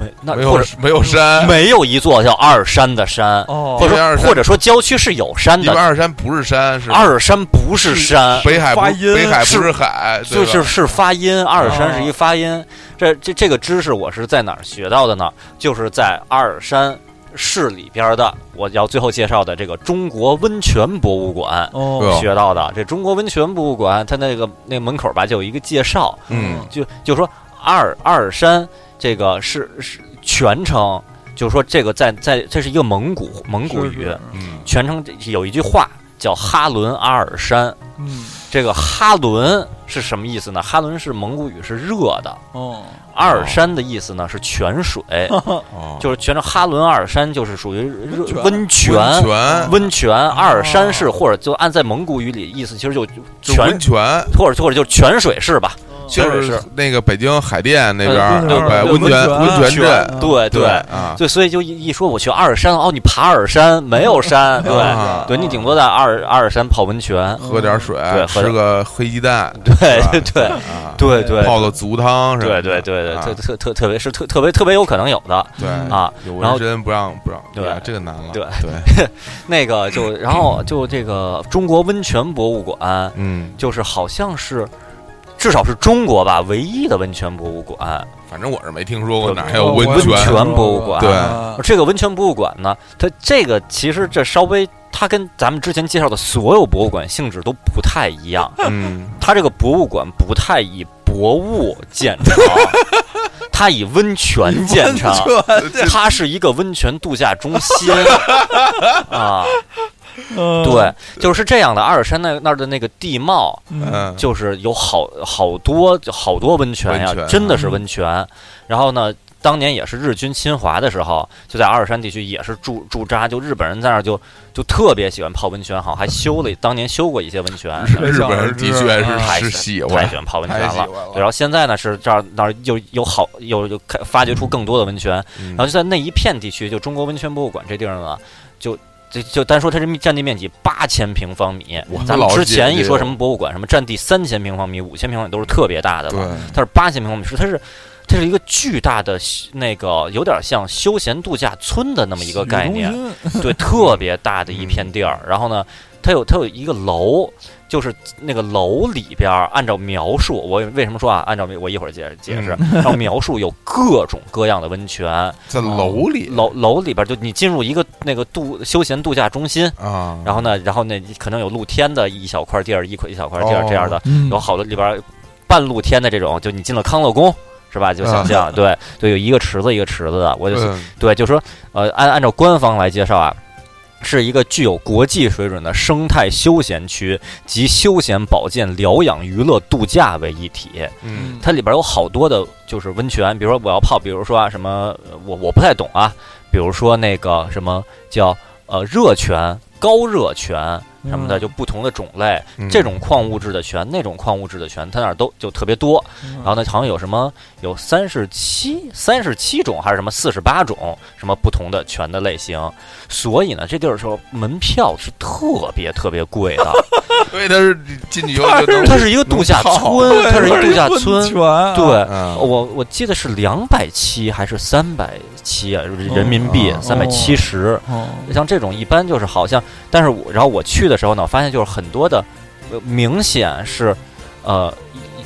没那没有或者没有山，没有一座叫阿尔山的山，哦，或者因为阿尔说山或者说郊区是有山因为的，阿尔山不是山，是阿尔嗯山不是山，北海不发音北海是不是海，对就吧是是发音，阿尔山哦是一发音。这这这个知识我是在哪儿学到的呢？就是在阿尔山市里边的，我要最后介绍的这个中国温泉博物馆。对哦，哦学到的这中国温泉博物馆，它那个那门口吧，就有一个介绍，嗯就就说阿尔阿尔山这个是是全称，就说这个在在这是一个蒙古蒙古是语，是嗯全称有一句话叫哈伦阿尔山。嗯这个哈伦是什么意思呢？哈伦是蒙古语，是热的。哦，阿尔山的意思呢是泉水，哦就是全称哈伦阿尔山，就是属于热温温泉。温泉温泉，阿尔山市，或者就按在蒙古语里意思，其实就就泉温，泉，或者或者就是泉水市吧。就确实是是那个北京海淀那边呃儿，对哎对温温泉泉温泉镇，嗯对对啊，对，所以就一一说我去阿尔山，哦，你爬阿尔山没 <laughs> 有山？对，啊对你顶多在阿尔阿尔山泡温泉。喝点水，对喝吃点个黑鸡蛋，是对吧对啊，对对，泡个足汤什么对的，对对对，啊嗯特特特特别是特特别特别有可能有的嗯对啊。有然纹后身不让不让，哎对呀这个难了，对 <laughs> 对，那个就然后就这个中国温泉博物馆，嗯，就是好像是。至少是中国吧，唯一的温泉博物馆。反正我是没听说过对哪还有哦我也泉没温去泉过博物馆对啊这个温泉博物馆呢，它这个其实这稍微，它跟咱们之前介绍的所有博物馆性质都不太一样。嗯， <laughs> 它这个博物馆不太以博物见 <laughs> 长，它以温泉见长。温泉 <laughs> 它是一个温泉度假中心啊，嗯对，就是这样的。阿尔山那那儿的那个地貌，嗯，嗯，就是有好好多好多温泉呀温，泉嗯真的是温泉。然后呢，当年也是日军侵华的时候，就在阿尔山地区也是驻驻扎，就日本人在那儿就就特别喜欢泡温泉，好像还修了当年修过一些温泉，日日本人的确太是是喜欢啊太喜欢泡温哎泉太喜了欢。了对，然后现在呢是这儿那儿又有好又又开发掘出更多的温泉，嗯然后就在那一片地区，就中国温泉博物馆这地儿呢，就就就单说它这占地面积八千平方米哇，咱们老之姐前一姐说哦什么博物馆，什么占地三千平方米、五千平方米都是特别大的了，对，它是八千平方米，是它是它是一个巨大的那个有点像休闲度假村的那么一个概念，许东对，特别大的一片地儿。然后呢，它有它有一个楼，就是那个楼里边儿，按照描述，我为什么说啊？按照我一会儿解解释，按照描述有各种各样的温泉，在楼里哦楼楼里边儿就你进入一个那个度休闲度假中心，啊，然后呢，然后那可能有露天的一小块地儿，一块一小块地儿哦这样的，英有好多里边儿半露天的这种，就你进了康乐宫。是吧？就想象、对，对，有一个池子一个池子的，我就嗯对，就说呃，按按照官方来介绍啊，是一个具有国际水准的生态休闲区，集休闲、保健、疗养、娱乐、度假为一体。嗯它里边有好多的，就是温泉，比如说我要泡，比如说啊什么，呃我我不太懂啊，比如说那个什么叫呃热泉、高热泉什嗯么的，就不同的种类，嗯这种矿物质的泉，那种矿物质的泉，它那儿都就特别多。嗯然后呢，好像有什么有三十七、三十七种还是什么四十八种什么不同的泉的类型，所以呢，这地儿说门票是特别特别贵的。所以他是进去以后 <laughs> 就能它是一个度假能泡啊村，哦它是一个度 <laughs> 假村，对。嗯我我记得是两百七还是三百七啊，人民币哦三百七十。哦，像这种一般就是好像，但是我然后我去的时候呢，我发现就是很多的，呃明显是，呃，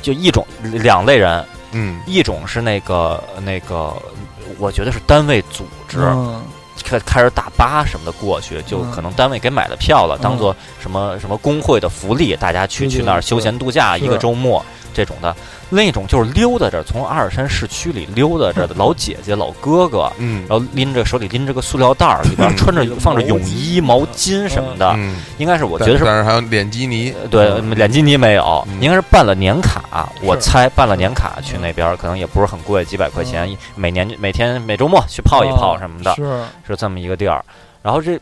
就一种两类人，嗯一种是那个那个，我觉得是单位组织嗯开开着大巴什么的过去，就嗯可能单位给买了票了，嗯当做什么什么工会的福利，大家去对对去那儿对休闲度假是一个周末这种的。另一种就是溜达着从阿尔山市区里溜 <laughs> 达着的老姐姐、老哥哥，嗯然后拎着手里拎着个塑料袋儿，里边 <laughs> 嗯穿着有放着毛泳巾衣、毛巾什么的，嗯，应该是啊我我觉得是呃但是还有脸基尼，对，脸基尼没有，嗯应该是办了年卡，我是猜办了年是卡去嗯那边儿，可能也不是很贵，几百块钱，嗯每年每天每周末去泡一哦泡什么的，哦是是这么一个地儿。然后这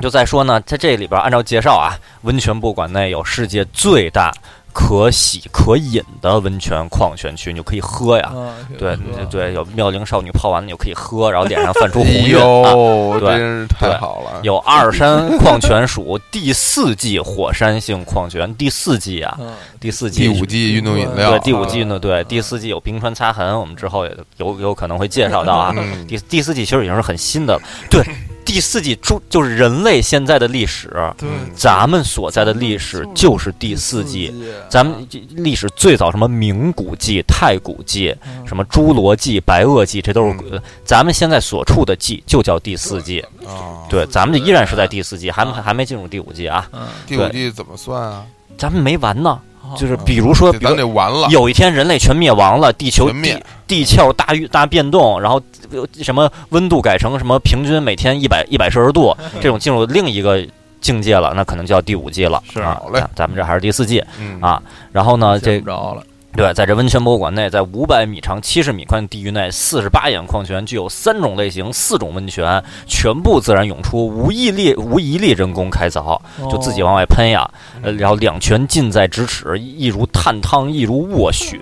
就再说呢，在这里边儿按照介绍啊，温泉博物馆内有世界最大可洗可饮的温泉矿泉区，你就可以喝哦呀。啊，对对，有妙龄少女泡完了你就可以喝，然后脸上泛出红哎晕啊。呦，对真是太好了，有阿尔山矿泉属第四季火山性矿泉，第四季啊，嗯，第四季哦第五季运动饮料，对，第五季啊呢，对，第四季有冰川擦痕，我们之后也有有可能会介绍到啊。嗯第第四季其实已经是很新的了，对，第四季注就是人类现在的历史，对，嗯咱们所在的历史就是第四季。，咱们历史最早什么明古纪、太古纪、嗯什么侏罗纪、白垩纪，这都是、嗯呃咱们现在所处的纪就叫第四季。啊，对，咱们这依然是在第四季，还没还没进入第五季啊，嗯，第五季怎么算啊？咱们没完呢。就是啊比如说，这比如咱得完了，有一天人类全灭亡了，地球全灭地地壳大运大变动，然后呃什么温度改成什么平均每天一百一百摄氏度，嗯这种进入另一个境界了，那可能就要第五季了。是啊好嘞咱咱们这还是第四季嗯啊。然后呢，这着了，对，在这温泉博物馆内，在五百米长、七十米宽地域内，四十八眼矿泉具有三种类型、四种温泉，全部自然涌出，无一例无一例人工开凿。哦就自己往外喷呀，哦呃，然后两拳近在咫尺，一如探汤，一如卧雪，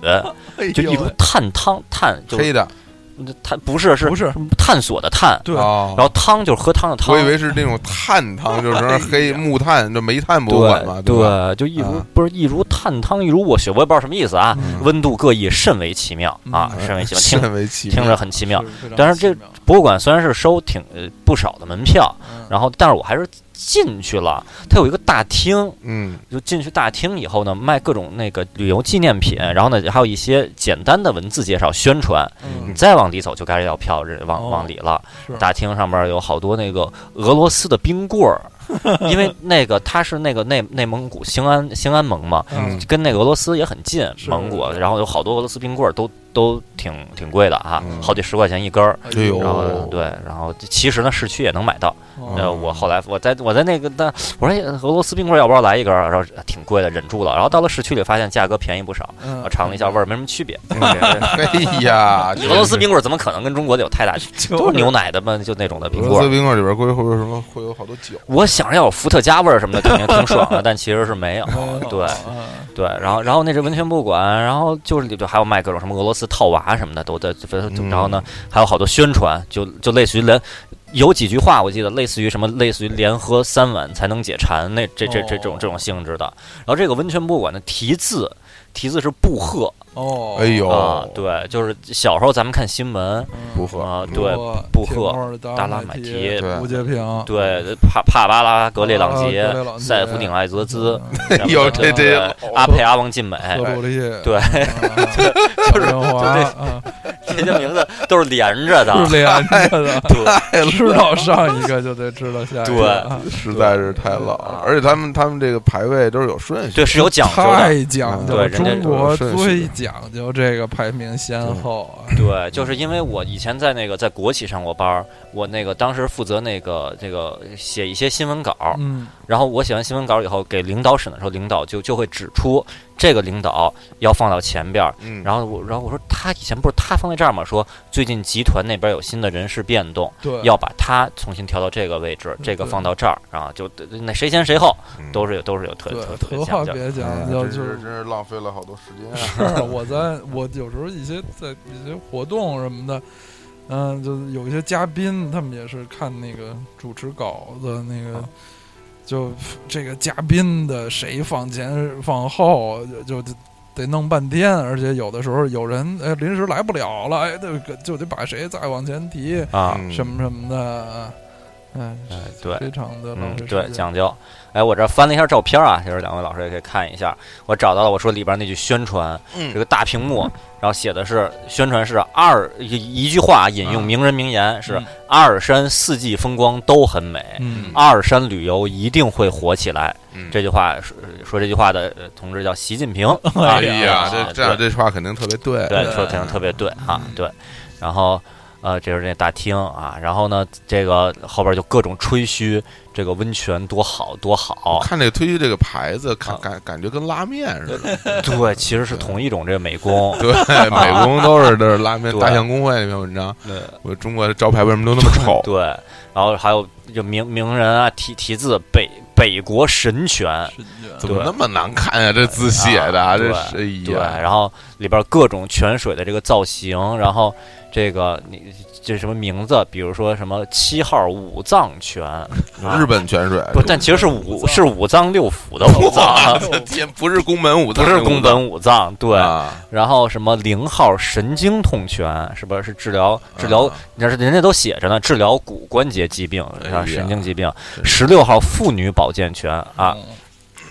哎就一如探汤，探就黑的，探不是是不是探索的探，对哦然后汤就是喝汤的汤，我以为是那种炭汤， <laughs> 就是黑木炭，这煤炭博物馆嘛，对吧？对，就一如啊不是一如探汤，一如卧雪，我也不知道什么意思啊，嗯温度各异，甚为奇妙啊，嗯甚为奇妙，<laughs> 听甚为奇妙，听着很奇妙。是但是这博物馆虽然是收挺呃不少的门票，嗯然后但是我还是进去了，它有一个大厅，嗯就进去大厅以后呢，卖各种那个旅游纪念品，然后呢，还有一些简单的文字介绍宣传。你嗯再往里走就该要票，这往哦往里了。是大厅上面有好多那个俄罗斯的冰棍儿，<laughs> 因为那个它是那个内内蒙古兴安兴安盟嘛，嗯跟那个俄罗斯也很近，是蒙古。然后有好多俄罗斯冰棍儿都都挺挺贵的啊嗯，好几十块钱一根儿。哎呦然后哦对，然后其实呢，市区也能买到。哦呃，我后来我在我在那个那我说哎俄罗斯冰棍儿要不要来一根儿，啊然后呃挺贵的，忍住了。然后到了市区里发现价格便宜不少，嗯我尝了一下味儿没什么区别。 <laughs> 哎呀，俄罗斯冰棍儿怎么可能跟中国的有太大区就别？都是牛奶的嘛，就那种的俄冰罗棍斯儿。冰棍里边会会有什么？会有好多酒，我想着要有伏特加味儿什么的，肯定挺爽 <laughs> 的，但其实是没有。对嗯对，然后然后那是文泉博物馆，然后就是里头还有卖各种什么俄罗斯套娃什么的，都在。就就嗯然后呢，还有好多宣传，就就类似于连有几句话我记得类似于什么，类似于连喝三碗才能解馋那这这这哦这种这种性质的。然后这个温泉博物馆的题字。题字是布赫哦，哎呦啊、对，就是小时候咱们看新闻不嗯，喝啊、对布赫达拉马提，对吴建 <laughs> 平，对，帕帕巴拉格列朗啊杰格列朗、杰塞夫顶艾泽兹， <laughs> 哎呦，这这对阿佩阿旺晋美，嗯，格鲁利，哎对 <laughs> 嗯，就是华，嗯这些名字都是连着的哎就，是 <laughs> 连着的，对知道上一个就得知道下一对个，啊实在是太老了，而且他们他们这个排位都是有顺序的，啊对是有讲究的，太讲究，对了，人家中国有顺序最讲究这个排名先后啊。对，就是因为我以前在那个在国企上过班儿，我那个当时负责那个这个写一些新闻稿，嗯，然后我写完新闻稿以后给领导审的时候，领导就就会指出这个领导要放到前边儿，嗯，然后我然后我说他以前不是他放在这儿吗？说最近集团那边有新的人事变动。对，要把它重新调到这个位置，嗯这个对放到这儿，然后就那谁先谁后，后都是有啊都是有特对特，特别头话讲究。别哎讲呀究，真就是真是是浪费了好多时间啊。是 <laughs> 我在我有时候一些在一些活动什么的，嗯，就是有一些嘉宾他们也是看那个主持稿子那个。啊就这个嘉宾的谁放前放后，就就得弄半天，而且有的时候有人哎临时来不了了，哎，那个就得把谁再往前提，啊，嗯什么什么的，嗯，哎对非常的浪嗯费，对，时间。讲究。哎，我这翻了一下照片啊，其实两位老师也可以看一下，我找到了我说里边那句宣传，这嗯，个大屏幕，然后写的是宣传是二一一句话引用名人名言是嗯阿尔山四季风光都很美。嗯阿尔山旅游一定会火起来。嗯这句话说说这句话的呃同志叫习近平。 <laughs> 哎啊呀，这这样对这话肯定特别对。对，说的肯定特别对啊，对。然后呃，这是那大厅啊，然后呢，这个后边就各种吹嘘这个温泉多好多我 <laughs> 好。看这推这个牌子，哦啊感感感觉跟拉面似的。 <laughs> 对，其实是同一种这个美工。对，美工都是都是拉面。对大象公会那篇文章，对我中国的招牌为什么都那么丑？ <laughs> 对，然后还有就名名人啊，题题字北北国神泉。是的 <laughs> 怎么那么难看呀？这字写的啊啊，这对，是哎呀，然后里边各种泉水的这个造型，然后这个你这什么名字？比如说什么七号五藏泉，啊日本泉水不，但其实是五五脏是五脏六腑的五 <laughs> 啊脏，这天不是宫本武不藏，是宫本武藏。对，啊，然后什么零号神经痛拳，是不是是治疗治疗啊？你看人家都写着呢，治疗骨关节疾病哎啊，呀神经疾病。真十六号妇女保健拳啊，，嗯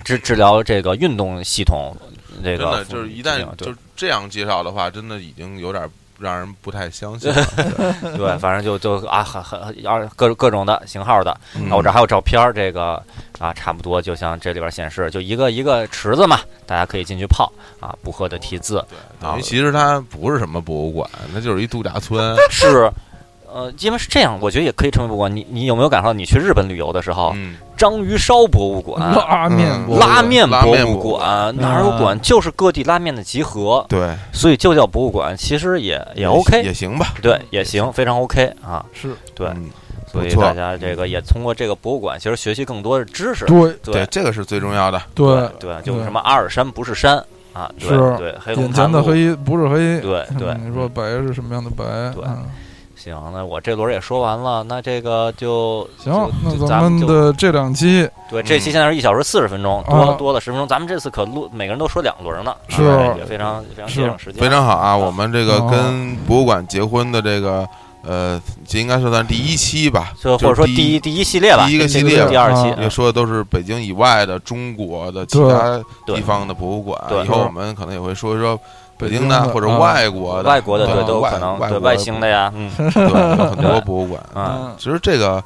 治治疗这个运动系统真这个的妇就是女疾一病。旦对就这样介绍的话，真的已经有点让人不太相信了。<laughs> <laughs> 对，反正就就啊，很很啊，各各种的型号的。嗯啊，我这还有照片，儿，这个啊，差不多就像这里边显示，就一个一个池子嘛，大家可以进去泡啊，不喝的题字。对，啊等于其实它不是什么博物馆，它就是一度假村。是， <laughs> 呃，因为是这样，我觉得也可以称为博物馆。你你有没有感受到，你去日本旅游的时候，嗯，章鱼烧博物馆、拉面嗯博物拉馆面拉博面物博物馆、哪嗯儿有馆，就是各地拉面的集合，对，所以就叫博物馆，其实也也也 OK，行吧。对，也行，非常 OK 啊。是对，嗯所以不错大家这个也通过这个博物馆，其实学习更多的知识。对对，对这个是最重要的。对，对，就什么阿尔山不是山啊，对是对，黑龙眼潭前的路，黑不是黑，对对嗯你说白是什么样的白？对嗯行，那我这轮儿也说完了，那这个就行就，那就咱们就的这两期对，这期嗯现在是一小时四十分钟，啊多多了十分钟。咱们这次可录，每个人都说两轮呢，是啊也非常非常是节省时间，非常好啊！我们这个哦跟博物馆结婚的这个呃，这应该算咱第一期吧，就或者说就是第第一第一系列吧，第一个这系列是第二期啊也嗯说的都是北京以外的中国的其他地方的博物馆对。以后我们可能也会说一说北京北的京的或者啊外国的，外国的对对都有可外能，外国的 <laughs> 对外星的呀，嗯 <laughs> 对，有很多对博物馆。啊，嗯其实这个。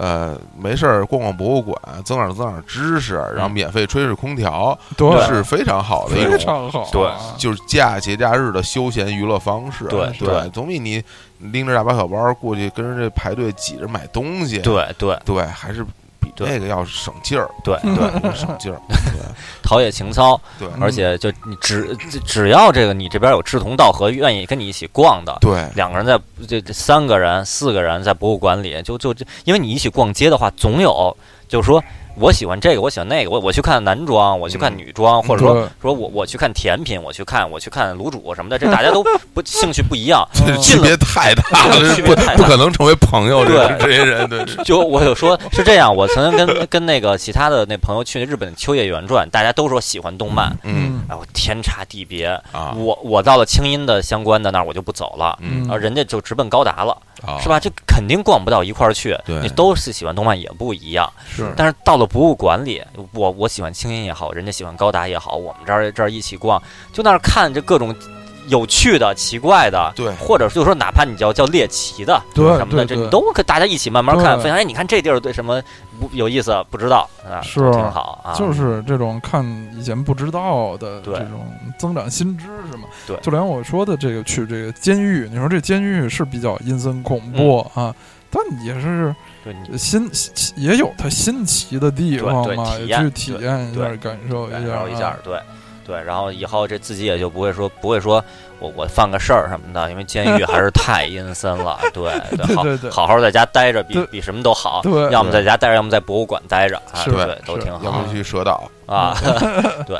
呃，没事儿逛逛博物馆，增长增长知识，嗯然后免费吹吹空调，对，是非常好的一种，非常好，啊对就是假节假日的休闲娱乐方式。对对，总比你拎着大包小包过去跟人这排队挤着买东西，对对对，还是比对那个要省劲儿，对对，对，省劲儿，对陶冶情操， <laughs> 对嗯而且就你只只只要这个你这边有志同道合愿意跟你一起逛的，对两个人在这这三个人、四个人在博物馆里，就就就，因为你一起逛街的话，总有就是说我喜欢这个，我喜欢那个，我我去看男装，我去看嗯女装，或者说对说我我去看甜品，我去看我去看卤煮什么的，这大家都不 <laughs> 兴趣不一样。这嗯区别太大了，对这哦 <laughs> 区不别太大不可能成为朋友，这对这些人，对， <laughs> 就我有说是这样，我曾经跟跟那个其他的那朋友去日本秋叶原转，大家都说喜欢动漫，嗯哎，我天差地别。啊，我我到了清音的相关的那儿，我就不走了。嗯啊，人家就直奔高达了，啊，嗯是吧？这肯定逛不到一块儿去。对你都是喜欢动漫也不一样，是但是到了博物馆里，我我喜欢清音也好，人家喜欢高达也好，我们这儿这儿一起逛，就那儿看这各种有趣的、奇怪的，对或者就是说哪怕你叫叫猎奇的对什么的，对这对你都可大家一起慢慢看，对分享。哎，你看这地儿对什么不有意思？不知道啊，是就挺好啊，就是这种看以前不知道的对这种增长新知识嘛。对就连我说的这个去这个监狱，你说这监狱是比较阴森恐怖嗯啊，但也是对你新新也有它新奇的地方对对嘛，体也验去体验一对下，感受感一受下，啊一下，对。对，然后以后这自己也就不会说不会说我我犯个事儿什么的，因为监狱还是太阴森了。对 <laughs> 对好对对好好在家待着比对比什么都好。对要么在家待着，要么在博物馆待着，啊，是嗯对是，都挺要好不去蛇岛，啊。 <laughs> 对，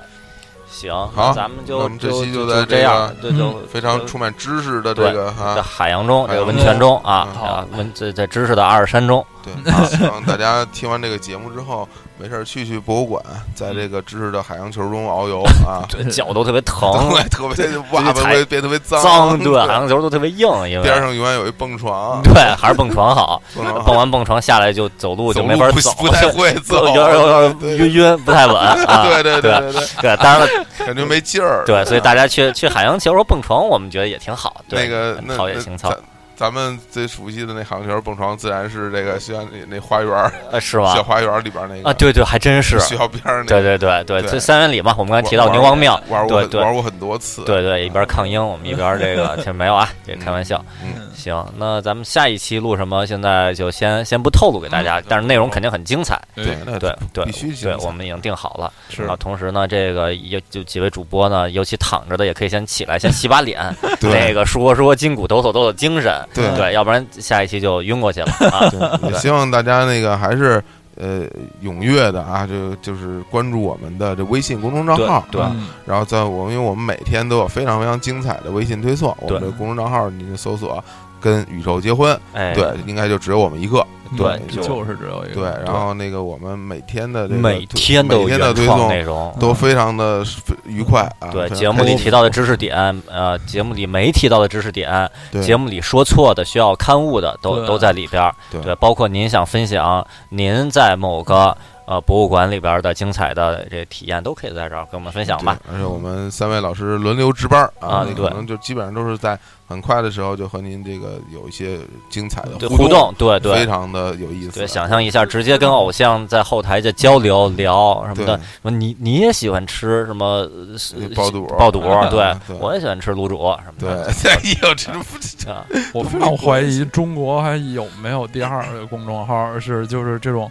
行，好那咱们那就我们这期就就在这这样，个嗯对，就非常就充满知识的这呃对个在哈，海洋中，这个海洋温泉中啊嗯啊，温在在知识的二十山中，对， <laughs> 啊希望大家听完这个节目之后，没事儿去去博物馆，在这个知识的海洋球中遨 <laughs>，游啊这脚都特别 <laughs> 疼，对，特别哇，这别才别别特别脏， <laughs> 脏，对，海洋球都特别硬，因边为上永远有一蹦床，对，还是蹦床好，蹦床 <laughs> 蹦完蹦床下来就走路就哦走没路法不走，不太会走， <laughs> 有点有点对晕晕，不太稳啊。 <laughs> 对对对对对，对，当然了，感觉没劲儿，对，所以啊大家去去海洋球或者蹦床，我们觉得也挺好，对，那个那陶冶那情操咱咱们最熟悉的那海洋球蹦床，自然是这个学校那那花园儿呃，是吗小？花园里边那个啊，对对，还真是，学校边儿那对个。对对对，对这三元里嘛，我们刚才提到玩牛王庙，玩过对很对玩过很多次，对对，一边抗英，我们一边这 <laughs> 个，这没有啊，这开玩笑。嗯行，那咱们下一期录什么？现在就先先不透露给大家，但是内容肯定很精彩。嗯对，哎那对对啊必须精对，彩我们已经定好了。是啊，同时呢，这个也就几位主播呢，尤其躺着的也可以先起来，先洗把 <laughs> 脸，那个说说筋骨，抖擞抖擞精神。对对，要不然下一期就晕过去了啊。也希望大家那个还是呃踊跃的啊，就就是关注我们的这微信公众账对号，啊对嗯然后在我们因为我们每天都有非常非常精彩的微信推送，我们对的公众账号你就搜索“跟宇宙结婚”，哎，对，应该就只有我们一个，对就嗯就是只有一个对，然后那个我们每天的这个每推天都每有天的原推创内送容。都非常的愉快啊，对非常节目里开心提到的知识点，呃，节目里没提到的知识点，对节目里说错的、需要刊物的，都对都在里边儿。对对，包括您想分享您在某个呃博物馆里边儿的精彩的这体验，都可以在这儿跟我们分享吧。对而且我们三位老师轮流值班儿啊啊，那对可能就基本上都是在很快的时候就和您这个有一些精彩的对，互互动，对非对。常的有意思。啊对，想象一下，直接跟偶像在后台就交流聊什么对的。什么你你也喜欢吃什么呃那爆肚儿爆肚儿？对啊对，我也喜欢吃卤煮啊什么对， <laughs> 的。哎呦，这不 <laughs> 啊，我非常怀疑中国还有没有第二个公众号是就是这种，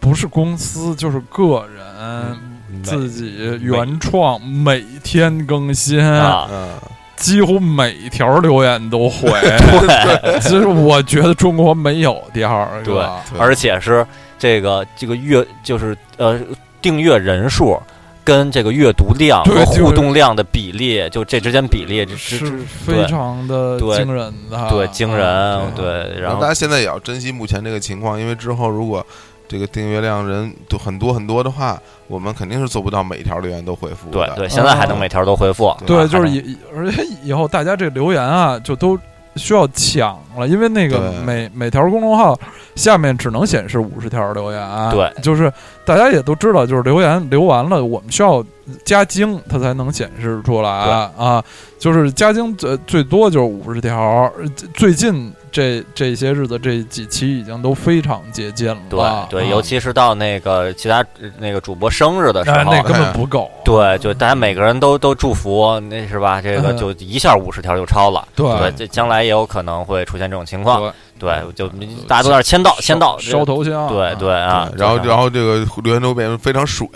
不是公司就是个嗯人自己原创，每天更新，啊，嗯，几乎每条留言都回。 <laughs> 对，其实我觉得中国没有第二个，对而且是这个这个阅就是呃订阅人数跟这个阅读量对和就是互动量的比例，就这之间比例这这是非常的对惊人的，对惊啊人，，对，然然后大后家现在也要珍惜目前这个情况，因为之后如果这个订阅量人都很多很多的话，我们肯定是做不到每条留言都回复对的。对，现在还能啊每条都回复，对啊对，就是还能以而且以后大家这留言啊，就都需要抢了，因为那个对每每条公众号下面只能显示五十条留言、啊，对，就是大家也都知道，就是留言留完了，我们需要加精，它才能显示出来啊，就是加精最最多就是五十条，呃最近这这些日子这几期已经都非常接近了对，对，啊尤其是到那个其他呃那个主播生日的时那候啊哎那，根本不够，对，就大家每个人都都祝福，那是吧？这个嗯就一下五十条就超了，对对，这将来也有可能会出现这种情况，对，对，就嗯大家都在那儿签到，签到，这烧头香，对对啊，然后就然后这个留言都变得非常 <laughs> 水，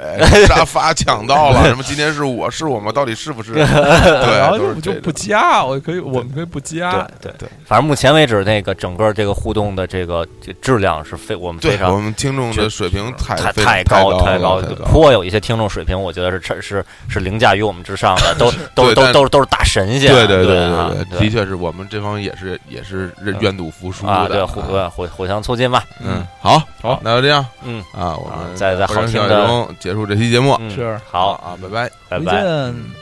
沙发抢到了，什么今天是我是我吗？到底是 <laughs> 不是？然后对，都就是就这不种。加，我可以，我们可以不加，对对，反正目前为止，那个整个这个互动的这个这质量是非我们非对常我们听众的水平太太非太高高太高高了，太，颇有一些听众水平，我觉得是是是是凌驾于我们之上的，都都对都但都都是大神仙，对对对啊对，的确是我们这方也是也是愿赌服输啊，对的，互啊对互互相促进吧，嗯，好，好那就这样嗯啊，我啊们在在好欢声听笑语的中结束这期节目，嗯，是好，啊，拜拜。拜回拜。见。